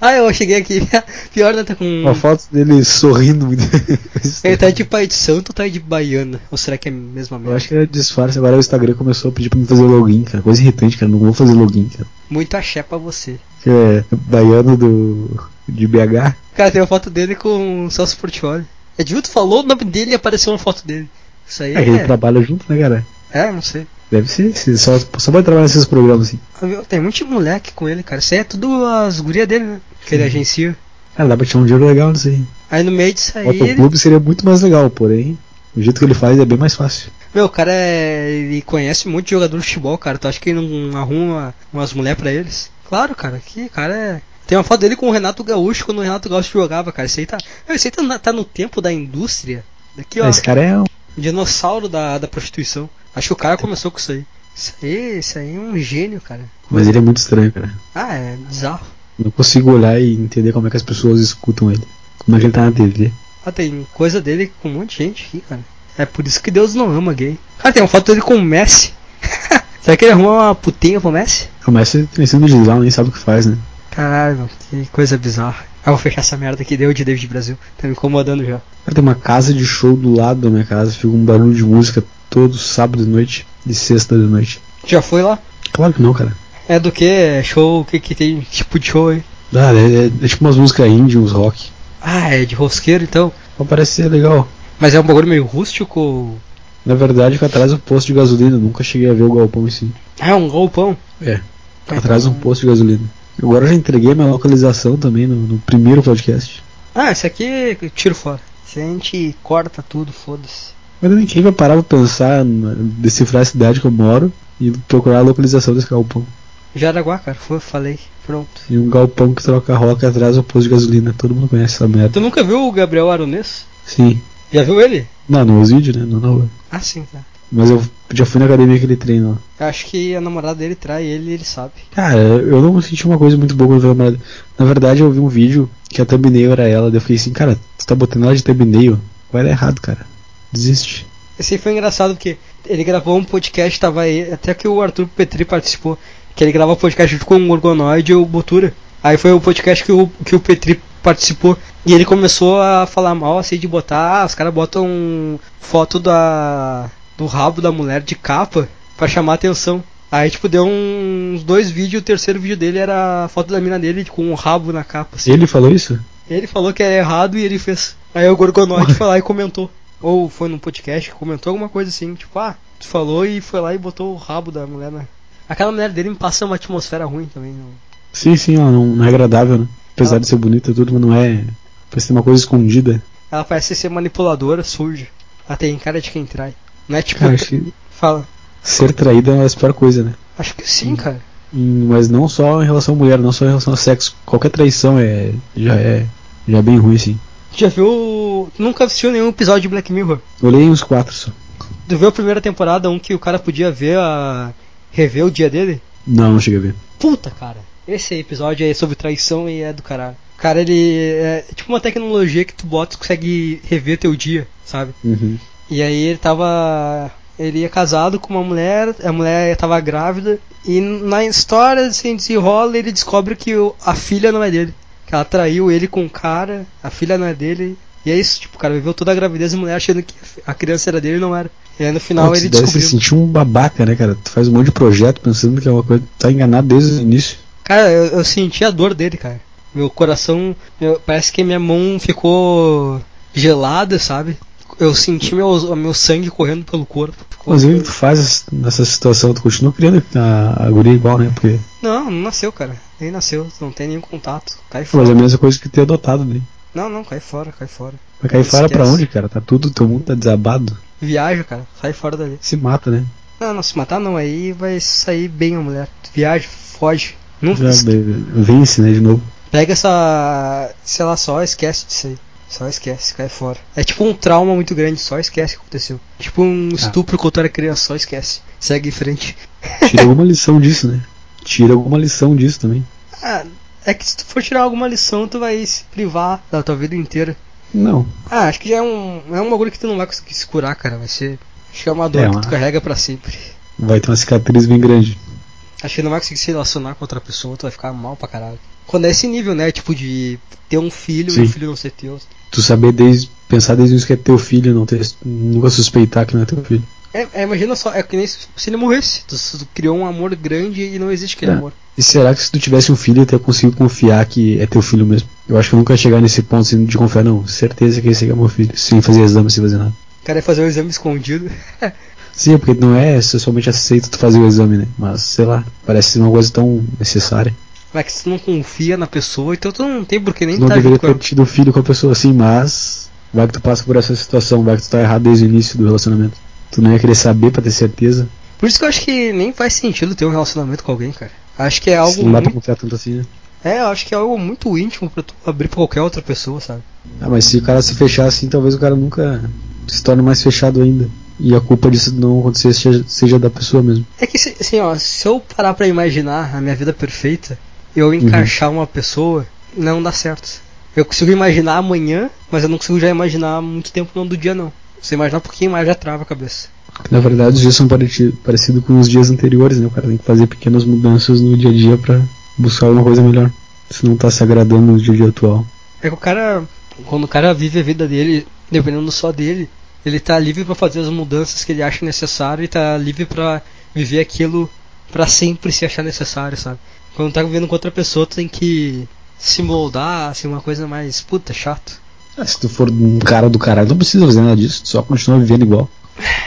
Ah, eu cheguei aqui. Pior, né? Tá com. Uma foto dele sorrindo muito. Ele tá de pai de santo ou tá de baiana? Ou será que é a mesma Eu merda? acho que era disfarce, agora o Instagram começou a pedir pra mim fazer login, cara. Coisa irritante, cara. Não vou fazer login, cara. Muito axé pra você. Que é baiano do. de BH. Cara, tem uma foto dele com o Celso Portioli. É de tu falou o nome dele e apareceu uma foto dele. Isso aí É, ele é. trabalha junto, né, cara? É, não sei. Deve ser, se- só, só vai trabalhar nesses programas, assim. Ah, meu, Tem muito moleque com ele, cara. Isso aí é tudo as gurias dele, né? Que ele agencia. Cara, dá pra tirar um dinheiro legal nisso aí. Aí no meio disso aí, Motoclube ele... clube seria muito mais legal, porém, o jeito que ele faz é bem mais fácil. meu, o cara é... ele conhece muito jogador de futebol, cara. Tu acha que ele não arruma umas mulheres pra eles? Claro, cara, que cara é. Tem uma foto dele com o Renato Gaúcho quando o Renato Gaúcho jogava, cara. Isso aí tá. Meu, Isso aí tá, na- tá no tempo da indústria. Daqui, ó. Esse cara é um. Dinossauro da, da prostituição. Acho que o cara começou com isso aí. Isso aí, isso aí é um gênio, cara. Mas ele é muito estranho, cara. Ah, é bizarro. Não consigo olhar e entender como é que as pessoas escutam ele. Como é que ele tá na TV. Ah, tem coisa dele com um monte de gente aqui, cara. É por isso que Deus não ama gay. Cara, tem uma foto dele com o Messi. Será que ele arrumou uma putinha pro Messi? Começa crescendo de lá, nem sabe o que faz, né? Caralho, mano, que coisa bizarra. Ah, vou fechar essa merda que deu de David Brasil. Tá me incomodando já. Cara, tem uma casa de show do lado da minha casa, fica um barulho de música todo sábado de noite e sexta de noite. Já foi lá? Claro que não, cara. É do que? É show? O que que tem? Que Tipo de show, hein? Ah, é, é- é tipo umas músicas indie, uns rock. Ah, é de rosqueiro então. Mas parece ser legal. Mas é um bagulho meio rústico? Na verdade, fica atrás do posto de gasolina, nunca cheguei a ver o galpão em si. Ah, é um Tá golpão. É, fica atrás de um posto de gasolina. Agora eu já entreguei a minha localização também no, no primeiro podcast. Ah, esse aqui eu tiro fora. Se a gente corta tudo, foda-se. Mas também quem vai parar pra pensar, na- decifrar a cidade que eu moro e procurar a localização desse galpão. Jaraguá, cara, foi, falei. Pronto. E um galpão que troca roca atrás do posto de gasolina, todo mundo conhece essa merda. Tu nunca viu o Gabriel Arones? Sim. Já viu ele? Não, nos vídeos, né? Não na rua. Ah, sim, tá. Mas eu já fui na academia que ele treina lá. Eu acho que a namorada dele trai ele e ele sabe. Cara, eu não senti uma coisa muito boa quando eu vi a namorada. Na verdade, eu vi um vídeo que a thumbnail era ela, daí eu fiquei assim, cara, tu tá botando ela de thumbnail? Vai dar errado, cara. Desiste. Esse aí foi engraçado porque ele gravou um podcast, tava aí, até que o Arthur Petri participou, que ele gravou um podcast junto com o Gorgonoide e o Botura. Aí foi o podcast que o, que o Petri participou e ele começou a falar mal assim de botar, ah, os caras botam foto da do rabo da mulher de capa pra chamar atenção. Aí tipo deu uns dois vídeos, o terceiro vídeo dele era a foto da mina dele tipo, com o rabo na capa. assim. Ele falou isso? Ele falou que era errado e ele fez. Aí o Gorgonoid foi lá e comentou. Ou foi num podcast que comentou alguma coisa assim, tipo, ah, tu falou e foi lá e botou o rabo da mulher, né? Aquela mulher dele me passa uma atmosfera ruim também. Não. Sim, sim, ela não, não é agradável, né? Apesar Ah. de ser bonita e tudo, mas não é. Parece ter uma coisa escondida. Ela parece ser manipuladora, suja. Ela tem cara de quem trai. Não é tipo. Cara, acho que Fala. Ser traída é uma das piores coisas, né? Acho que sim, cara. Em- mas não só em relação à mulher, não só em relação ao sexo. Qualquer traição é já é já é bem ruim, sim. Já viu. Tu nunca assistiu nenhum episódio de Black Mirror? Eu olhei uns quatro só. Tu viu a primeira temporada, um que o cara podia ver a. rever o dia dele? Não, não cheguei a ver. Puta, cara. Esse episódio é sobre traição e é do caralho. Cara, ele é tipo uma tecnologia que tu bota e consegue rever teu dia, sabe? Uhum. E aí ele tava. Ele é casado com uma mulher, a mulher tava grávida, e na história assim, desenrola ele descobre que o- a filha não é dele. Que ela traiu ele com o cara, a filha não é dele. E é isso, tipo, o cara viveu toda a gravidez da mulher achando que a criança era dele e não era. E aí no final Putz, ele deve descobriu. se sentir um babaca, né, cara? Tu faz um monte de projeto pensando que é uma coisa. Tá enganado desde o início. Cara, eu, eu senti a dor dele, cara. Meu coração. meu- parece que minha mão ficou gelada, sabe? Eu senti meu, meu sangue correndo pelo corpo. Ficou- Inclusive, tu faz essa- nessa situação, tu continua criando a, a guria igual, né? Porque Não, não nasceu, cara. Nem nasceu, não tem nenhum contato. Cai mas é fora. a mesma coisa que ter adotado, né? Não, não, cai fora, cai fora. Vai cair fora pra Esquece. onde, cara? Tá tudo, teu mundo tá desabado. Viaja, cara, sai fora dali. Se mata, né? Não, não, se matar não, aí vai sair bem a mulher. Viaja, foge. Nunca Já esque- be- vence, né, de novo. Pega essa. sei lá, só esquece disso aí. Só esquece, cai fora. É tipo um trauma muito grande, só esquece o que aconteceu. Tipo um Ah. estupro quando tu era criança, só esquece. Segue em frente. Tira alguma lição disso, né? Tira alguma lição disso também. Ah, é que se tu for tirar alguma lição, tu vai se privar da tua vida inteira. Não. Ah, acho que já é um, é um bagulho que tu não vai conseguir se curar, cara. Vai ser. Acho que é uma dor É, que uma- tu carrega pra sempre. Vai ter uma cicatriz bem grande. Acho que não vai conseguir se relacionar com outra pessoa, tu vai ficar mal pra caralho. Quando é esse nível, né? Tipo de ter um filho e Sim. o filho não ser teu. Tu saber desde. pensar desde o início que é teu filho, não ter. nunca suspeitar que não é teu filho. É, é, imagina só, é que nem se se ele morresse. Tu, tu criou um amor grande e não existe aquele É. amor. E será que se tu tivesse um filho, eu até consigo confiar que é teu filho mesmo? Eu acho que eu nunca ia chegar nesse ponto assim, de confiar, não. Certeza que esse aqui é meu filho. Sem fazer exame, sem fazer nada. O cara ia fazer um exame escondido. Sim, porque não é socialmente aceito tu fazer o exame, né? Mas, sei lá, parece uma coisa tão necessária. Mas que se tu não confia na pessoa, então tu não tem por que nem Tu não tá deveria junto com ter ela. tido filho com a pessoa assim, mas vai que tu passa por essa situação, vai que tu tá errado desde o início do relacionamento. Tu não ia querer saber pra ter certeza. Por isso que eu acho que nem faz sentido ter um relacionamento com alguém, cara. Acho que é Algo algo não dá pra muito- confiar tanto assim, né? É, eu acho que é algo muito íntimo pra tu abrir pra qualquer outra pessoa, sabe? Ah, mas se o cara se fechar assim, talvez o cara nunca se torne mais fechado ainda. E a culpa disso não acontecer seja, seja da pessoa mesmo. É que se- assim, ó, se eu parar pra imaginar a minha vida perfeita, eu encaixar uma pessoa, não dá certo. Eu consigo imaginar amanhã, mas eu não consigo já imaginar muito tempo não do dia não. Se eu imaginar um pouquinho mais já trava a cabeça. Na verdade, os dias são parecidos parecido com os dias anteriores, né? O cara tem que fazer pequenas mudanças no dia a dia pra buscar alguma coisa melhor. Se não tá se agradando no dia a dia atual. É que o cara, quando o cara vive a vida dele, dependendo só dele, ele tá livre pra fazer as mudanças que ele acha necessário e tá livre pra viver aquilo pra sempre se achar necessário, sabe? Quando tá vivendo com outra pessoa, tu tem que se moldar, assim, uma coisa mais puta, chato. Ah, se tu for um cara do caralho, não precisa fazer nada disso. Tu só continua vivendo igual.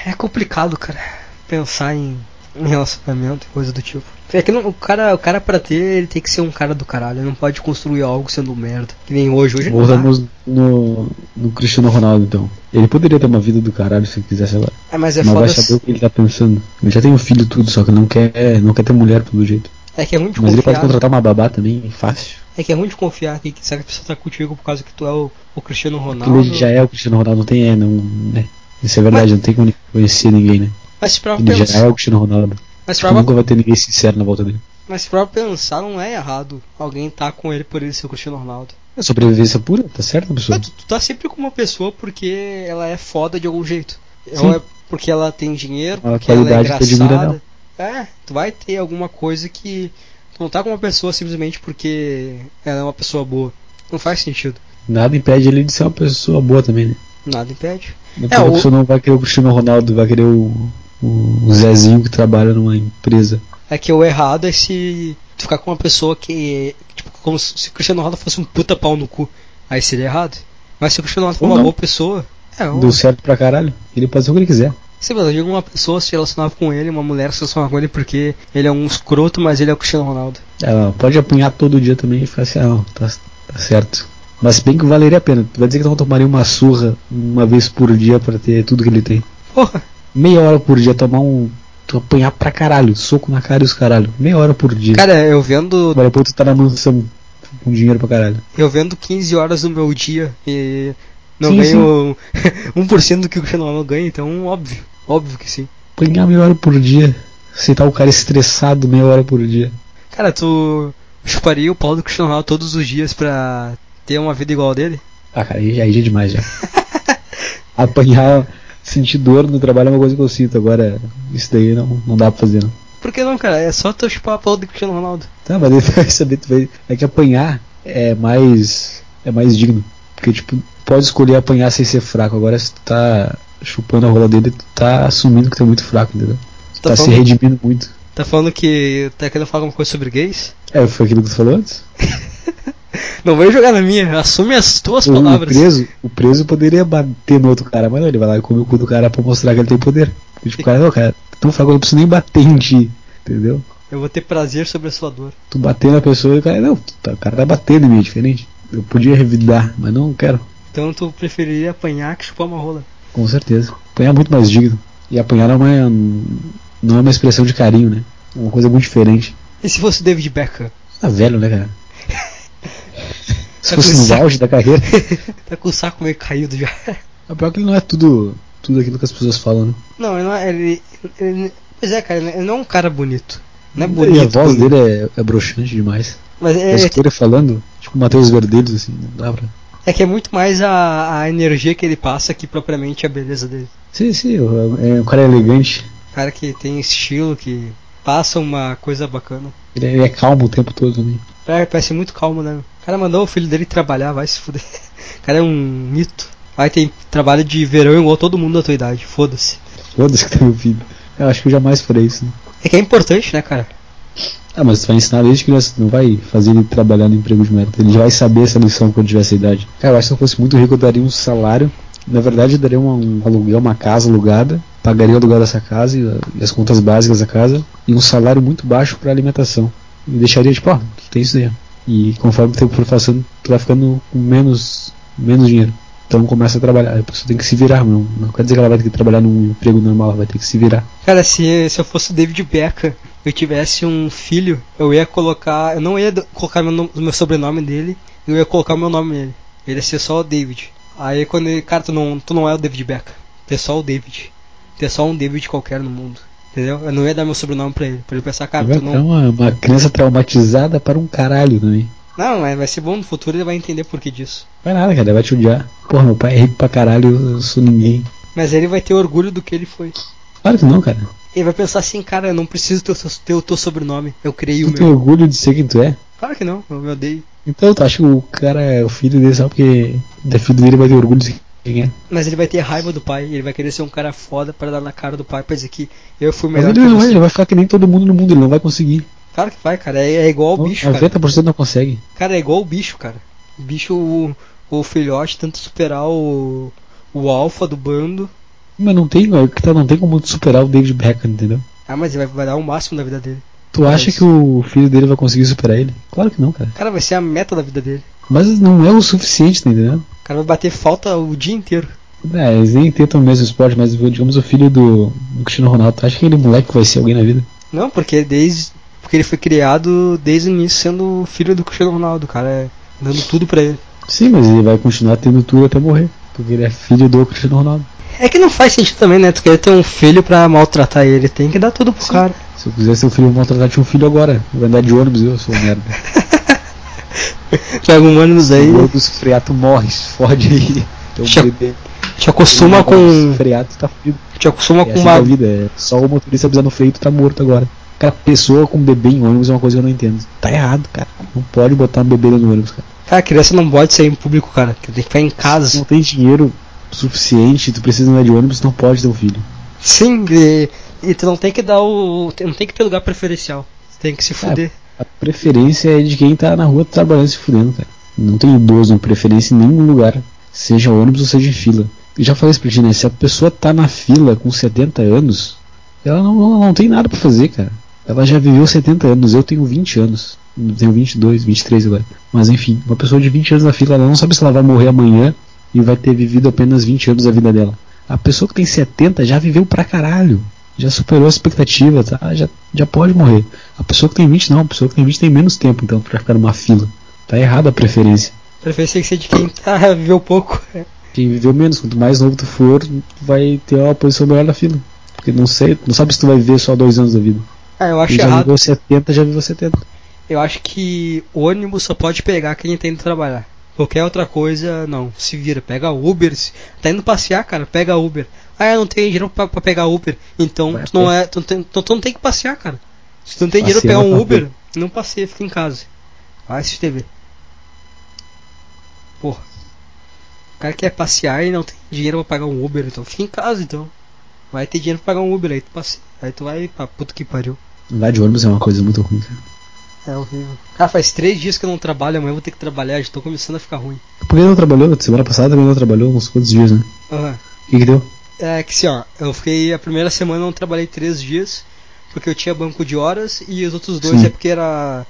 É complicado, cara, pensar em, em relacionamento e coisa do tipo. É que não- o cara, o cara para ter, ele tem que ser um cara do caralho, ele não pode construir algo sendo merda. Que nem hoje, hoje não dá. Voltamos no, no Cristiano Ronaldo, então. Ele poderia ter uma vida do caralho se ele quisesse agora. É, mas é mas foda. vai saber o que ele tá pensando. Ele já tem um filho e tudo, só que não quer, não quer ter mulher pelo jeito. É que é muito Mas ele pode confiar. contratar uma babá também, fácil. É que é ruim de confiar que que será que a pessoa tá contigo por causa que tu é o, o Cristiano Ronaldo. Ele já é o Cristiano Ronaldo, não tem, é, não, né? Isso é verdade, não tem como conhecer ninguém, né? Mas pra Ele já é pensar, o Cristiano Ronaldo. mas Tipo, pra, nunca vai ter ninguém sincero na volta dele. mas pra pensar não é errado alguém tá com ele por ele ser o Cristiano Ronaldo. É sobrevivência pura, tá certo, pessoal? Mas tu, tu tá sempre com uma pessoa porque ela é foda de algum jeito. Sim. Ou é porque ela tem dinheiro, Uma porque ela é qualidade que tu admira engraçada. É, tu vai ter alguma coisa que tu não tá com uma pessoa simplesmente porque ela é uma pessoa boa. Não faz sentido. Nada impede ele de ser uma pessoa boa também, né? Nada impede. Não É, a o- pessoa não vai querer o Cristiano Ronaldo, vai querer o, o Zezinho que trabalha numa empresa. É que o errado é se tu ficar com uma pessoa que. Tipo, como se se o Cristiano Ronaldo fosse um puta pau no cu. Aí seria errado. Mas se o Cristiano Ronaldo for Ou uma não. boa pessoa. É, ou- Deu certo pra caralho. Ele pode fazer o que ele quiser. Sim, mas eu digo uma pessoa se relacionava com ele, uma mulher se relacionava com ele porque ele é um escroto, mas ele é o Cristiano Ronaldo. Ela É, pode apanhar todo dia também e ficar assim, ah, não, tá, tá certo. Mas se bem que valeria a pena. Tu vai dizer que tu não tomaria uma surra uma vez por dia pra ter tudo que ele tem. Porra, meia hora por dia, tomar um. Tu apanhar pra caralho, soco na cara e os caralho. Meia hora por dia. Cara, eu vendo. Agora depois tu tá na mansão com dinheiro pra caralho. Eu vendo 15 horas do meu dia e não Sim, ganho 1% do que o Cristiano Ronaldo ganha, então óbvio. Óbvio que sim. Apanhar meia hora por dia. Você tá o cara estressado meia hora por dia. Cara, tu chuparia o pau do Cristiano Ronaldo todos os dias pra ter uma vida igual a dele? Ah, cara, aí, aí já é demais já. Apanhar, sentir dor no trabalho é uma coisa que eu sinto. Agora, isso daí não, não dá pra fazer, não. Por que não, cara? É só tu chupar o pau do Cristiano Ronaldo. Tá, mas ele vai saber, tu vai. É que apanhar é mais. é mais digno. Porque, tipo, pode escolher apanhar sem ser fraco. Agora, se tu tá chupando a rola dele, tu tá assumindo que tu é muito fraco, entendeu? Tu Tá tá se falando- redimindo muito. Tá falando que tá querendo falar alguma coisa sobre gays? É, foi aquilo que tu falou antes? Não vai jogar na minha, assume as tuas O, o palavras. preso, o preso poderia bater no outro cara, mas não, ele vai lá e come o cu do cara pra mostrar que ele tem poder. Porque, tipo, o cara, não, cara, tão fraco, eu não preciso nem bater em ti, entendeu? Eu vou ter prazer sobre a sua dor. Tu bater na pessoa e o cara, não, tu tá- o cara tá batendo em mim, é diferente. Eu podia revidar, mas não quero. Então tu preferiria apanhar que chupar uma rola. Com certeza. Apanhar é muito mais digno. E apanhar não é, não é uma expressão de carinho, né? É uma coisa muito diferente. E se fosse o David Beckham? Você tá velho, né, cara? Se Tá fosse com no saco. auge da carreira. Tá com o saco meio caído já. A pior é que ele não é tudo, tudo aquilo que as pessoas falam, né? Não, ele não é. Ele, ele- pois é, cara, ele não é um cara bonito. Não é e bonito. a voz bonito. dele é, é broxante demais. Mas É, é, a escolha falando, tipo o Matheus Verdelhos, assim, não dá pra. é que é muito mais a, a energia que ele passa que propriamente a beleza dele. Sim, sim, é, é um cara elegante. Um cara que tem estilo, que passa uma coisa bacana. Ele é, ele é calmo o tempo todo né? também. Cara, parece muito calmo, né? O cara mandou o filho dele trabalhar, vai se fuder. O cara é um mito. Aí tem trabalho de verão igual todo mundo da tua idade, foda-se. Foda-se que tá meu filho. Eu acho que eu jamais farei isso, né? É que é importante, né, cara? Ah, mas tu vai ensinar desde criança, tu não vai fazer ele trabalhar no emprego de merda. Ele já vai saber essa lição quando tiver essa idade. Cara, eu acho que se eu fosse muito rico, eu daria um salário. Na verdade, eu daria uma- um aluguel, uma casa alugada. Pagaria o aluguel dessa casa e, e as contas básicas da casa. E um salário muito baixo pra alimentação. E deixaria, tipo, ó, tu tem isso aí. ó. E conforme o tempo for passando, tu vai ficando com menos, menos dinheiro. Então começa a trabalhar. A pessoa tem que se virar, não, não quer dizer que ela vai ter que trabalhar num emprego normal, ela vai ter que se virar. Cara, se, se eu fosse o David Beckham, eu tivesse um filho, eu ia colocar. Eu não ia do- colocar meu, nom- meu sobrenome dele, eu ia colocar o meu nome nele. Ele ia ser só o David. Aí quando ele. Cara, tu não, tu não é o David Beckham. Tu é só o David. Tu é só um David qualquer no mundo. Entendeu? Eu não ia dar meu sobrenome pra ele. Pra ele pensar, cara, Vai tu ficar não. Tá É uma, uma criança traumatizada para um caralho também. Não, mas vai ser bom no futuro, ele vai entender por que disso. Vai nada, cara, vai te odiar. Porra, meu pai é rico pra caralho, eu sou ninguém. Mas ele vai ter orgulho do que ele foi. Claro que não, cara. Ele vai pensar assim, cara, eu não preciso ter o teu, ter o teu sobrenome. Eu criei o Tu tem meu. orgulho de ser quem tu é? Claro que não, eu me odeio. Então, tu acha que o cara é o filho dele só porque da filho dele vai ter orgulho de ser quem é? Mas ele vai ter raiva do pai, ele vai querer ser um cara foda pra dar na cara do pai pra dizer que eu fui Mas melhor ele que não, é, você. ele vai ficar que nem todo mundo no mundo, ele não vai conseguir. Claro que vai, cara. É, é igual o bicho, cara. 90% não consegue. Cara, é igual o bicho, cara. O bicho, o, o filhote, tenta superar o, o alfa do bando. Mas não tem, ó, que tá, não tem como tu superar o David Beckham, entendeu? Ah, mas ele vai, vai dar o máximo da vida dele. Tu acha Mas- que o filho dele vai conseguir superar ele? Claro que não, cara. Cara, vai ser a meta da vida dele. Mas não é o suficiente, tá entendendo? O cara vai bater falta o dia inteiro. É, eles nem tentam o mesmo esporte, mas digamos o filho do, do Cristiano Ronaldo, tu acha que ele moleque vai ser alguém na vida? Não, porque desde. Porque ele foi criado desde o início sendo filho do Cristiano Ronaldo, cara. É, dando tudo pra ele. Sim, mas ele vai continuar tendo tudo até morrer, porque ele é filho do Cristiano Ronaldo. É que não faz sentido também, né? Tu querer ter um filho pra maltratar ele. Tem que dar tudo pro cara. Se eu quisesse um filho, eu vou maltratar tinha um filho agora. Vai andar de ônibus, eu sou um merda. Pega um ônibus aí, O ônibus freato morre, se fode aí. Então, Teu Chama- bebê. te acostuma com. freato, tá fudido. Te acostuma É com assim uma. da vida, é só o motorista pisar no freio, tu tá morto agora. Cara, pessoa com bebê em ônibus é uma coisa que eu não entendo. Tá errado, cara. Não pode botar um bebê no ônibus, cara. Cara, criança não pode sair em público, cara. Tem que ficar em Se não casa. tem dinheiro suficiente, tu precisa andar de ônibus, não pode ter um filho. Sim, e, e tu não tem que dar o. tu Não tem que ter lugar preferencial. Tu tem que se fuder. A preferência é de quem tá na rua trabalhando e se fudendo, cara. Não tem idoso, não preferência em nenhum lugar, seja ônibus ou seja em fila. Eu já falei isso pra ti, né? Se a pessoa tá na fila com 70 anos, ela não, não, não tem nada pra fazer, cara. Ela já viveu 70 anos, eu tenho 20 anos. Eu tenho 22, 23 agora. Mas enfim, uma pessoa de 20 anos na fila, ela não sabe se ela vai morrer amanhã e vai ter vivido apenas 20 anos da vida dela. A pessoa que tem 70 já viveu pra caralho. Já superou a expectativa, tá? Já, já pode morrer. A pessoa que tem 20 não, a pessoa que tem 20 tem menos tempo, então, pra ficar numa fila. Tá errada a preferência. Preferência que ser de quem tá, viveu pouco. Quem viveu menos, quanto mais novo tu for, vai ter uma posição melhor na fila. Porque não sei, não sabe se tu vai viver só dois anos da vida. Ah, eu acho Quem já errado. viveu 70, já viveu 70. Eu acho que ônibus só pode pegar quem tá indo trabalhar. Qualquer outra coisa, não. Se vira, pega Uber. Se... Tá indo passear, cara, pega Uber. Ah, eu não tenho dinheiro pra, pra pegar Uber. Então Vai tu não, é, tu, não tem, tu, tu não tem que passear, cara. Se tu não tem dinheiro pra Passear pegar um pra Uber, não passeia, fica em casa. Vai assistir TV. Porra. O cara quer passear e não tem dinheiro pra pagar um Uber, então fica em casa então. Vai ter dinheiro pra pagar um Uber, aí tu passeia. Aí tu vai pra puta que pariu. Andar de ônibus é uma coisa muito ruim, cara. É horrível. Cara, faz três dias que eu não trabalho, amanhã eu vou ter que trabalhar, já tô começando a ficar ruim. Por que não trabalhou? né? Semana passada também não trabalhou, uns quantos dias, né? Aham. O que, que deu? É que assim, ó, eu fiquei. A primeira semana eu não trabalhei três dias, porque eu tinha banco de horas, e os outros dois Sim. é porque era.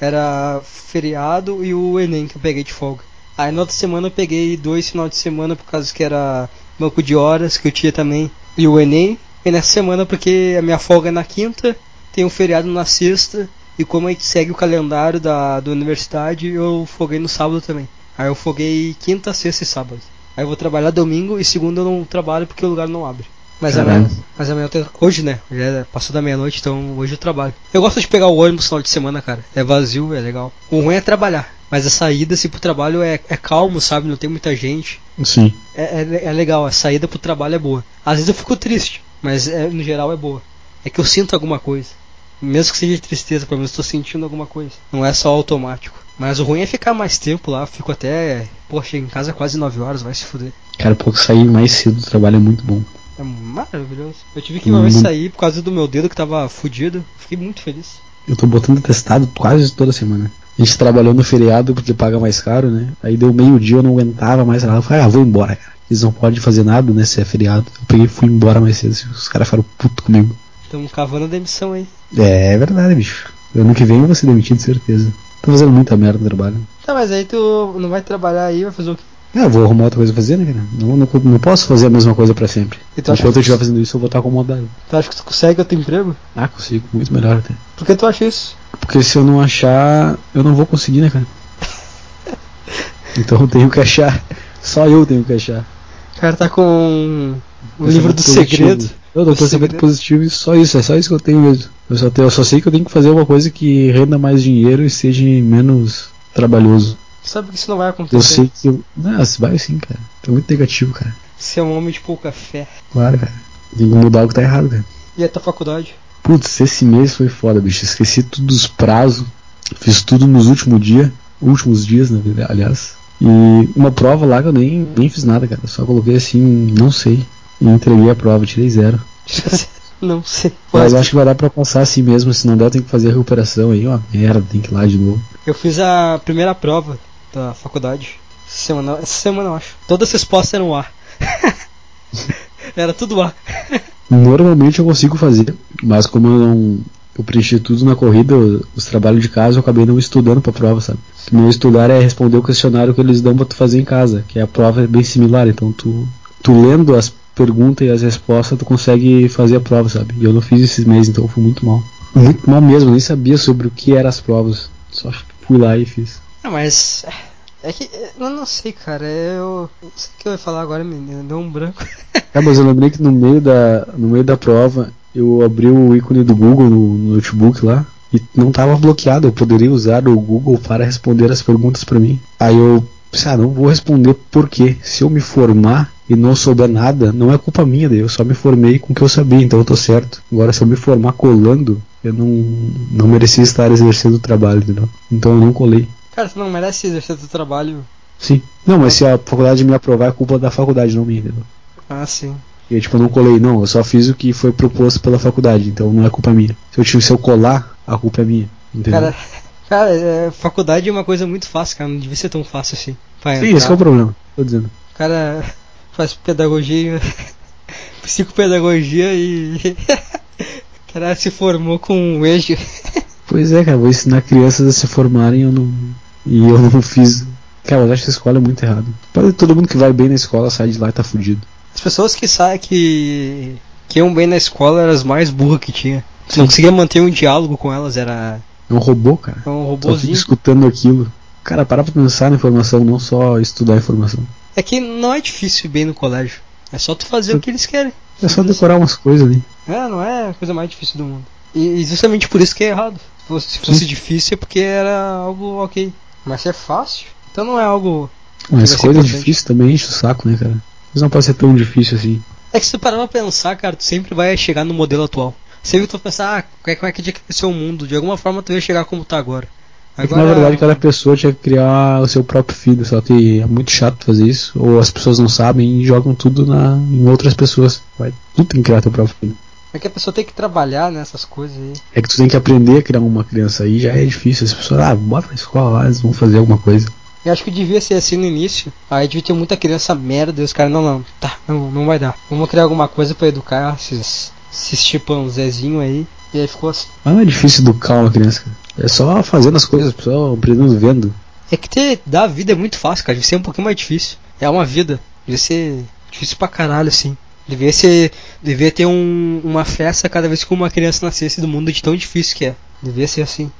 Era feriado e o Enem que eu peguei de folga. Aí na outra semana eu peguei dois final de semana por causa que era banco de horas, que eu tinha também, e o Enem. E nessa semana porque a minha folga é na quinta, tem um feriado na sexta, e como a gente segue o calendário da, da universidade, eu foguei no sábado também. Aí eu foguei quinta, sexta e sábado. Aí eu vou trabalhar domingo e segunda eu não trabalho porque o lugar não abre. Mas é Caralho. amanhã, mas amanhã eu tenho, hoje, né? Já é- passou da meia-noite, então hoje eu trabalho. Eu gosto de pegar o ônibus no final de semana, cara. É vazio, é legal. O ruim é trabalhar. Mas a saída, assim, pro trabalho é, é calmo, sabe? Não tem muita gente. Sim. É, é- é legal, a saída pro trabalho é boa. Às vezes eu fico triste, mas é, no geral é boa. É que eu sinto alguma coisa. Mesmo que seja tristeza, pelo menos tô sentindo alguma coisa. Não é só automático. Mas o ruim é ficar mais tempo lá. Fico até. Pô, chego em casa quase 9 horas, vai se fuder. Cara, pouco sair mais cedo do trabalho é muito bom. É maravilhoso. Eu tive que uma vez Hum. sair por causa do meu dedo que tava fudido. Fiquei muito feliz. Eu tô botando testado quase toda semana. A gente trabalhou no feriado porque paga mais caro, né? Aí deu meio-dia, eu não aguentava mais lá. Eu falei, ah, vou embora, cara. Eles não podem fazer nada, né? Se é feriado. Eu peguei e fui embora mais cedo. assim, Os caras ficaram putos comigo. Tamo cavando a demissão aí. É, é verdade, bicho. Ano que vem eu vou ser demitido, certeza. Tô fazendo muita merda no trabalho. Tá, mas aí tu não vai trabalhar aí, vai fazer o quê? É, eu vou arrumar outra coisa pra fazer, né, cara? Não, não, não posso fazer a mesma coisa pra sempre. E tu acha Enquanto que- eu estiver fazendo isso, eu vou estar acomodado. Tu acha que tu consegue outro emprego? Ah, consigo. Muito melhor até. Por que tu acha isso? Porque se eu não achar, eu não vou conseguir, né, cara? Então eu tenho que achar. Só eu tenho que achar. O cara tá com o Eu livro sou do positivo. segredo. Eu dou O tô segredo. segredo positivo e só isso, é só isso que eu tenho mesmo. Eu só, tenho, eu só sei que eu tenho que fazer uma coisa que renda mais dinheiro e seja menos trabalhoso. Sabe que isso não vai acontecer. Eu sei que. eu- Não, se vai sim, cara. Tô muito negativo, cara. Você é um homem de pouca fé. Claro, cara. Tem que mudar o que tá errado, cara. E a tua faculdade? Putz, esse mês foi foda, bicho. Esqueci tudo dos prazos. Fiz tudo nos últimos dias. Últimos dias, na verdade, aliás. E uma prova lá que eu nem, nem fiz nada, cara. Só coloquei assim, não sei. E entreguei a prova, tirei zero. não sei. Mas eu acho que vai dar pra passar assim mesmo. Se não der, tem que fazer a recuperação aí, ó. Merda, tem que ir lá de novo. Eu fiz a primeira prova da faculdade. Semana, essa semana eu acho. Todas as respostas eram A. Era tudo A. Normalmente eu consigo fazer, mas como eu não. Eu preenchi tudo na corrida, eu- os trabalhos de casa, eu acabei não estudando pra prova, sabe? Que Meu estudar é responder o questionário que eles dão pra tu fazer em casa, que a prova é bem similar, então tu, tu lendo as perguntas e as respostas, tu consegue fazer a prova, sabe? E eu não fiz esses meses, então fui muito mal. Muito mal mesmo, eu nem sabia sobre o que eram as provas. Só fui lá e fiz. Ah, mas. É que. é, Eu não sei, cara. Eu. Não sei o que eu ia falar agora, menino. Deu um branco. Ah, mas eu lembrei que no meio da, no meio da prova eu abri o ícone do Google no, no notebook lá e não tava bloqueado. Eu poderia usar o Google para responder as perguntas para mim. Aí eu pensei, ah, não vou responder porque se eu me formar e não souber nada, não é culpa minha, daí eu só me formei com o que eu sabia, então eu tô certo. Agora se eu me formar colando, eu não, não merecia estar exercendo o trabalho, entendeu? Então eu não colei. Cara, tu não merece exercer teu trabalho. Sim. Não, mas se a faculdade me aprovar, é culpa da faculdade, não minha, entendeu? Ah, sim. E aí, tipo, eu não colei, não, eu só fiz o que foi proposto pela faculdade, então não é culpa minha. Se eu, tive- se eu colar, a culpa é minha. Entendeu? Cara, cara é, faculdade é uma coisa muito fácil, cara. Não devia ser tão fácil assim. Vai Sim, entrar. esse que é o problema, tô dizendo. O cara faz pedagogia, psicopedagogia e. O cara se formou com um EJA. Pois é, cara, vou ensinar crianças a se formarem eu não. E eu não fiz. Cara, eu acho que a escola é muito errada. Parece que Todo mundo que vai bem na escola sai de lá e tá fudido. As pessoas que saem que que iam bem na escola eram as mais burras que tinha. Tu não conseguia manter um diálogo com elas, era É um robô, cara. era um Só fica robôzinho. escutando aquilo. Cara, para pra pensar na informação, não só estudar a informação. É que não é difícil ir bem no colégio. É só tu fazer o que eles querem. É só decorar umas coisas ali. É, não é a coisa mais difícil do mundo. E e justamente por isso que é errado. Se fosse, se Hum. fosse difícil é porque era algo ok. Mas se é fácil, então não é algo. Vai Mas ser coisa importante. difícil também enche o saco, né, cara? Mas não pode ser tão difícil assim. É que se tu parar pra pensar, cara, tu sempre vai chegar no modelo atual. Sempre tu vai pensar, ah, como é, como é que tinha que ser o mundo? De alguma forma tu ia chegar como tá agora. É que, na verdade, cada pessoa tinha que criar o seu próprio filho, só que é muito chato fazer isso, ou as pessoas não sabem e jogam tudo na, em outras pessoas. Vai, tu tem que criar teu próprio filho. É que a pessoa tem que trabalhar nessas coisas aí. É que tu tem que aprender a criar uma criança aí, já é difícil. As pessoas, ah, bota na escola lá, eles vão fazer alguma coisa. Eu acho que devia ser assim no início. Aí devia ter muita criança merda e os caras, não, não, tá, não, não vai dar. Vamos criar alguma coisa pra educar esses, esses chimpanzézinho aí. E aí ficou assim. Mas não é difícil educar uma criança, cara. É só fazendo as coisas, só aprendendo vendo. É que ter dar vida é muito fácil, cara. Devia ser um pouquinho mais difícil. É uma vida. Devia ser difícil pra caralho, assim. Devia ser. Devia ter um- uma festa cada vez que uma criança nascesse do mundo de tão difícil que é. Devia ser assim.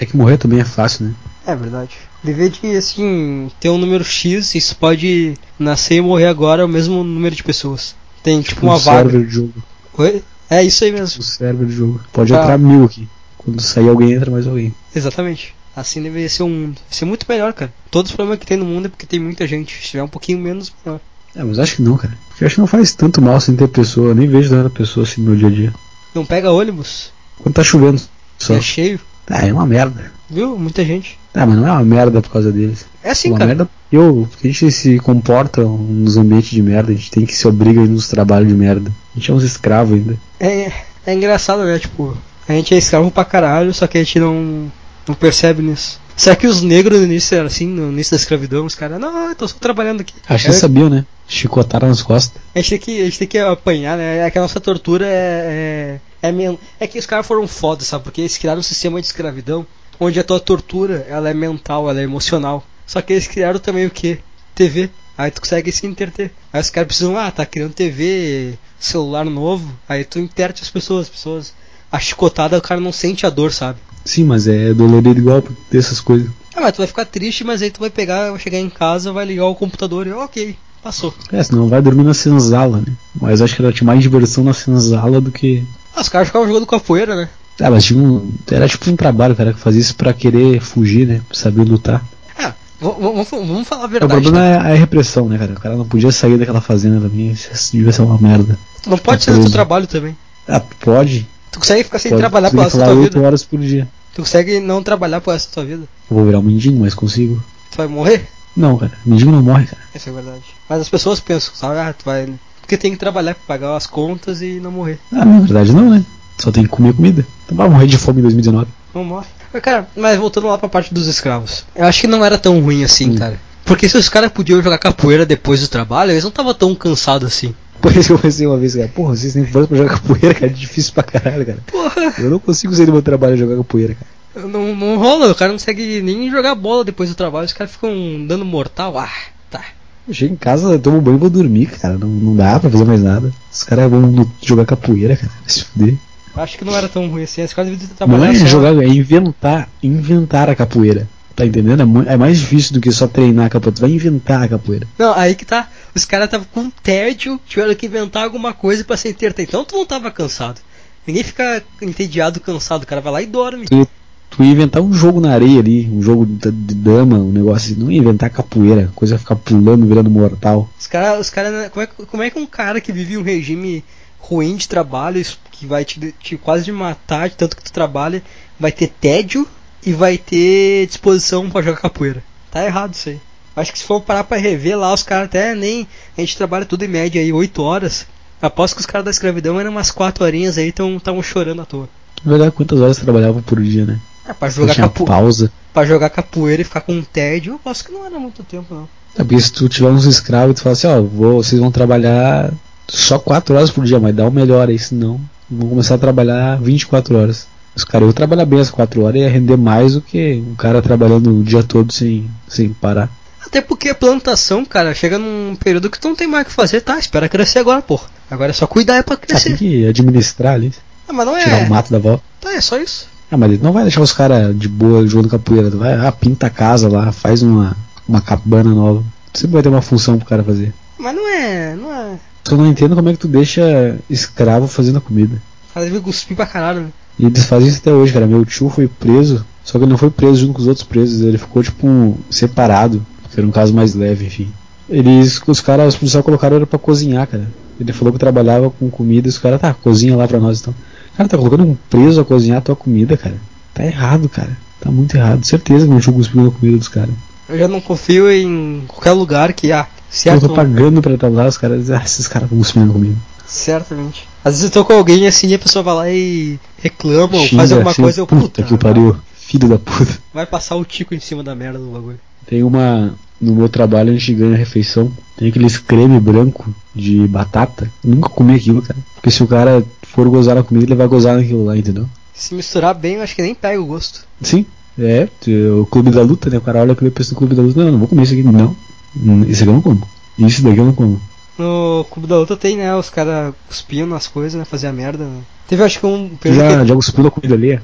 É que morrer também é fácil, né? É verdade. Devia de, assim, ter um número X, isso pode nascer e morrer agora, é o mesmo número de pessoas. Tem tipo uma um vaga. server de jogo. Oi? É isso aí mesmo. Um server de jogo. Pode Tá. entrar mil aqui. Quando sair alguém, entra mais alguém. Exatamente. Assim deveria ser o mundo. Isso é muito melhor, cara. Todos os problemas que tem no mundo é porque tem muita gente. Se tiver um pouquinho menos, melhor. É, mas acho que não, cara. Porque eu acho que não faz tanto mal sem ter pessoa. Eu nem vejo tanta pessoa assim no meu dia a dia. Não pega ônibus, Quando tá chovendo só. é cheio. Ah, é uma merda. Viu? Muita gente. Ah, mas não é uma merda por causa deles. É assim, uma cara. merda. Eu, porque a gente se comporta nos ambientes de merda. A gente tem que se obriga a ir nos trabalhos de merda. A gente é uns escravos ainda. É, é engraçado, né? Tipo, a gente é escravo pra caralho, só que a gente não, não percebe nisso. Será que os negros no início eram assim, no início da escravidão? Os caras, não, eu tô só trabalhando aqui. Acho que É, vocês sabiam, né? Chicotaram nas costas. a, gente tem que, a gente tem que apanhar, né? É que a nossa tortura é. É, é, men- é que os caras foram foda, sabe? Porque eles criaram um sistema de escravidão onde a tua tortura ela é mental, ela é emocional. Só que eles criaram também o quê? TV. Aí tu consegue se interter. Aí os caras precisam, ah, tá criando TV, celular novo. Aí tu interte as pessoas, as pessoas. A chicotada o cara não sente a dor, sabe? Sim, mas é dolorido igual por ter essas coisas. Ah, mas tu vai ficar triste, mas aí tu vai pegar, vai chegar em casa, vai ligar o computador e ok, passou. É, senão vai dormir na senzala, né? Mas acho que ela tinha mais diversão na senzala do que. Ah, os caras ficavam jogando capoeira, né? Ah, mas tinha um. Era tipo um trabalho, cara, que fazia isso pra querer fugir, né? Pra saber lutar. Ah, v- v- vamos, vamos falar a o verdade. problema né? é a repressão, né, cara? O cara não podia sair daquela fazenda também, isso devia ser uma merda. Tu não pode é ser do teu tudo. trabalho também. Ah, pode. Tu consegue ficar sem pode trabalhar tu pela tem que resto da falar né? tua 8 vida. horas por dia. Tu consegue não trabalhar pela resto da tua vida. Eu vou virar um mendigo, mas consigo. Tu vai morrer? Não, cara, mendigo não morre, cara. Essa é a verdade. Mas as pessoas pensam, sabe? Ah, tu vai. Porque tem que trabalhar pra pagar as contas e não morrer. Ah, na verdade não, né? Só tem que comer comida. Então vai morrer de fome em 2019. Não morre. Mas, cara, mas voltando lá pra parte dos escravos. Eu acho que não era tão ruim assim, Hum. cara. Porque se os caras podiam jogar capoeira depois do trabalho, eles não estavam tão cansados assim. Por isso que eu pensei uma vez, cara, porra, vocês têm força pra jogar capoeira, cara, é difícil pra caralho, cara. Porra, Eu não consigo sair do meu trabalho e jogar capoeira, cara. não, não rola, o cara não consegue nem jogar bola depois do trabalho, os caras ficam dando mortal. Ah, tá. Eu chego em casa, eu tomo banho e vou dormir, cara. Não, não dá pra fazer mais nada. Os caras vão lu- jogar capoeira, cara. Vai se fuder. Acho que não era tão ruim assim. As caras deviam ter Não trabalhado. é só- jogar, é inventar, inventar a capoeira. Tá entendendo? É, mu- é mais difícil do que só treinar a capoeira. Tu vai inventar a capoeira. Não, aí que tá. Os caras estavam com tédio, tiveram que inventar alguma coisa pra se interter. Então tu não tava cansado. Ninguém fica entediado, cansado. O cara vai lá e dorme. Tu, tu ia inventar um jogo na areia ali, um jogo de, de dama, um negócio assim. Não ia inventar capoeira, coisa ia ficar pulando, virando mortal. Os caras, os cara, né, como, é, que- como é que um cara que vive um regime ruim de trabalho, isso que vai te, de- te quase te matar de tanto que tu trabalha, vai ter tédio e vai ter disposição pra jogar capoeira? Tá errado isso aí. Acho que se for parar pra rever lá, os caras até nem. A gente trabalha tudo em média aí, 8 horas. Aposto que os caras da escravidão eram umas 4 horinhas aí, estavam chorando à toa. Na verdade, quantas horas trabalhava por dia, né? É, pra Tu jogar, tinha capo... pausa. pra jogar capoeira e ficar com tédio, eu aposto que não era muito tempo, não. É porque se tu tiver uns escravos e tu fala assim, ó, vou, vocês vão trabalhar só 4 horas por dia, mas dá o melhor aí, senão vão começar a trabalhar 24 horas. Os caras iam trabalhar bem as 4 horas e ia render mais do que um cara trabalhando o dia todo sem, sem parar. Ah, Até porque plantação, cara, chega num período que tu não tem mais o que fazer, tá? Espera crescer agora, pô. Agora é só cuidar é pra Ah, tem crescer. que administrar ali, Ah, mas não é. tirar um o mato da volta. Tá, é só isso. Ah, mas ele não vai deixar os caras de boa jogando capoeira. Tu vai, ah, pinta a casa lá, faz uma, uma cabana nova. Tu sempre vai ter uma função pro cara fazer. Mas não é. Não é. Só não entendo como é que tu deixa escravo fazendo a comida. O cara deve cuspir pra caralho, né? E eles fazem isso até hoje, cara. Meu tio foi preso, só que ele não foi preso junto com os outros presos, ele ficou, tipo, um- separado, que era um caso mais leve, enfim. Eles, os caras, os policiais colocaram ele pra cozinhar, cara. Ele falou que trabalhava com comida, e os caras, tá, cozinha lá pra nós então. Cara, tá colocando um preso a cozinhar a tua comida, cara. Tá errado, cara. Tá muito errado. Certeza que não tinha cuspiu na comida dos caras. Eu já não confio em qualquer lugar que, ah, Eu certo. tô pagando pra estar lá, os caras dizem, ah, esses caras estão cuspindo comigo. Tá Certamente. Às vezes eu tô com alguém assim e a pessoa vai lá e reclama ou faz alguma coisa, eu assim, né? tá? puta que o pariu. Filho da puta. Vai passar o tico em cima da merda do bagulho. Tem uma. No meu trabalho a gente ganha refeição. Tem aqueles creme branco de batata. Eu nunca comi aquilo, cara. Porque se o cara for gozar na comida, ele vai gozar naquilo lá, entendeu? Se misturar bem, eu acho que nem pega o gosto. Sim, é. t- O clube da luta, né? O cara olha aquilo e pensa no clube da luta. Não, eu não vou comer isso aqui. Não. Hum, Isso aqui eu não como. Isso daqui eu não como. No Clube da Luta tem, né? Os caras cuspiam nas coisas, né? Fazia merda. Né? Teve, acho que um Tu período já, que... já cuspiu da comida ali? é.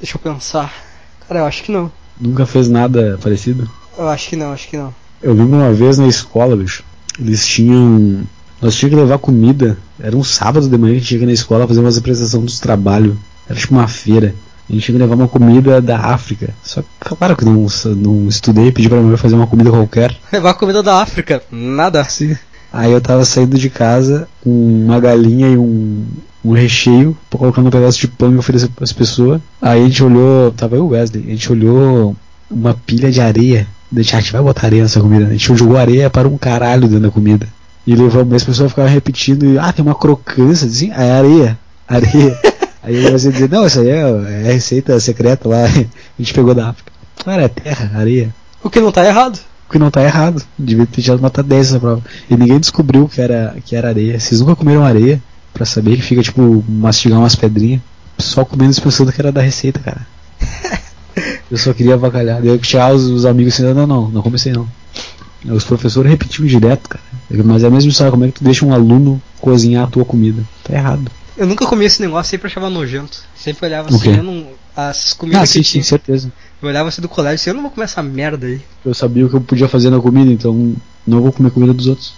Deixa eu pensar. Cara, eu acho que não. Nunca fez nada parecido? Eu acho que não, acho que não. Eu vi uma vez na escola, bicho. Eles tinham. Nós tínhamos que levar comida. Era um sábado de manhã que a gente chega na escola fazer umas apresentações dos trabalhos. Era tipo uma feira. A gente tinha que levar uma comida da África. Só que, claro que não, não estudei, pedi pra minha mãe fazer uma comida qualquer. Levar comida da África. Nada. Aí eu tava saindo de casa com uma galinha e um, um recheio, colocando um pedaço de pão e oferecendo pras pessoas. Aí a gente olhou, tava eu e o Wesley, a gente olhou uma pilha de areia. A gente, "Ah, a gente vai botar areia nessa comida. né?" A gente jogou areia para um caralho dentro da comida. E levamos, e as pessoas ficavam repetindo, e, ah, tem uma crocância, assim, é areia, areia. Aí o Wesley dizia, não, isso aí é, é receita secreta lá, a gente pegou da África. Cara, é terra, areia. O que não tá errado. O que não tá errado. Devia ter tirado nota 10 essa prova. E ninguém descobriu que era, que era areia. Vocês nunca comeram areia pra saber que fica, tipo, mastigar umas pedrinhas. Só comendo e pensando que era da receita, cara. Eu só queria avacalhar. Daí eu tinha os, os amigos assim, não, não, não comecei não. Aí Os professores repetiam direto, cara. Eu, Mas é a mesma história, como é que tu deixa um aluno cozinhar a tua comida? Tá errado. Eu nunca comi esse negócio, sempre achava nojento. Sempre olhava O assim, quê? eu não. As comidas ah, que sim, sim, tinha. certeza. Eu olhava assim do colégio, assim, eu não vou comer essa merda aí. Eu sabia o que eu podia fazer na comida, então não vou comer comida dos outros.